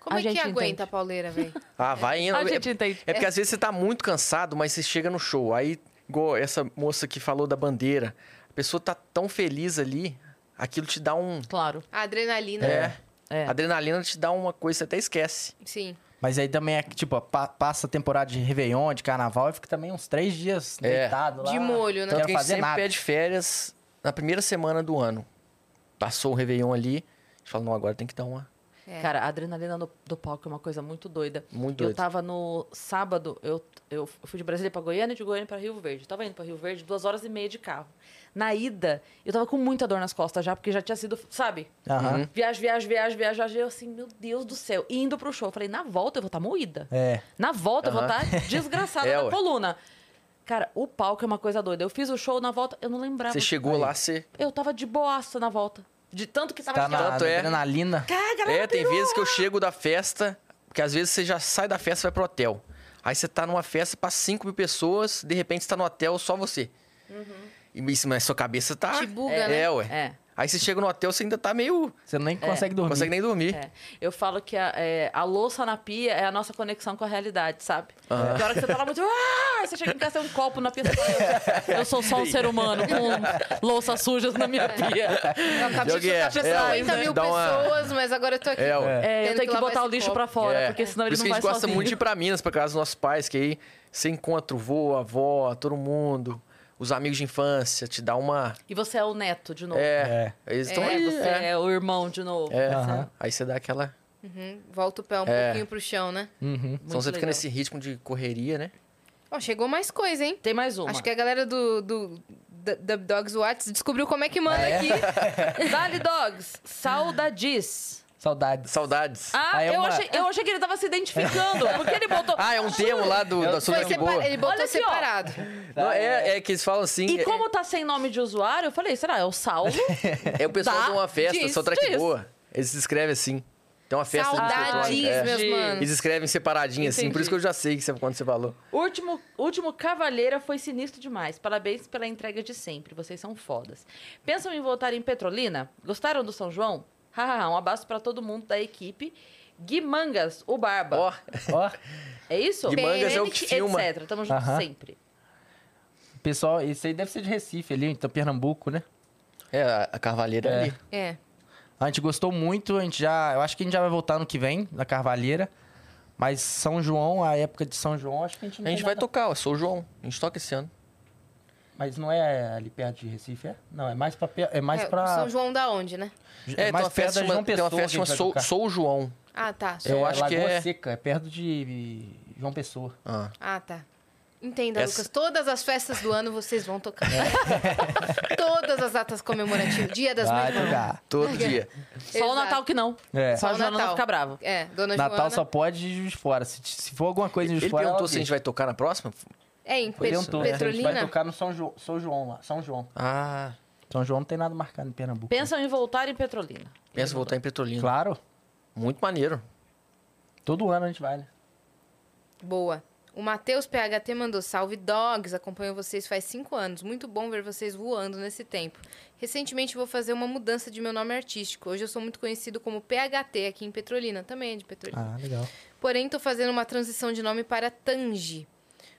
S2: Como
S1: A
S2: é que
S1: gente
S2: aguenta
S1: entende.
S2: a pauleira, velho?
S3: Ah, vai indo.
S1: A
S3: É-
S1: gente entende.
S3: É porque às vezes você tá muito cansado, mas você chega no show. Aí, igual essa moça que falou da bandeira, a pessoa tá tão feliz ali, aquilo te dá um.
S1: Claro.
S2: A adrenalina.
S3: É.
S1: É.
S3: A adrenalina te dá uma coisa, que você até esquece.
S2: Sim.
S6: Mas aí também é que, tipo, ó, pa- passa a temporada de Réveillon, de Carnaval, e fica também uns três dias
S3: É.
S6: deitado lá.
S2: De molho, né?
S6: Não
S3: Tanto
S6: quero
S3: que a gente
S6: fazer
S3: sempre
S6: nada.
S3: pede férias na primeira semana do ano. Passou o Réveillon ali, a gente fala, não, agora tem que dar uma.
S2: É.
S1: Cara, a adrenalina no- do palco é uma coisa muito doida.
S3: Muito
S1: eu
S3: doida.
S1: tava no sábado, eu, eu fui de Brasília pra Goiânia e de Goiânia pra Rio Verde. Eu tava indo pra Rio Verde duas horas e meia de carro. Na ida, eu tava com muita dor nas costas já, porque já tinha sido, sabe? Uhum.
S6: Aham.
S1: Viagem, viagem, viagem, viagem, viagem. Eu assim, meu Deus do céu. E indo pro show, eu falei, na volta eu vou estar moída.
S6: É.
S1: Na volta eu vou
S3: Aham.
S1: estar desgraçada
S3: É,
S1: na
S3: ué.
S1: coluna. Cara, o palco é uma coisa doida. Eu fiz o show na volta, eu não lembrava.
S3: Você chegou lá, você.
S1: Eu tava de boaça na volta. De tanto que tava
S6: Tá
S1: de
S6: na
S3: Tanto é.
S6: adrenalina.
S3: É, tem vezes que eu chego da festa, porque às vezes você já sai da festa e vai pro hotel. Aí você tá numa festa pra 5 mil pessoas, de repente você tá no hotel só você. E isso, mas sua cabeça tá.
S2: Te buga,
S3: é,
S2: né?
S3: é, ué.
S1: É.
S3: Aí você chega no hotel, você ainda tá meio.
S6: Você nem consegue
S3: Não
S6: dormir.
S3: consegue nem dormir.
S1: É. Eu falo que a, é, a louça na pia é a nossa conexão com a realidade, sabe? Na hora que você tá lá muito. "Ah!", Você chega em casa tem um copo na pia. você fala, Eu sou só um ser humano com louças sujas na
S2: É.
S1: minha pia.
S2: Não, tá
S3: Jogue é,
S2: tá
S3: é, ué.
S2: 50 mil
S3: Dá uma-
S2: pessoas, mas agora eu tô aqui.
S3: É, ué.
S1: É, eu
S2: Tendo
S1: tenho
S2: que
S1: que
S2: lavar
S1: botar o
S2: esse
S1: lixo
S2: copo.
S1: pra fora,
S3: É.
S1: porque senão
S3: Por
S1: ele
S3: isso
S1: não
S3: que a
S1: vai
S3: gente gosta
S1: sozinho.
S3: muito de ir pra Minas, pra casa dos nossos pais, que aí você encontra o vô, a avó, todo mundo, os amigos de infância, te dá uma.
S1: E você é o neto de novo.
S3: É. Eles estão
S1: É,
S3: aí.
S1: você
S3: é.
S1: é. o irmão de novo.
S3: É.
S6: Aham.
S3: Aí você dá aquela.
S2: Uhum, Volta o pé um
S3: É.
S2: pouquinho pro chão, né?
S6: Uhum.
S1: Muito
S3: Então você fica
S1: legal.
S3: nesse ritmo de correria, né?
S2: Ó, chegou mais coisa, hein?
S1: Tem mais uma.
S2: Acho que é a galera do, do D- Dub Dogs Watts descobriu como é que manda
S3: Ah,
S2: aqui.
S1: Dali Dogs, saudades.
S6: Saudades.
S3: Saudades.
S1: Ah,
S6: Ah, é
S1: eu,
S6: uma-
S1: achei, eu achei que ele tava se identificando. Porque ele botou.
S3: Ah, é um termo lá do, da
S2: Foi
S3: Sotaque Boa.
S2: separa... Ele botou
S1: Olha aqui, ó.
S2: separado.
S3: Não, é, é que eles falam assim.
S1: E
S3: é-
S1: como tá sem nome de usuário, eu falei, será? É o Saulo?
S3: É o pessoal
S1: Dá,
S3: de uma festa,
S1: diz,
S3: só track
S1: diz.
S3: boa. Eles escrevem assim. Tem uma festa de
S2: Saudades,
S3: pessoal, é.
S2: meus
S1: Entendi.
S2: manos.
S3: Eles escrevem separadinho, assim. Por
S1: Entendi.
S3: isso que eu já sei que você, quando você falou.
S1: último, último Cavaleira foi sinistro demais. Parabéns pela entrega de sempre. Vocês são fodas. Pensam em voltar em Petrolina? Gostaram do São João? Hahaha, um abraço pra todo mundo da equipe. Gui Mangas, o Barba.
S3: Ó,
S6: Ó,
S1: É isso?
S3: Gui Mangas é o que
S1: Penic,
S3: filma.
S1: Etc. Tamo junto
S6: Aham.
S1: sempre.
S6: pessoal, isso aí deve ser de Recife ali, então Pernambuco, né?
S3: é a- a Carvalheira
S6: É.
S3: ali.
S2: É.
S6: A gente gostou muito, a gente já. Eu acho que a gente já vai voltar no que vem, na Carvalheira. Mas São João, a época de São João, acho que a gente não
S3: A gente
S6: tem
S3: vai
S6: nada-
S3: tocar, ó, sou o João. A gente toca esse ano.
S6: Mas não é ali perto de Recife, é? Não, é mais pra. pe- É mais
S2: É,
S6: pra.
S2: São João da onde, né?
S3: É, tem
S6: mais
S3: uma
S6: perto
S3: festa,
S6: da João
S3: chama, tem uma
S6: Pessoa
S3: festa
S6: que
S3: chama
S6: a gente vai
S3: sou,
S6: tocar.
S3: sou o João.
S2: Ah, tá.
S3: Eu acho que
S6: Lagoa
S3: é-
S6: Seca, é perto de João Pessoa.
S3: Ah.
S2: Ah, tá. Entenda,
S3: Essa-
S2: Lucas. Todas as festas do ano vocês vão tocar. Todas as datas comemorativas. Dia das
S6: É. Vai
S2: Mães. não.
S6: tocar.
S3: Todo dia.
S1: Só o Natal que não.
S6: É.
S1: Só
S2: Só
S1: a
S2: o
S1: Joana não
S2: Natal.
S1: fica brava.
S2: É, Dona
S6: Natal
S2: Joana.
S6: só pode de Juiz de fora. Se, se for alguma coisa de Juiz de
S3: Ele
S6: fora.
S3: perguntou se a gente vai tocar na próxima?
S2: É, em Pe-
S6: Perguntou, né? A gente vai
S2: Petrolina.
S6: tocar no São, Jo- São João lá. São João.
S3: Ah,
S6: São João não tem nada marcado em Pernambuco.
S1: Pensam em voltar em Petrolina.
S3: pensa em voltar em Petrolina.
S6: Claro.
S3: Muito maneiro.
S6: Todo ano a gente vai, né?
S2: Boa. O Matheus PHT mandou salve dogs, acompanho vocês faz cinco anos. Muito bom ver vocês voando nesse tempo. Recentemente vou fazer uma mudança de meu nome artístico. Hoje eu sou muito conhecido como PHT aqui em Petrolina, também é de Petrolina.
S6: Ah, legal.
S2: Porém, estou fazendo uma transição de nome para Tanji,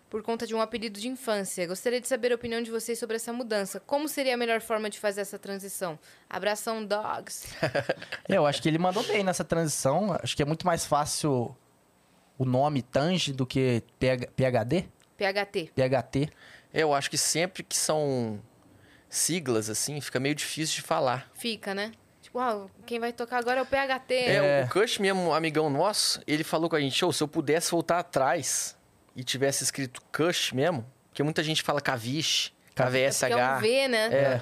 S2: por conta de um apelido de infância. Gostaria de saber a opinião de vocês sobre essa mudança. Como seria a melhor forma de fazer essa transição? Abração, dogs.
S6: É, Eu acho que ele mandou bem nessa transição. Acho que é muito mais fácil o nome Tange do que PH, PHD?
S2: PHT.
S6: PHT.
S3: Eu acho que sempre que são siglas, assim, fica meio difícil de falar.
S2: Fica, né? Tipo, ah, quem vai tocar agora é o PHT.
S3: É, o Cush mesmo, um amigão nosso, ele falou com a gente, "Ô, se eu pudesse voltar atrás e tivesse escrito Cush mesmo, porque muita gente fala Kavish,
S2: Porque é um
S3: KVSH,
S2: V, né?
S3: É.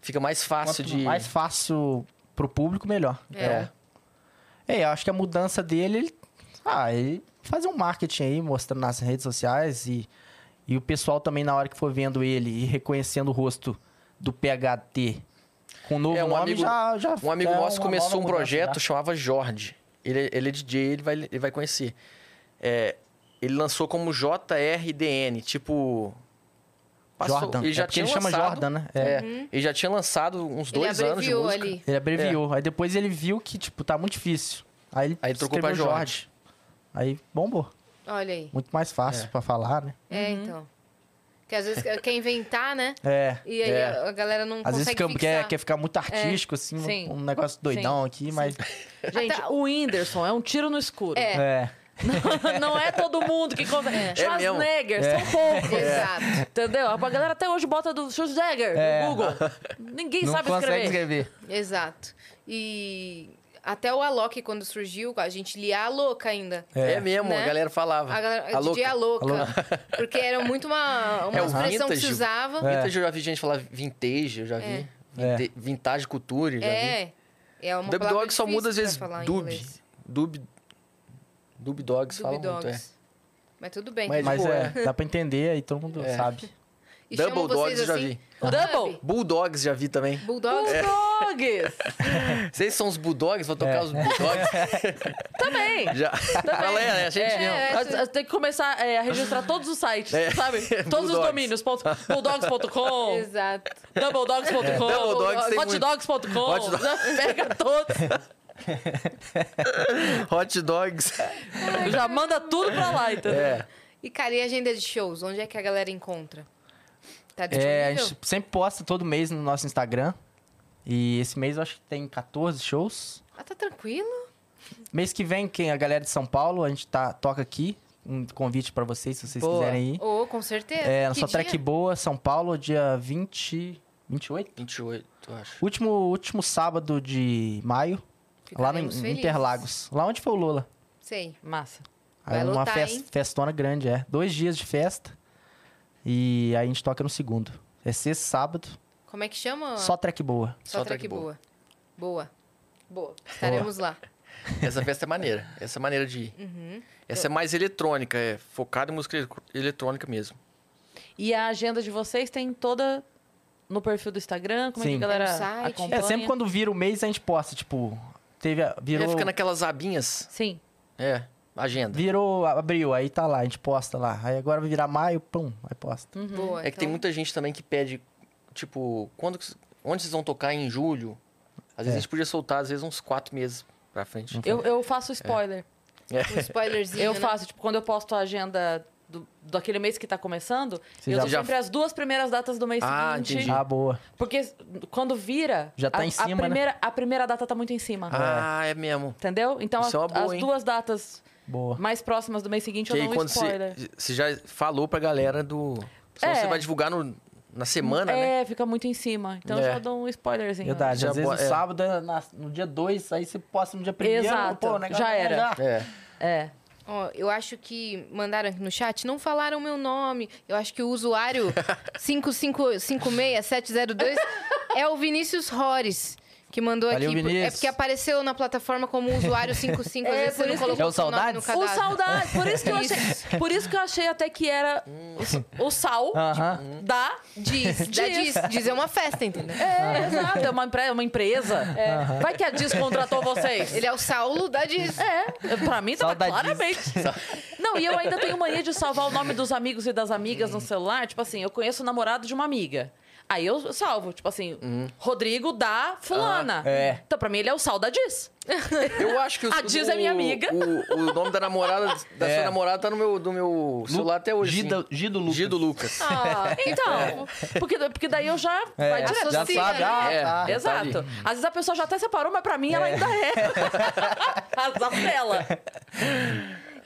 S3: fica mais fácil
S6: Quanto
S3: de...
S6: mais fácil pro público, melhor.
S3: É.
S6: É, eu acho que a mudança dele, ele, ah, ele fazer um marketing aí, mostrando nas redes sociais e, e o pessoal também, na hora que for vendo ele e reconhecendo o rosto do PHT com o novo
S3: É, um
S6: nome,
S3: amigo-
S6: já, já
S3: Um amigo
S6: é
S3: nosso
S6: uma
S3: começou
S6: nova
S3: um
S6: mudança, né?
S3: projeto,
S6: já.
S3: chamava Jorge. Ele, ele é DJ, ele vai, ele vai conhecer. É, ele lançou como JRDN, tipo...
S6: Jordan.
S3: Ele já
S6: é porque
S3: tinha
S6: ele chama
S3: lançado-
S6: Jordan, né? É.
S3: É, Ele já tinha lançado uns
S2: Ele
S3: dois anos de
S2: abreviou
S3: música.
S2: ali.
S6: Ele abreviou. Aí depois ele viu que, tipo, tá muito difícil. Aí ele,
S3: É. Aí ele trocou pra
S6: escreveu
S3: Jorge.
S6: Aí bombou.
S2: Olha aí.
S6: Muito mais fácil
S3: É.
S6: pra falar, né?
S2: É,
S3: Uhum.
S2: então. Porque às vezes quer inventar, né?
S6: É.
S2: E aí
S3: É.
S2: a a galera não
S6: Às vezes
S2: consegue
S6: fica-
S2: fixar.
S6: quer, quer ficar muito artístico, assim, um-
S1: Sim.
S6: um negócio doidão aqui, mas.
S1: Gente,
S2: Até-
S1: o Whindersson é um tiro no escuro.
S2: É.
S6: É.
S1: Não é todo mundo que consegue. Schwarzenegger,
S3: É.
S1: são poucos.
S2: Exato.
S1: Entendeu? A galera até hoje bota do Schwarzenegger
S6: É.
S1: no Google. Ninguém
S6: não
S1: sabe
S6: consegue
S1: escrever.
S6: escrever.
S2: Exato. E até o Alok, quando surgiu, a gente lia a louca ainda.
S3: É,
S6: É.
S3: mesmo,
S2: Né?
S3: a galera falava.
S2: A galera,
S3: A
S2: DJ
S3: louca.
S2: a louca. Porque era muito uma, uma
S3: É, o
S2: expressão que
S3: vintage.
S2: se usava.
S6: É.
S3: Vintage, eu já vi gente falar vintage, eu já vi.
S6: É.
S3: Vinte- Vintage culture, eu já vi.
S2: É. É uma
S3: Dub
S2: palavra
S3: Dog só
S2: difícil
S3: muda às
S2: pra
S3: vezes
S2: falar em
S3: dub.
S2: inglês.
S3: Dub. Dub Dogs fala
S2: Dub
S3: muito, é.
S2: Dogs. Mas tudo bem.
S3: Mas-
S6: Mas
S3: Tipo,
S6: é, dá pra entender, aí todo mundo
S3: É.
S6: sabe.
S2: E
S3: Double
S2: chamam vocês
S3: Dogs eu já
S2: assim,
S3: vi.
S2: "Ô,
S1: Double.
S3: Bulldogs já vi também.
S2: Dub, Bulldogs.
S3: É.
S1: Bulldogs!
S3: Vocês são os Bulldogs, vou
S6: É.
S3: tocar os Bulldogs.
S1: Também!
S3: Já. Galera, é a gente mesmo.
S1: As- as- Tem que começar é, a registrar todos os sites,
S3: É.
S1: sabe? Todos os
S3: Bulldogs.
S1: domínios. ponto- Bulldogs.com,
S2: Exato.
S1: Doubledogs.com,
S3: Doubledogs tem muito.
S1: Hotdogs.com.
S3: Hot Dogs.
S1: já Pega todos, É.
S3: Hot Dogs.
S1: já manda tudo pra lá, entendeu?
S3: É.
S2: E, cara, e agenda de shows? Onde é que a galera encontra? Tá
S6: É, a
S2: disponível?
S6: gente sempre posta todo mês no nosso Instagram. E esse mês eu acho que tem 14 shows.
S2: Ah, tá tranquilo?
S6: Mês que vem, quem a galera de São Paulo, a gente tá, toca aqui. Um convite pra vocês, se vocês
S1: Boa.
S6: quiserem ir.
S2: Ô, oh, com certeza.
S6: É,
S2: Que
S6: só
S2: dia?
S6: track boa, São Paulo, dia 20. 28?
S3: 28, eu acho.
S6: Último, último sábado de maio, lá no,
S2: Ficaremos
S6: em
S2: felizes.
S6: Interlagos. Lá onde foi o Lula.
S2: Sei.
S1: Massa.
S6: Aí
S2: Vai
S6: uma
S2: lotar,
S6: fes-
S2: hein?
S6: festona grande, é. Dois dias de festa. E aí a gente toca no segundo. É sexta, sábado.
S2: Como é que chama?
S6: Só track boa.
S2: Só track, boa. Boa. Boa. Estaremos lá. Uhum.
S3: Essa festa é maneira. Essa é maneira de ir. Essa é mais eletrônica, é focada em música ele- eletrônica mesmo.
S1: E a agenda de vocês tem toda no perfil do Instagram? Como é que
S6: Sim.
S1: a galera
S2: No site.
S1: acompanha?
S6: É, sempre quando vira o mês a gente posta, tipo, teve a-
S3: Ele
S6: virou
S3: fica naquelas abinhas.
S1: Sim.
S3: É, agenda.
S6: virou abril, aí tá lá, a gente posta lá. Aí agora vai virar maio, pum, aí posta.
S2: Boa.
S3: É que tem
S2: então-
S3: muita gente também que pede, tipo, quando que c- onde vocês vão tocar em julho? Às
S1: É.
S3: vezes a gente podia soltar, às vezes, uns quatro meses pra frente.
S1: Eu, eu faço spoiler.
S2: Um spoilerzinho.
S1: Eu
S2: né?
S1: faço, tipo, quando eu posto a agenda do, daquele mês que tá começando,
S6: Você
S1: eu
S6: já-
S1: dou
S3: Já-
S1: sempre as duas primeiras datas do mês
S3: Ah,
S1: seguinte.
S3: entendi.
S6: Ah, boa.
S1: Porque quando vira.
S6: Já tá
S1: a,
S6: em cima,
S1: a
S6: né?
S1: primeira, a primeira data tá muito em cima.
S3: Ah, é mesmo.
S1: Entendeu? Então,
S3: Isso
S1: a-
S3: é uma boa,
S1: as
S3: hein?
S1: duas datas
S6: Boa.
S1: mais próximas do mês seguinte
S3: Que
S1: eu
S3: aí
S1: dou um
S3: quando você,
S1: spoiler.
S3: você já falou pra galera do. Senão
S1: É.
S3: você vai divulgar no- na semana, né?
S1: é, fica muito em cima. Então, eu
S3: É.
S1: já dou um spoilerzinho.
S6: Verdade,
S3: Já
S6: às vezes
S3: bo-
S6: no
S3: é.
S6: sábado, é na- no dia 2, aí você posta no dia 1
S1: Exato,
S6: pô, o negócio tá
S1: já era.
S3: É.
S1: É.
S2: Ó, eu acho que mandaram aqui no chat, não falaram meu nome. Eu acho que o usuário 5556702 é o Vinícius Rores, que mandou
S6: Valeu,
S2: aqui. por- É
S6: Vinícius.
S2: porque apareceu na plataforma como usuário 55, às
S1: É,
S2: vezes
S1: por
S2: você não
S1: isso que-
S2: colocou
S6: É o
S2: seu nome no
S6: Saudades?
S1: O
S2: cadastro.
S1: saudade. Por isso que eu achei, por isso que eu achei até que era o sal
S3: Ah.
S6: Aham.
S3: Tipo,
S1: da.
S2: Diz, da
S1: Diz.
S2: diz. Diz é uma festa, entendeu?
S3: Ah.
S1: É, exato. É uma, empre- uma empresa. É. Vai que a Diz contratou vocês.
S2: Ele é o Saulo da diz.
S1: É, pra mim tava
S6: Saudades.
S1: claramente. Não, e eu ainda tenho mania de salvar o nome dos amigos e das amigas no celular. Tipo assim, eu conheço o namorado de uma amiga. Aí eu salvo, tipo assim, Rodrigo da fulana.
S6: é.
S1: Então, pra mim, ele é o sal da Diz.
S3: Eu acho que
S1: A Diz é minha amiga.
S3: O, o nome da namorada, da
S6: É.
S3: sua namorada, tá no meu, do meu celular até hoje.
S6: Gida-
S3: sim.
S6: Gido Lucas.
S3: Gido Lucas.
S1: Ah, então, porque, porque daí eu já... vai
S6: É,
S1: direto.
S6: já
S2: Associa,
S6: sabe.
S2: né?
S6: Ah,
S3: É.
S6: tá.
S1: Exato.
S3: tá
S1: Às vezes a pessoa já até separou, mas pra mim ela ainda é. Azar dela.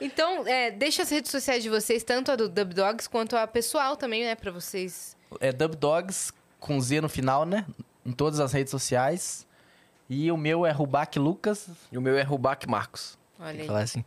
S2: Então, é, deixa as redes sociais de vocês, tanto a do Dub Dogs quanto a pessoal também, né? Pra vocês.
S6: É Dub Dogs com Z no final, né? Em todas as redes sociais. E o meu é Rubac Lucas.
S3: E o meu é Rubac Marcos.
S2: Olha aí.
S6: Falar assim.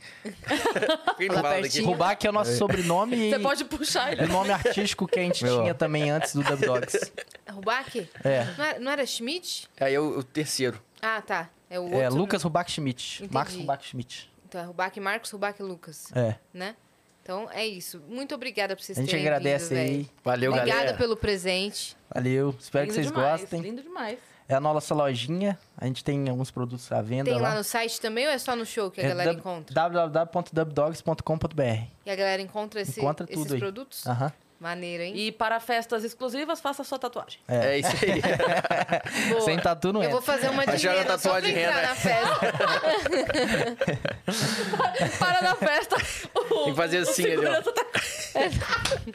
S3: Quem não fala daqui?
S2: pertinho.
S6: Rubac é o nosso sobrenome
S1: Você
S6: e
S1: pode puxar ele.
S6: o nome artístico que a gente
S3: Meu.
S6: tinha também antes do Dub Dogs.
S2: Rubac?
S6: É.
S2: Não era, não era Schmidt?
S3: Aí eu, o terceiro.
S2: Ah, tá. É o outro.
S6: É Lucas Rubac Schmidt.
S2: Entendi.
S6: Max Rubac Schmidt.
S2: Então é Rubac Marcos, Rubac Lucas.
S6: É.
S2: Né? Então é isso. Muito obrigada por vocês
S6: A gente
S2: terem
S6: agradece
S2: vindo,
S6: aí.
S2: véi.
S3: Valeu,
S2: Obrigada
S3: galera.
S2: pelo presente.
S6: Valeu. Espero que
S1: Lindo
S6: vocês
S1: demais,
S6: gostem.
S1: Lindo demais.
S6: É a nossa lojinha. A gente tem alguns produtos à venda
S2: Tem
S6: lá.
S2: lá no site também ou é só no show que a
S6: É
S2: galera
S6: dub-
S2: encontra?
S6: www.dubdogs.com.br.
S2: E a galera encontra, esse-
S6: Encontra
S2: esses
S6: tudo aí. Ah.
S2: produtos?
S6: Aham.
S2: Maneiro, hein?
S1: E para festas exclusivas, faça sua tatuagem.
S3: É isso aí.
S1: Boa. tá
S6: Sem tatu não
S2: Eu
S6: é.
S2: vou fazer uma de
S3: Mas já era
S2: renda só pra
S3: tatuagem de
S2: entrar
S3: renda.
S2: na festa.
S1: para na festa. O,
S3: Tem que fazer
S1: o
S3: assim ali, ó.
S1: segurança tá-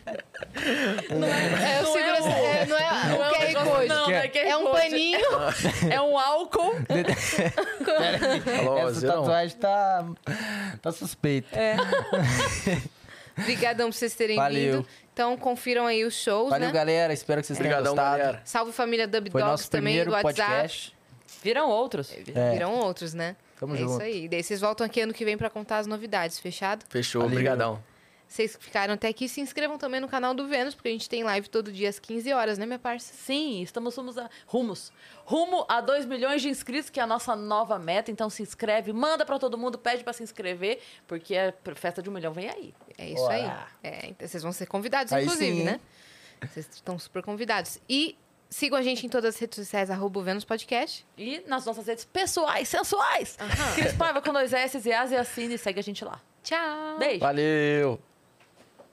S2: É, o
S1: Não é
S2: segurança-
S1: o-
S2: é, não é o
S1: Não,
S2: QR
S1: negócio-
S2: Code.
S1: Não, não é QR
S2: É um
S1: Code.
S2: paninho.
S1: É um álcool.
S3: Falou,
S6: Essa
S3: Zerão.
S6: tatuagem tá, tá suspeita.
S2: Obrigadão por vocês terem
S6: Valeu.
S2: vindo. Então confiram aí os shows,
S6: Valeu,
S2: né?
S6: galera. Espero que vocês tenham
S3: Obrigadão,
S6: gostado.
S3: galera.
S2: Salve família Dub
S6: Foi
S2: Dogs
S6: nosso
S2: também
S6: primeiro
S2: do WhatsApp.
S6: podcast.
S1: Viram outros.
S6: É.
S2: Virão outros, né?
S6: Tamo
S2: é isso
S6: junto.
S2: aí. Daí vocês voltam aqui ano que vem pra contar as novidades, fechado?
S3: Fechou,
S6: Valeu.
S3: obrigadão.
S2: Vocês que ficaram até aqui, se inscrevam também no canal do Vênus, porque a gente tem live todo dia às 15 horas, né, minha parça?
S1: Sim, estamos rumos a, rumos. Rumo a 2 milhões de inscritos, que é a nossa nova meta. Então se inscreve, manda pra todo mundo, pede pra se inscrever, porque a festa de um milhão vem aí.
S2: É isso aí. É, então vocês vão ser convidados,
S6: Aí
S2: inclusive,
S6: sim, hein?
S2: né? Vocês estão super convidados. E sigam a gente em todas as redes sociais, arroba o Vênus Podcast.
S1: E nas nossas redes pessoais, sensuais. Cris Paiva com dois S e As e assine e segue a gente lá.
S2: Tchau!
S1: Beijo.
S3: Valeu.